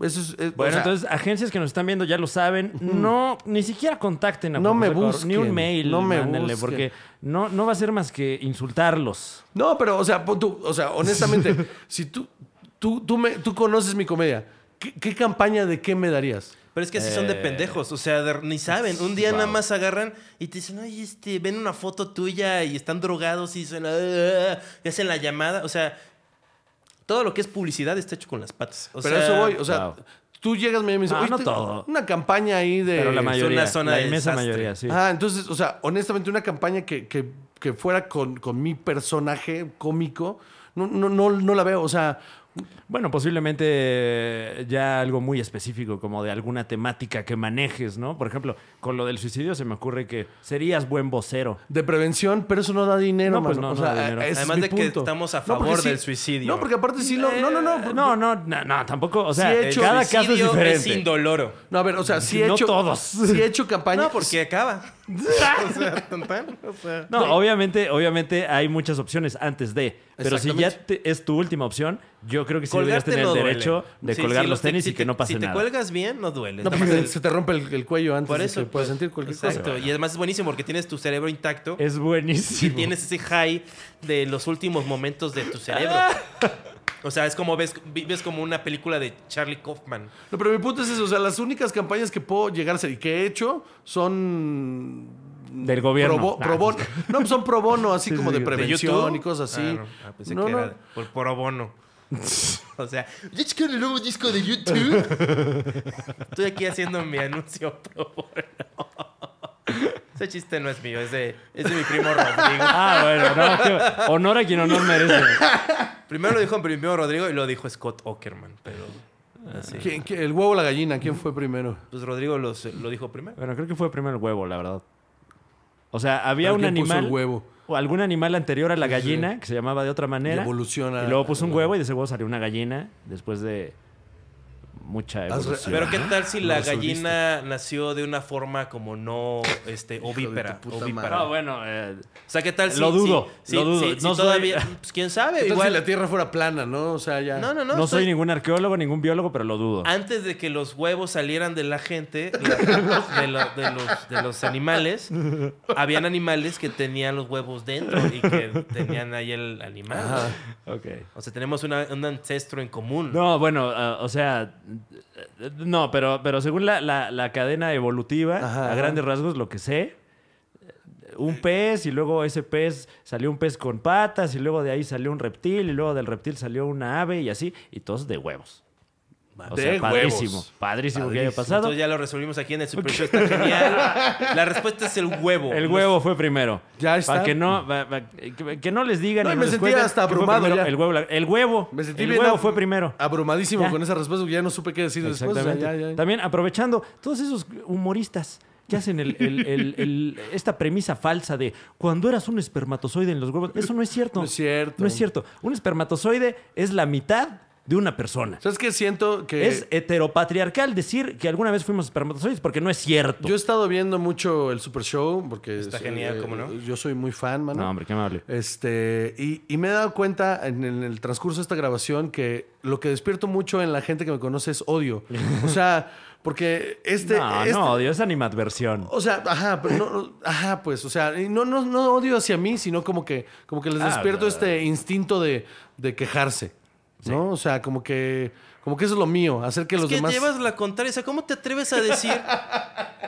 S1: Eso es, eh, o
S3: Bueno,
S1: sea,
S3: entonces, agencias que nos están viendo ya lo saben. No, ni siquiera contacten a
S1: No
S3: Juan
S1: me
S3: José Cobar, Ni un
S1: busquen,
S3: mail,
S1: no me
S3: mándenle,
S1: busquen.
S3: porque no, no va a ser más que insultarlos.
S1: No, pero, o sea, pon tú, o sea, honestamente,
S2: *laughs*
S1: si tú, tú, tú, me, tú conoces mi comedia, ¿qué, qué campaña de qué me darías?
S2: Pero es que así son de pendejos, o sea, de- ni saben. Un día nada más agarran y te dicen, oye, este, ven una foto tuya y están drogados y dicen, "Ah", y hacen la llamada. O sea, todo lo que es publicidad está hecho con las patas. O
S1: pero
S2: sea,
S1: eso voy, o sea,
S3: wow.
S1: tú llegas me dices,
S3: No,
S1: "Oye,
S3: no
S1: te-
S3: todo.
S1: una campaña ahí de...
S3: Pero la mayoría,
S2: zona
S3: la
S2: de
S3: inmensa
S2: desastre.
S3: mayoría, sí.
S1: Ah, entonces, o sea, honestamente, una campaña que, que- que fuera con, con mi personaje cómico, no, no, no, no la veo, o sea,
S3: Bueno, posiblemente eh, ya algo muy específico, como de alguna temática que manejes, ¿no? Por ejemplo, con lo del suicidio se me ocurre que serías buen vocero.
S1: de prevención, pero eso no da dinero,
S3: No, pues
S1: mano.
S3: no,
S1: O
S3: no
S1: sea,
S3: da dinero.
S1: ese es
S2: Además
S1: mi
S2: de que
S1: punto.
S2: estamos a
S1: No, porque
S2: favor
S1: sí-
S2: del suicidio.
S1: No, porque aparte sí, lo- no, no, no.
S3: Eh, no, no, no, no, tampoco. O sea, eh,
S1: Sí he hecho
S3: cada
S2: Suicidio
S3: caso es diferente.
S2: Es indoloro.
S1: No, a ver, o sea, sí he
S3: No
S1: hecho...
S3: todos.
S1: Sí he hecho campañas... *laughs*
S2: No, porque acaba. o sea, tan, tan, o sea.
S3: No, obviamente, obviamente hay muchas opciones antes de. Pero si ya
S1: Exactamente.
S3: te- es tu última opción, yo creo que sí deberías
S2: Colgarte
S3: tener
S2: no
S3: el
S2: duele.
S3: derecho de
S2: Sí,
S3: colgar
S2: sí,
S3: los
S2: te-
S3: tenis
S2: si
S3: y que
S2: te-
S3: no pase
S2: Si te
S3: nada.
S2: cuelgas bien, no duele.
S1: No,
S2: Nada más
S1: porque
S2: el-
S1: se te rompe el, el cuello antes
S2: Por eso.
S1: de que puedas
S2: pues,
S1: sentir cualquier
S2: exacto.
S1: cosa.
S2: Y además es buenísimo porque tienes tu cerebro intacto.
S3: Es buenísimo.
S2: y tienes ese high de los últimos momentos de tu
S3: *laughs*
S2: cerebro. O sea, es como ves, vives como una película de Charlie Kaufman.
S1: No, pero mi punto es eso. O sea, las únicas campañas que puedo llegar a hacer y que he hecho son...
S3: Del gobierno.
S1: Pro, bo-
S3: Ah,
S1: pro bono. No, pues son pro
S2: *laughs*
S1: bono, así como de
S2: ¿De
S1: prevención
S2: YouTube?
S1: y cosas así.
S2: Ah, no. Ah, pensé
S1: No,
S2: que
S1: no.
S2: era por pro
S1: *laughs*
S2: bono. o sea,
S4: Ya checaron el nuevo disco de YouTube.
S2: *laughs* estoy aquí haciendo mi anuncio pro bono. *laughs* Ese chiste no es mío, es de, es de mi primo Rodrigo.
S3: Ah, bueno, no, que- honor a quien honor merece.
S2: Primero lo dijo mi primo Rodrigo y lo dijo Scott Ackerman, pero así.
S1: ¿Quién- quién- el huevo o la gallina, ¿quién fue primero?
S2: Pues Rodrigo los- lo dijo primero.
S3: Bueno, creo que fue primero el huevo, la verdad. O sea, había
S1: Pero
S3: un
S1: ¿quién puso
S3: animal.
S1: el huevo?
S3: O algún animal anterior a la gallina que se llamaba de otra manera.
S1: Y evoluciona.
S3: Y luego puso un huevo y de ese huevo salió una gallina después de mucha
S1: re-
S3: evolución.
S2: Pero qué tal si la
S1: Lo resolviste.
S2: gallina nació de una forma como no este, ovípera.
S1: puta
S2: ovípara.
S1: madre.
S3: No, bueno, eh,
S2: O sea, ¿qué tal si...
S3: Lo dudo,
S2: si-
S3: lo
S2: si-
S3: dudo.
S2: si- si
S3: No soy-
S2: todavía...
S3: *laughs*
S2: Pues quién sabe,
S1: Entonces,
S2: igual...
S1: si la tierra fuera plana, ¿no? O sea, ya.
S2: No, no, no.
S3: no, soy
S2: estoy- Ah.
S3: ningún arqueólogo, ningún biólogo, pero lo dudo.
S2: Antes de que los huevos salieran de la gente, la- de, lo- de los, de los animales, habían animales que tenían los huevos dentro y que tenían ahí el animal.
S3: Ok.
S2: O sea, tenemos una- un ancestro en común.
S3: No, bueno, ah, o sea, eh, no, pero, pero según la, la- la cadena evolutiva,
S1: Ajá,
S3: a
S1: ajá.
S3: grandes rasgos, lo que sé, eh, un pez y luego ese pez salió un pez con patas y luego de ahí salió un reptil y luego del reptil salió una ave y así, y todos de huevos. O
S1: De
S3: sea,
S1: huevos.
S3: padrísimo, padrísimo. que haya
S1: Padrísimo.
S3: pasado.
S2: Nosotros ya lo resolvimos aquí en el Super Show. Está genial. La respuesta es el huevo.
S3: El huevo fue primero.
S1: Ya está.
S3: Para que no, pa- pa- que, que no les digan.
S1: No,
S3: y
S1: me
S3: les
S1: sentía
S3: cuenten
S1: hasta
S3: que fue
S1: abrumado
S3: primero
S1: ya.
S3: El huevo, la- el huevo,
S1: Me sentí
S3: el
S1: bien
S3: huevo
S1: ab-
S3: fue primero.
S1: Abrumadísimo
S3: Ya.
S1: con esa respuesta porque ya no supe qué decir después. O sea,
S3: Exactamente.
S1: ya, ya.
S3: También aprovechando todos esos humoristas que hacen el- el- el- el- esta premisa falsa de cuando eras un espermatozoide en los huevos. Eso no es cierto.
S1: No es cierto.
S3: No es cierto. Un espermatozoide es la mitad de una persona.
S1: ¿Sabes qué? Siento que.
S3: es heteropatriarcal decir que alguna vez fuimos espermatozoides porque no es cierto.
S1: Yo he estado viendo mucho el Super Show porque.
S2: Está
S1: es,
S2: genial, ¿cómo no?
S1: Yo soy muy fan, mano.
S3: no, hombre, qué amable.
S1: Este, y, y me he dado cuenta en, en el transcurso de esta grabación que lo que despierto mucho en la gente que me conoce es odio. O sea, porque este.
S3: *laughs* no,
S1: este-
S3: no, odio, es animadversión.
S1: O sea, ajá, pero no- ajá, pues, o sea, y no, no, no odio hacia mí, sino como que, como que les
S3: Ah,
S1: despierto
S3: ya.
S1: este instinto de, de quejarse, ¿no? O sea, como que, como que eso es lo mío, hacer que
S2: Es
S1: los
S2: que
S1: demás.
S2: llevas la contraria. O sea, ¿cómo te atreves a decir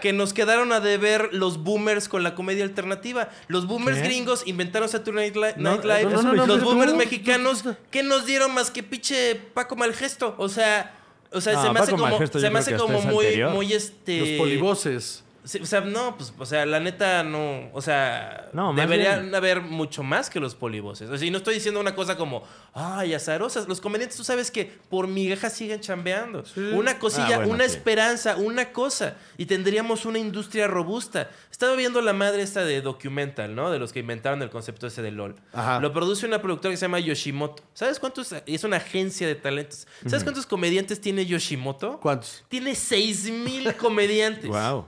S2: que nos quedaron a deber los boomers con la comedia alternativa? Los boomers
S3: ¿Qué?
S2: gringos inventaron Saturday Night, Li-
S1: No,
S2: Night Live.
S1: no, no, no, no,
S2: los
S1: no,
S2: boomers
S1: tú,
S2: mexicanos,
S1: tú, tú,
S2: ¿qué nos dieron más que pinche Paco Malgesto? O sea, o sea
S3: No,
S2: se me hace
S3: Paco
S2: como,
S3: Malgesto yo
S2: se me
S3: creo
S2: hace
S3: que
S2: como
S3: hasta es
S2: muy,
S3: anterior.
S2: muy este.
S1: Los polivoces.
S2: Sí, o sea, no, pues, o sea, la neta no. O sea,
S3: No, más
S2: deberían
S3: bien-
S2: haber mucho más que los polivoces. O sea, y no estoy diciendo una cosa como, ay, azarosas. Los comediantes, tú sabes que por migajas siguen chambeando. Una cosilla,
S3: Ah, bueno,
S2: una
S3: sí.
S2: esperanza, una cosa. Y tendríamos una industria robusta. Estaba viendo la madre esta de Documental, ¿no? De los que inventaron el concepto ese de LOL.
S1: Ajá.
S2: Lo produce una productora que se llama Yoshimoto. ¿Sabes cuántos? Es una agencia de talentos. ¿Sabes cuántos comediantes tiene Yoshimoto?
S1: ¿Cuántos?
S2: Tiene 6.000 comediantes.
S3: Wow.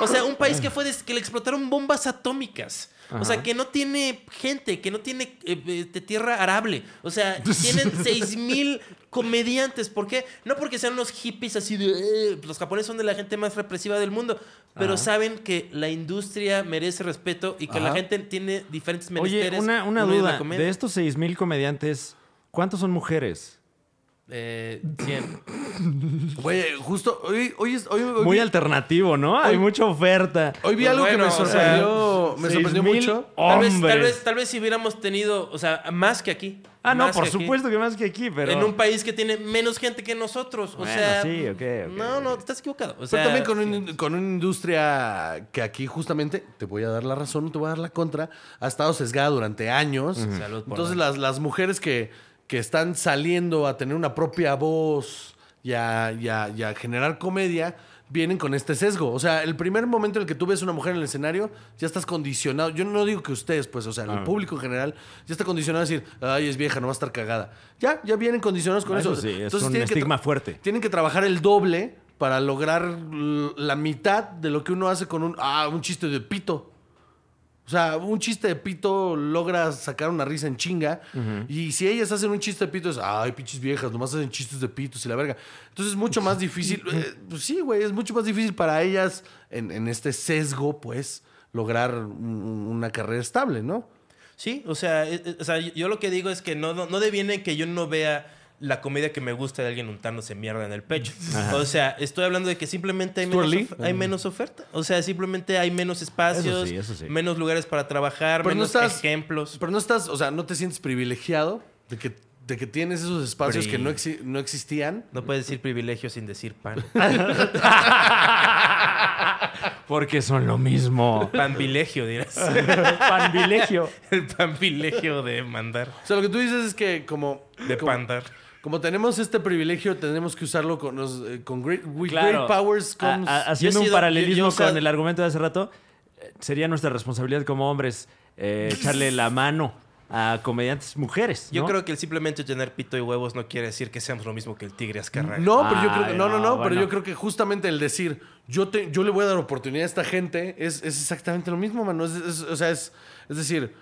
S2: O sea, un país que fue des- que le explotaron bombas atómicas. O sea, que no tiene gente, que no tiene eh, eh, de tierra arable. O sea,
S3: *laughs*
S2: tienen 6000 comediantes. ¿Por qué? No porque sean unos hippies así de. "Eh", los japoneses son de la gente más represiva del mundo. Pero saben que la industria merece respeto y que la
S1: Ajá.
S2: gente tiene diferentes
S3: Oye,
S2: menesteres.
S3: una, una
S2: uno es la
S3: duda.
S2: comedia.
S3: De estos 6.000 comediantes, ¿cuántos son mujeres?
S2: Eh, cien.
S1: Güey, justo hoy, hoy, es- hoy, hoy
S3: Muy
S1: vi,
S3: alternativo, ¿no? Hay mucha oferta.
S1: hoy vi
S2: Pues
S1: algo
S2: bueno,
S1: que me
S2: o sea,
S1: sorprendió, me sorprendió
S3: 6,000
S1: mucho.
S2: Tal vez, tal,
S3: hombres.
S2: vez, tal vez si hubiéramos tenido, o sea, más que aquí.
S3: Ah, no,
S2: más
S3: por
S2: que aquí.
S3: supuesto que más que aquí, pero.
S2: en un país que tiene menos gente que nosotros. O
S3: Bueno,
S2: sea,
S3: sí, ok, ok,
S2: no, no,
S3: ok.
S2: estás equivocado. O sea,
S1: Pero también con,
S2: sí.
S1: un- con una industria que aquí justamente, te voy a dar la razón, te voy a dar la contra, ha estado sesgada durante años.
S2: Salud por
S1: Entonces las, las mujeres que, que están saliendo a tener una propia voz y a, y a- y a generar comedia, vienen con este sesgo. O sea, el primer momento en el que tú ves una mujer en el escenario, ya estás condicionado. Yo no digo que ustedes, pues, o sea,
S2: Ah.
S1: el público en general, ya está condicionado a decir, ay, es vieja, no va a estar cagada. Ya, ya vienen condicionados con
S3: Ah, Eso
S1: eso.
S3: sí, es un
S1: tienen que
S3: estigma
S1: tra-
S3: fuerte.
S1: tienen que trabajar el doble para lograr l- la mitad de lo que uno hace con un, ah, un chiste de pito. O sea, un chiste de pito logra sacar una risa en chinga. Y si ellas hacen un chiste de pito, es, ay, pinches viejas, nomás hacen chistes de pitos y la verga. Entonces es mucho más
S3: *laughs*
S1: difícil. eh, pues sí, güey, es mucho más difícil para ellas en, en este sesgo, pues, lograr un- un- una carrera estable, ¿no?
S2: Sí, o sea, eh, eh, o sea, yo lo que digo es que no, no, no deviene que yo no vea la comedia que me gusta de alguien untándose mierda en el
S1: *laughs*
S2: pecho. O sea, estoy hablando de que simplemente hay
S1: Stuart
S2: menos,
S1: Lee. Mm.
S2: of- hay menos oferta. O sea, simplemente hay menos espacios,
S3: sí, eso sí.
S2: menos lugares para trabajar,
S1: Pero no
S2: menos
S1: estás-
S2: ejemplos.
S1: Pero no estás, o sea, no te sientes privilegiado de que, de que tienes esos espacios
S2: Pri-
S1: que no, exi- no existían.
S2: No puedes decir privilegio sin decir pan.
S3: *laughs*
S2: *laughs*
S3: Porque son lo mismo.
S2: Panvilegio, dirás.
S3: Panvilegio.
S2: El panvilegio de mandar,
S1: O sea, lo que tú dices es que como...
S2: de
S1: como-
S2: pandar.
S1: Como tenemos este privilegio, tenemos que usarlo con, los, eh, con great, with great
S3: Claro.
S1: powers comes...
S3: A- a-
S2: Yo he
S3: haciendo un
S2: sido-
S3: paralelismo
S2: yo- yo he usado-
S3: con el argumento de hace rato, eh, sería nuestra responsabilidad como hombres eh, echarle la mano a comediantes mujeres.
S2: Yo
S3: ¿no?
S2: creo que el simplemente tener pito y huevos no quiere decir que seamos lo mismo que el tigre Azcárraga.
S1: no, pero yo creo
S3: Ay,
S1: que, no, no,
S3: no,
S1: no,
S3: bueno.
S1: pero yo creo que justamente el decir yo te, yo le voy a dar oportunidad a esta gente es, es exactamente lo mismo, mano. Es- es- o sea, es, es decir,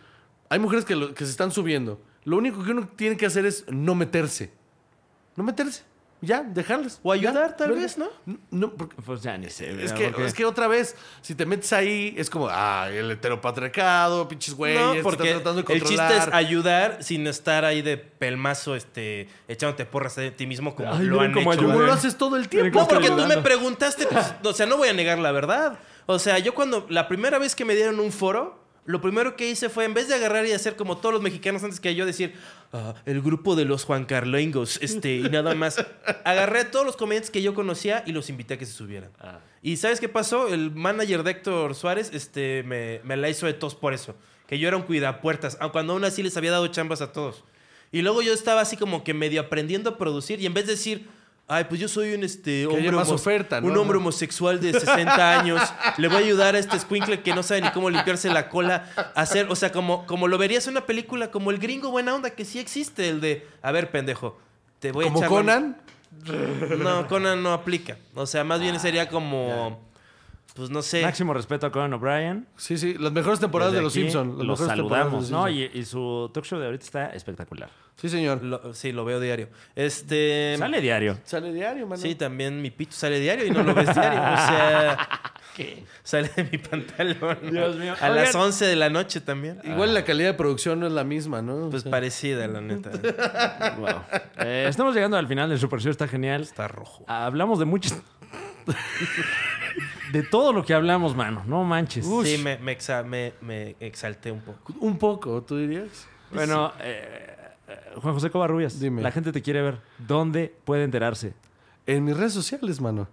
S1: hay mujeres que, lo- que se están subiendo. Lo único que uno tiene que hacer es no meterse. No meterse. Ya, dejarles.
S2: O ayudar,
S1: Ya,
S2: tal
S1: verga.
S2: vez, ¿no?
S1: No, porque-
S3: Pues ya ni sé.
S1: Es
S3: ¿verdad?
S1: que,
S3: Porque-
S1: es que otra vez, si te metes ahí, es como, ah, el heteropatriarcado, pinches güeyes, te
S2: No,
S1: están
S2: porque
S1: tratando de
S2: el chiste es
S1: controlar.
S2: ayudar sin estar ahí de pelmazo, este, echándote porras de ti mismo como
S3: Ay,
S2: lo
S3: miren
S2: han
S3: cómo
S2: hecho.
S1: Como
S3: ayudé.
S2: güey.
S1: lo haces todo el tiempo.
S2: No, porque tú me
S3: ayudando.
S2: preguntaste, pues, o sea, no voy a negar la verdad. O sea, yo cuando la primera vez que me dieron un foro, Lo primero que hice fue, en vez de agarrar y hacer como todos los mexicanos antes que yo, decir, "Ah, el grupo de los Juan Carlengos, este, y nada más. Agarré a todos los comediantes que yo conocía y los invité a que se subieran. Y ¿sabes qué pasó? El manager de Héctor Suárez este, me, me la hizo de tos por eso. Que yo era un cuidapuertas, aun cuando aún así les había dado chambas a todos. Y luego yo estaba así como que medio aprendiendo a producir y en vez de decir, ay, pues yo soy un este
S1: haya
S2: hombre,
S1: más
S2: homos-
S1: oferta, ¿no?
S2: un hombre homosexual de
S1: *laughs*
S2: 60 años, le voy a ayudar a este squinkle que no sabe ni cómo limpiarse la cola, a hacer, o sea, como, como lo verías en una película, como el gringo buena onda que sí existe, el de, a ver, pendejo, te voy a
S1: Como
S2: echar la-
S1: Conan,
S2: No, Conan no aplica. O sea, más
S1: Ah,
S2: bien sería como, pues no sé.
S3: Máximo respeto a Conan O'Brien.
S1: sí, sí, las mejores temporadas
S3: Desde
S1: de Los
S3: aquí
S1: Simpsons.
S3: Los saludamos, ¿no? Y, y su talk show de ahorita está espectacular.
S1: Sí, señor.
S2: lo- sí, lo veo diario. Este.
S3: Sale diario.
S1: Sale diario, mano.
S2: Sí, también mi pito sale diario y no lo ves diario. O
S1: *laughs*
S2: sea, sale de mi pantalón.
S3: Dios mío.
S2: A las
S3: Oigan.
S2: 11 de la noche también.
S1: Igual la calidad de producción no es la misma, ¿no?
S2: Pues parecida, la neta.
S3: Wow. Eh, estamos llegando al final del Super Show, está genial.
S2: Está rojo.
S3: Hablamos de muchos. *laughs* de todo lo que hablamos, mano. No manches.
S2: Sí, me, me, exa- me- me exalté un poco.
S1: un poco, ¿tú dirías?
S3: Bueno, eh, eh, Juan José Covarrubias,
S1: Dime.
S3: la gente te quiere ver. ¿Dónde puede enterarse?
S1: En mis redes sociales, mano.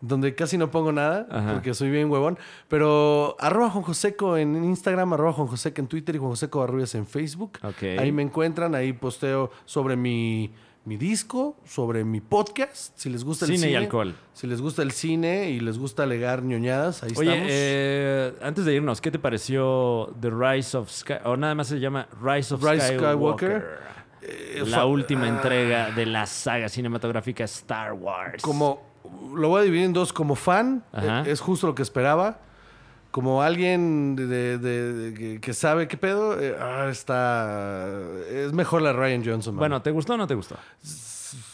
S1: Donde casi no pongo nada,
S3: Ajá.
S1: porque soy bien huevón. Pero arroba Juanjoseco en Instagram, arroba Juanjoseco en Twitter y Juanjoseco Barrubias en Facebook.
S3: Ok.
S1: Ahí me encuentran, ahí posteo sobre mi, mi disco, sobre mi podcast. Si les gusta el
S3: Cine
S1: cine.
S3: y alcohol.
S1: Si les gusta el cine y les gusta alegar ñoñadas, ahí
S3: Oye,
S1: estamos.
S3: eh, antes de irnos, ¿qué te pareció The Rise of Sky? O nada más se llama Rise of
S1: Rise
S3: Skywalker. Eh,
S1: Skywalker.
S3: la última entrega de la saga cinematográfica Star Wars.
S1: Como, lo voy a dividir en dos. Como fan,
S3: Ajá.
S1: eh, es justo lo que esperaba. Como alguien de, de- de- de- que- que sabe qué pedo, eh, ah, está... Es mejor la Ryan Johnson. man.
S3: Bueno, ¿te gustó o no te gustó?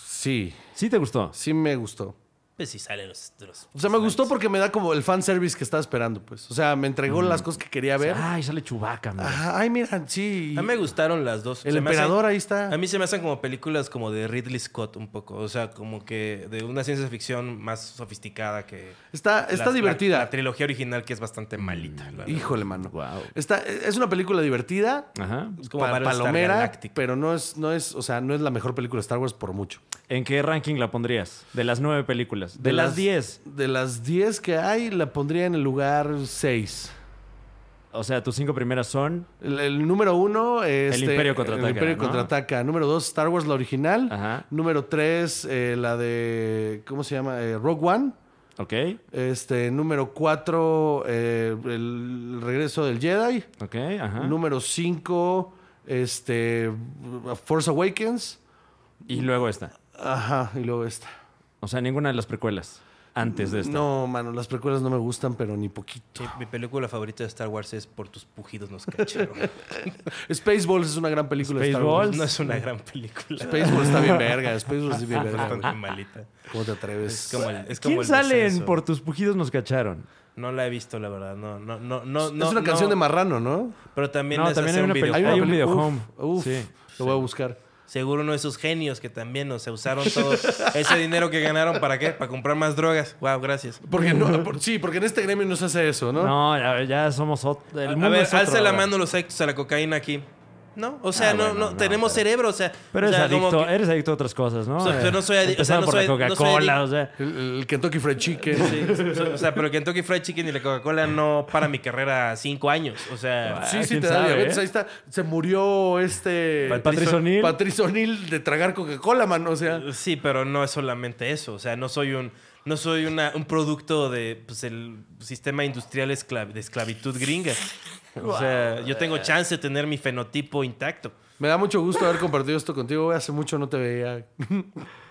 S1: Sí,
S3: Sí te gustó.
S1: sí me gustó.
S2: Pues sí, salen los. los-
S1: O sea, me gustó porque me da como el fanservice que estaba esperando, pues. O sea, me entregó las cosas que quería ver.
S3: Ay, sale Chubaca,
S1: Ajá, ay, mira, sí.
S2: A mí me gustaron las dos.
S1: El
S2: Se me hacen-
S1: emperador ahí está.
S2: A mí se me hacen como películas como de Ridley Scott un poco. O sea, como que de una ciencia ficción más sofisticada que...
S1: Está, está
S2: la- la-
S1: divertida.
S2: La, trilogía original que es bastante malita. la verdad.
S1: Híjole, mano.
S3: Guau.
S1: Está, es una película divertida.
S3: Ajá.
S2: Es como
S1: pa-
S2: Battlestar
S1: palomera,
S2: Galactica.
S1: pero no es, no es, o sea, no es la mejor película de Star Wars por mucho.
S3: ¿En qué ranking la pondrías? De las nueve películas. De, las diez.
S1: De las 10 que hay, la pondría en el lugar 6.
S3: O sea, tus cinco primeras son.
S1: El, el número 1 es. este,
S3: Imperio Contraataca,
S1: El Imperio
S3: ¿no?
S1: Contraataca. Número 2, Star Wars, la original.
S3: Ajá.
S1: Número 3, la de. ¿Cómo se llama? Eh, Rogue One.
S3: Ok.
S1: Este, número 4, el regreso del Jedi.
S3: Ok, ajá.
S1: Número 5, este, Force Awakens.
S3: y luego esta.
S1: Ajá, y luego esta.
S3: O sea, ninguna de las precuelas. Antes de esta.
S1: No, mano, las precuelas no me gustan, pero ni poquito.
S2: Sí, mi película favorita de Star Wars es Por tus pujidos nos cacharon.
S1: *laughs* Spaceballs es una gran película de Star Wars.
S2: no es una gran película. *laughs*
S1: Spaceballs está bien verga. Spaceballs es bien
S2: Es
S1: verga. güey.
S2: bastante malita.
S1: ¿Cómo te atreves?
S2: Es como el, es como
S3: ¿Quién
S2: el
S3: sale en
S2: descenso.
S3: Por tus pujidos nos cacharon?
S2: No la he visto, la verdad. No, no, no, no.
S1: es
S2: no,
S1: una
S2: no.
S1: canción de Marrano, ¿no?
S2: Pero también
S3: No,
S2: es
S3: también
S2: hacer
S3: hay una
S2: un video.
S3: peli- hay un
S1: peli-
S3: videohome.
S1: Uf, uf,
S3: Sí.
S1: lo voy a buscar.
S2: Seguro uno de esos genios que también, o sea, usaron todo ese dinero que ganaron para qué? Para comprar más drogas. Wow, gracias.
S1: Porque no, por- sí, porque en este gremio no se hace eso, ¿no?
S3: No, ya, ya somos ot- el
S2: A-
S3: mundo
S2: a ver,
S3: es otro
S2: alza la
S3: ahora.
S2: mano los adictos a la cocaína aquí. No, o sea,
S3: Ah,
S2: no,
S3: bueno,
S2: no,
S3: no,
S2: tenemos
S3: pero-
S2: cerebro, o sea. o
S3: Pero eres,
S2: sea, como
S3: adicto,
S2: que-
S3: eres adicto a otras cosas, ¿no?
S2: O sea, pero no soy adi- o sea,
S3: Empezando
S2: no
S3: por la
S2: soy- no soy
S3: Coca-Cola,
S2: adic-
S3: o sea.
S1: El, el Kentucky Fried Chicken.
S2: Sí,
S3: eh.
S2: o sea, pero Kentucky Fried Chicken y la Coca-Cola no para mi carrera cinco años. O sea,
S1: Sí,
S3: Ah,
S1: sí,
S3: quién
S1: te da
S3: sabe,
S1: diabetes.
S3: ¿eh?
S1: Ahí está. Se murió este.
S3: Pat- Patricio O'Neill.
S1: Patricio O'Neill de tragar Coca-Cola, mano. O sea,
S2: sí, pero no es solamente eso. O sea, no soy un, no soy una, un producto de pues, el sistema industrial esclav- de esclavitud gringa. O sea, yo tengo chance de tener mi fenotipo intacto.
S1: me da mucho gusto haber compartido esto contigo. güey. Hace mucho no te veía.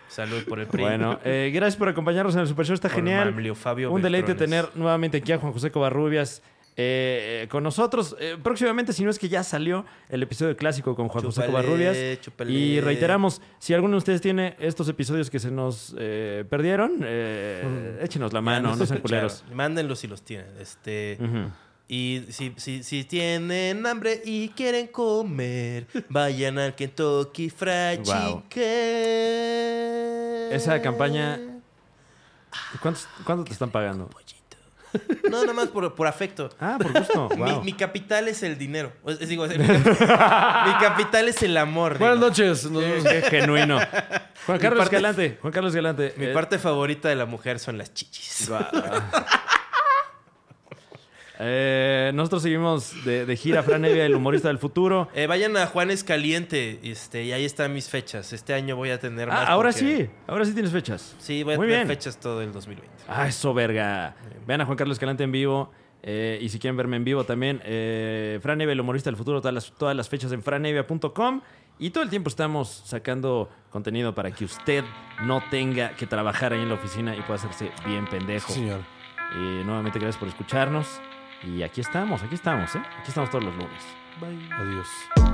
S2: Salud por el PRI.
S3: Bueno, eh, gracias por acompañarnos en el Super Show, está
S2: Por
S3: genial.
S2: Mamlio, Fabio
S3: Un deleite
S2: Beltrones.
S3: tener nuevamente aquí a Juan José Covarrubias eh, eh, con nosotros. Eh, próximamente, si no es que ya salió el episodio clásico con Juan José
S2: Chúpale,
S3: Covarrubias.
S2: chúpale.
S3: Y reiteramos, si alguno de ustedes tiene estos episodios que se nos eh, perdieron,
S2: Mm.
S3: eh, échenos la mano, no sean culeros.
S2: Claro, Mándenlos si los tienen. Este.
S3: Ujú.
S2: Y si, si, si tienen hambre y quieren comer, vayan al Kentucky Fried
S3: Wow.
S2: Chicken.
S3: Esa campaña- ¿Cuántos- ¿Cuánto te están pagando?
S2: Pollito. No, nada más por, por afecto.
S3: Ah, por gusto.
S2: Mi,
S3: Wow.
S2: mi capital es el dinero. O es- digo, es- mi,
S1: *laughs*
S2: capital, mi capital es el amor.
S1: Buenas
S2: digo.
S1: noches. Nos vemos.
S3: Qué
S2: *laughs*
S3: genuino. Juan Carlos
S2: parte-
S3: Galante. Juan Carlos Galante.
S2: Mi
S3: eh,
S2: parte favorita de la mujer son las chichis.
S3: *laughs* eh, nosotros seguimos de, de gira Fran Evia, el humorista del futuro.
S2: Eh, vayan a Juanes Caliente este, y ahí están mis fechas. Este año voy a tener
S3: Ah,
S2: más.
S3: ahora
S2: porque-
S3: sí. Ahora sí tienes fechas.
S2: Sí, voy a
S3: Muy
S2: tener
S3: bien.
S2: fechas todo el 2020.
S3: Ah, eso, verga. Vean a Juan Carlos Calante en vivo. eh, y si quieren verme en vivo también, eh, Fran Evia, el humorista del futuro, todas las, todas las fechas en franevia.com. Y todo el tiempo estamos sacando contenido para que usted no tenga que trabajar ahí en la oficina y pueda hacerse bien pendejo.
S1: Sí, señor.
S3: Eh, nuevamente, gracias por escucharnos. Y aquí estamos, aquí estamos, ¿eh? Aquí estamos todos los lunes.
S1: Adiós.